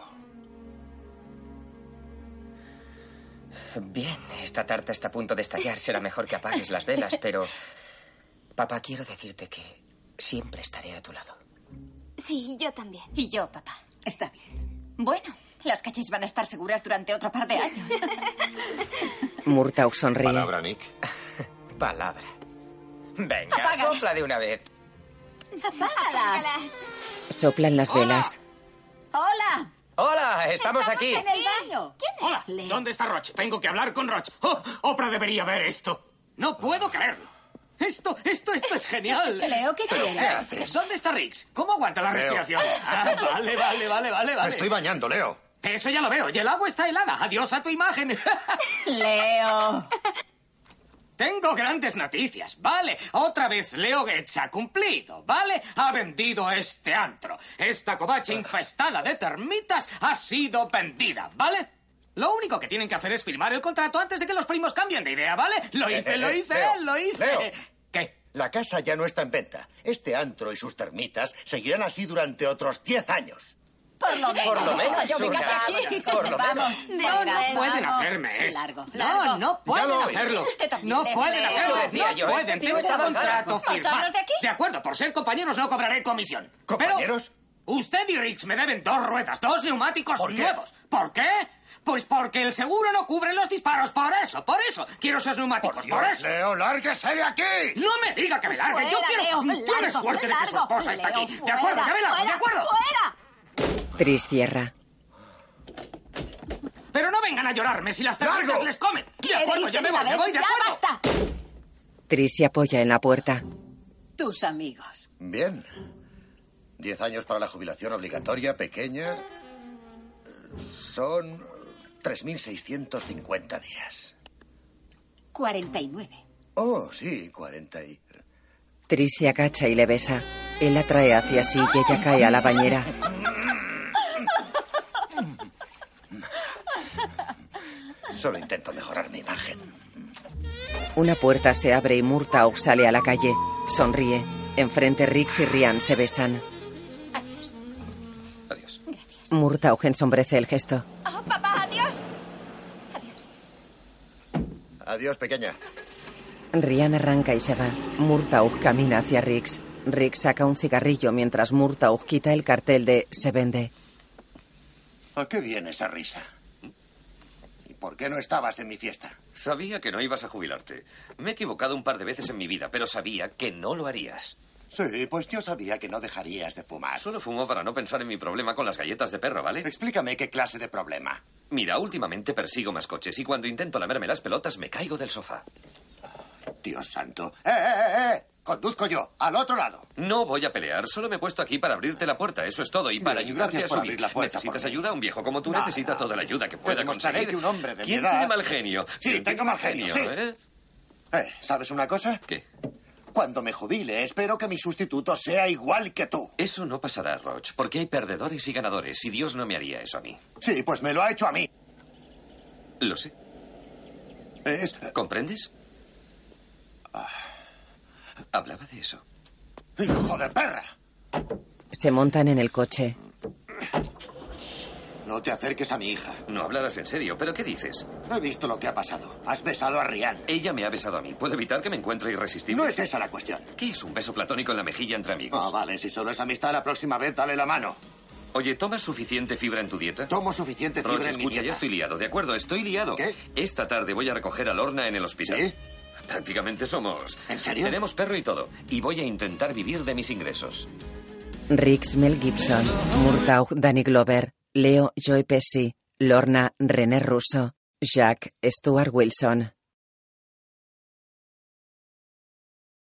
Bien, esta tarta está a punto de estallar. Será mejor que apagues las velas,
[laughs]
pero... Papá, quiero decirte que siempre estaré a tu lado.
Sí, yo también.
Y yo, papá.
Está bien.
Bueno, las calles van a estar seguras durante otro par de años.
[laughs]
Murtaugh sonríe.
Palabra, Nick. [laughs] Palabra. Venga,
Apágalas.
sopla de una vez.
¡Apágalas!
Soplan las velas.
¡Hola!
Hola, estamos aquí.
en el baño! ¿Quién
Hola, ¿dónde está Roch? Tengo que hablar con Roch. Oh, Oprah debería ver esto. No puedo creerlo. Esto, esto, esto es genial.
Leo, ¿qué ¿Pero quieres? qué haces?
¿Dónde está Riggs? ¿Cómo aguanta la
Leo.
respiración? Ah, vale, vale, vale, vale,
Me
vale.
estoy bañando, Leo.
Eso ya lo veo. Y el agua está helada. Adiós a tu imagen.
[laughs] Leo.
Tengo grandes noticias, ¿vale? Otra vez Leo Getz ha cumplido, ¿vale? Ha vendido este antro. Esta covacha infestada de termitas ha sido vendida, ¿vale? Lo único que tienen que hacer es firmar el contrato antes de que los primos cambien de idea, ¿vale? Lo
Eh,
hice,
eh,
lo
eh,
hice,
Leo,
lo hice.
Leo.
¿Qué?
La casa ya no está en venta. Este antro y sus termitas seguirán así durante otros 10 años.
Por lo menos.
Por lo menos,
yo me
Surga.
caso aquí, chicos.
Por lo menos.
vamos.
No, no
Venga,
pueden
vamos.
hacerme eso.
Largo,
No,
largo.
no
Ya
pueden
lo oí.
hacerlo.
Usted también,
No
Leo,
pueden
Leo.
hacerlo.
Lo decía
No
yo,
pueden.
este tío
Tengo un
está
contrato
loco.
firmado.
Cortarlos de aquí.
acuerdo, por ser compañeros no cobraré comisión. Pero
¿Compañeros?
usted y Riggs me deben dos ruedas, dos neumáticos
¿Por qué?
nuevos. ¿Por qué? Pues porque el seguro no cubre los disparos. Por eso, por eso. Quiero esos neumáticos. Por,
Dios,
eso.
Leo, lárguese de aquí.
No me diga que me largue. yo
Fuera,
quiero.
Leo,
Tienes
largo,
suerte de que su
largo.
esposa está
Leo,
aquí.
fuera,
de acuerdo, ya me largo, de
fuera,
acuerdo.
¡Fuera!
Tris cierra.
Pero no vengan a llorarme si las termitas les comen. De acuerdo, ya me voy, me voy, de acuerdo.
Tris se apoya en la puerta.
Tus amigos.
Bien. 10 años para la jubilación obligatoria pequeña. eh, Son eh, 3.650 días.
49.
Oh, sí, 40 y...
Tris se agacha y le besa. Él la trae hacia sí y ella cae a la bañera.
Solo intento mejorar mi imagen.
Una puerta se abre y Murtaugh sale a la calle. Sonríe. Enfrente Rix y Rian se besan.
Adiós.
Adiós. Murtaugh ensombrece el gesto.
Oh, papá, adiós.
Adiós, pequeña.
Rian arranca y se va. Murtaugh camina hacia Rix. Rix saca un cigarrillo mientras Murtaugh quita el cartel de Se vende.
¿A Oh, qué viene esa risa?
¿Y por qué no estabas en mi fiesta? Sabía que no ibas a jubilarte. Me he equivocado un par de veces en mi vida, pero sabía que no lo harías.
Sí, pues yo sabía que no dejarías de fumar.
Solo fumo para no pensar en mi problema con las galletas de perro, ¿vale?
Explícame qué clase de problema.
Mira, últimamente persigo más coches y cuando intento lamerme las pelotas me caigo del sofá.
Dios santo. ¡Eh, eh, eh! eh! Conduzco yo, al otro lado.
No voy a pelear, solo me he puesto aquí para abrirte la puerta, eso es todo, y para
Bien,
ayudarte
gracias
a
por
subir.
abrir la puerta
¿Necesitas
por mí.
ayuda? Un viejo como tú
No,
necesita
no.
toda la ayuda que
Te
pueda
demostraré
conseguir.
que un hombre de mi
¿Quién
edad-
tiene mal genio?
Sí,
¿Quién
tengo
tiene
mal genio, sí.
eh?
Eh, ¿Sabes una cosa?
¿Qué?
Cuando me jubile, espero que mi sustituto sea igual que tú.
Eso no pasará, Roch, porque hay perdedores y ganadores, y Dios no me haría eso a mí.
Sí, pues me lo ha hecho a mí.
Lo sé. ¿Comprendes?
Ah.
Hablaba de eso.
¡Hijo de perra!
Se montan en el coche.
No te acerques a mi hija.
No hablarás en serio, pero ¿qué dices?
He visto lo que ha pasado. Has besado a Rian.
Ella me ha besado a mí. ¿Puedo evitar que me encuentre irresistible?
No es esa la cuestión.
¿Qué es un beso platónico en la mejilla entre amigos?
Ah, vale, si solo es amistad, la próxima vez dale la mano.
Oye, ¿tomas suficiente fibra en tu dieta?
Tomo suficiente fibra
Roch,
en mi
escucha, ya
dieta.
estoy liado, de acuerdo, estoy liado. ¿Qué? Esta tarde voy a recoger a Lorna en el hospital. Prácticamente somos. ¿En serio? Tenemos perro y todo. Y voy a intentar vivir de mis ingresos.
Rix, Mel Gibson, Murtaugh, Danny Glover, Leo, Joy Pesci, Lorna, René Russo, Jack, Stuart Wilson.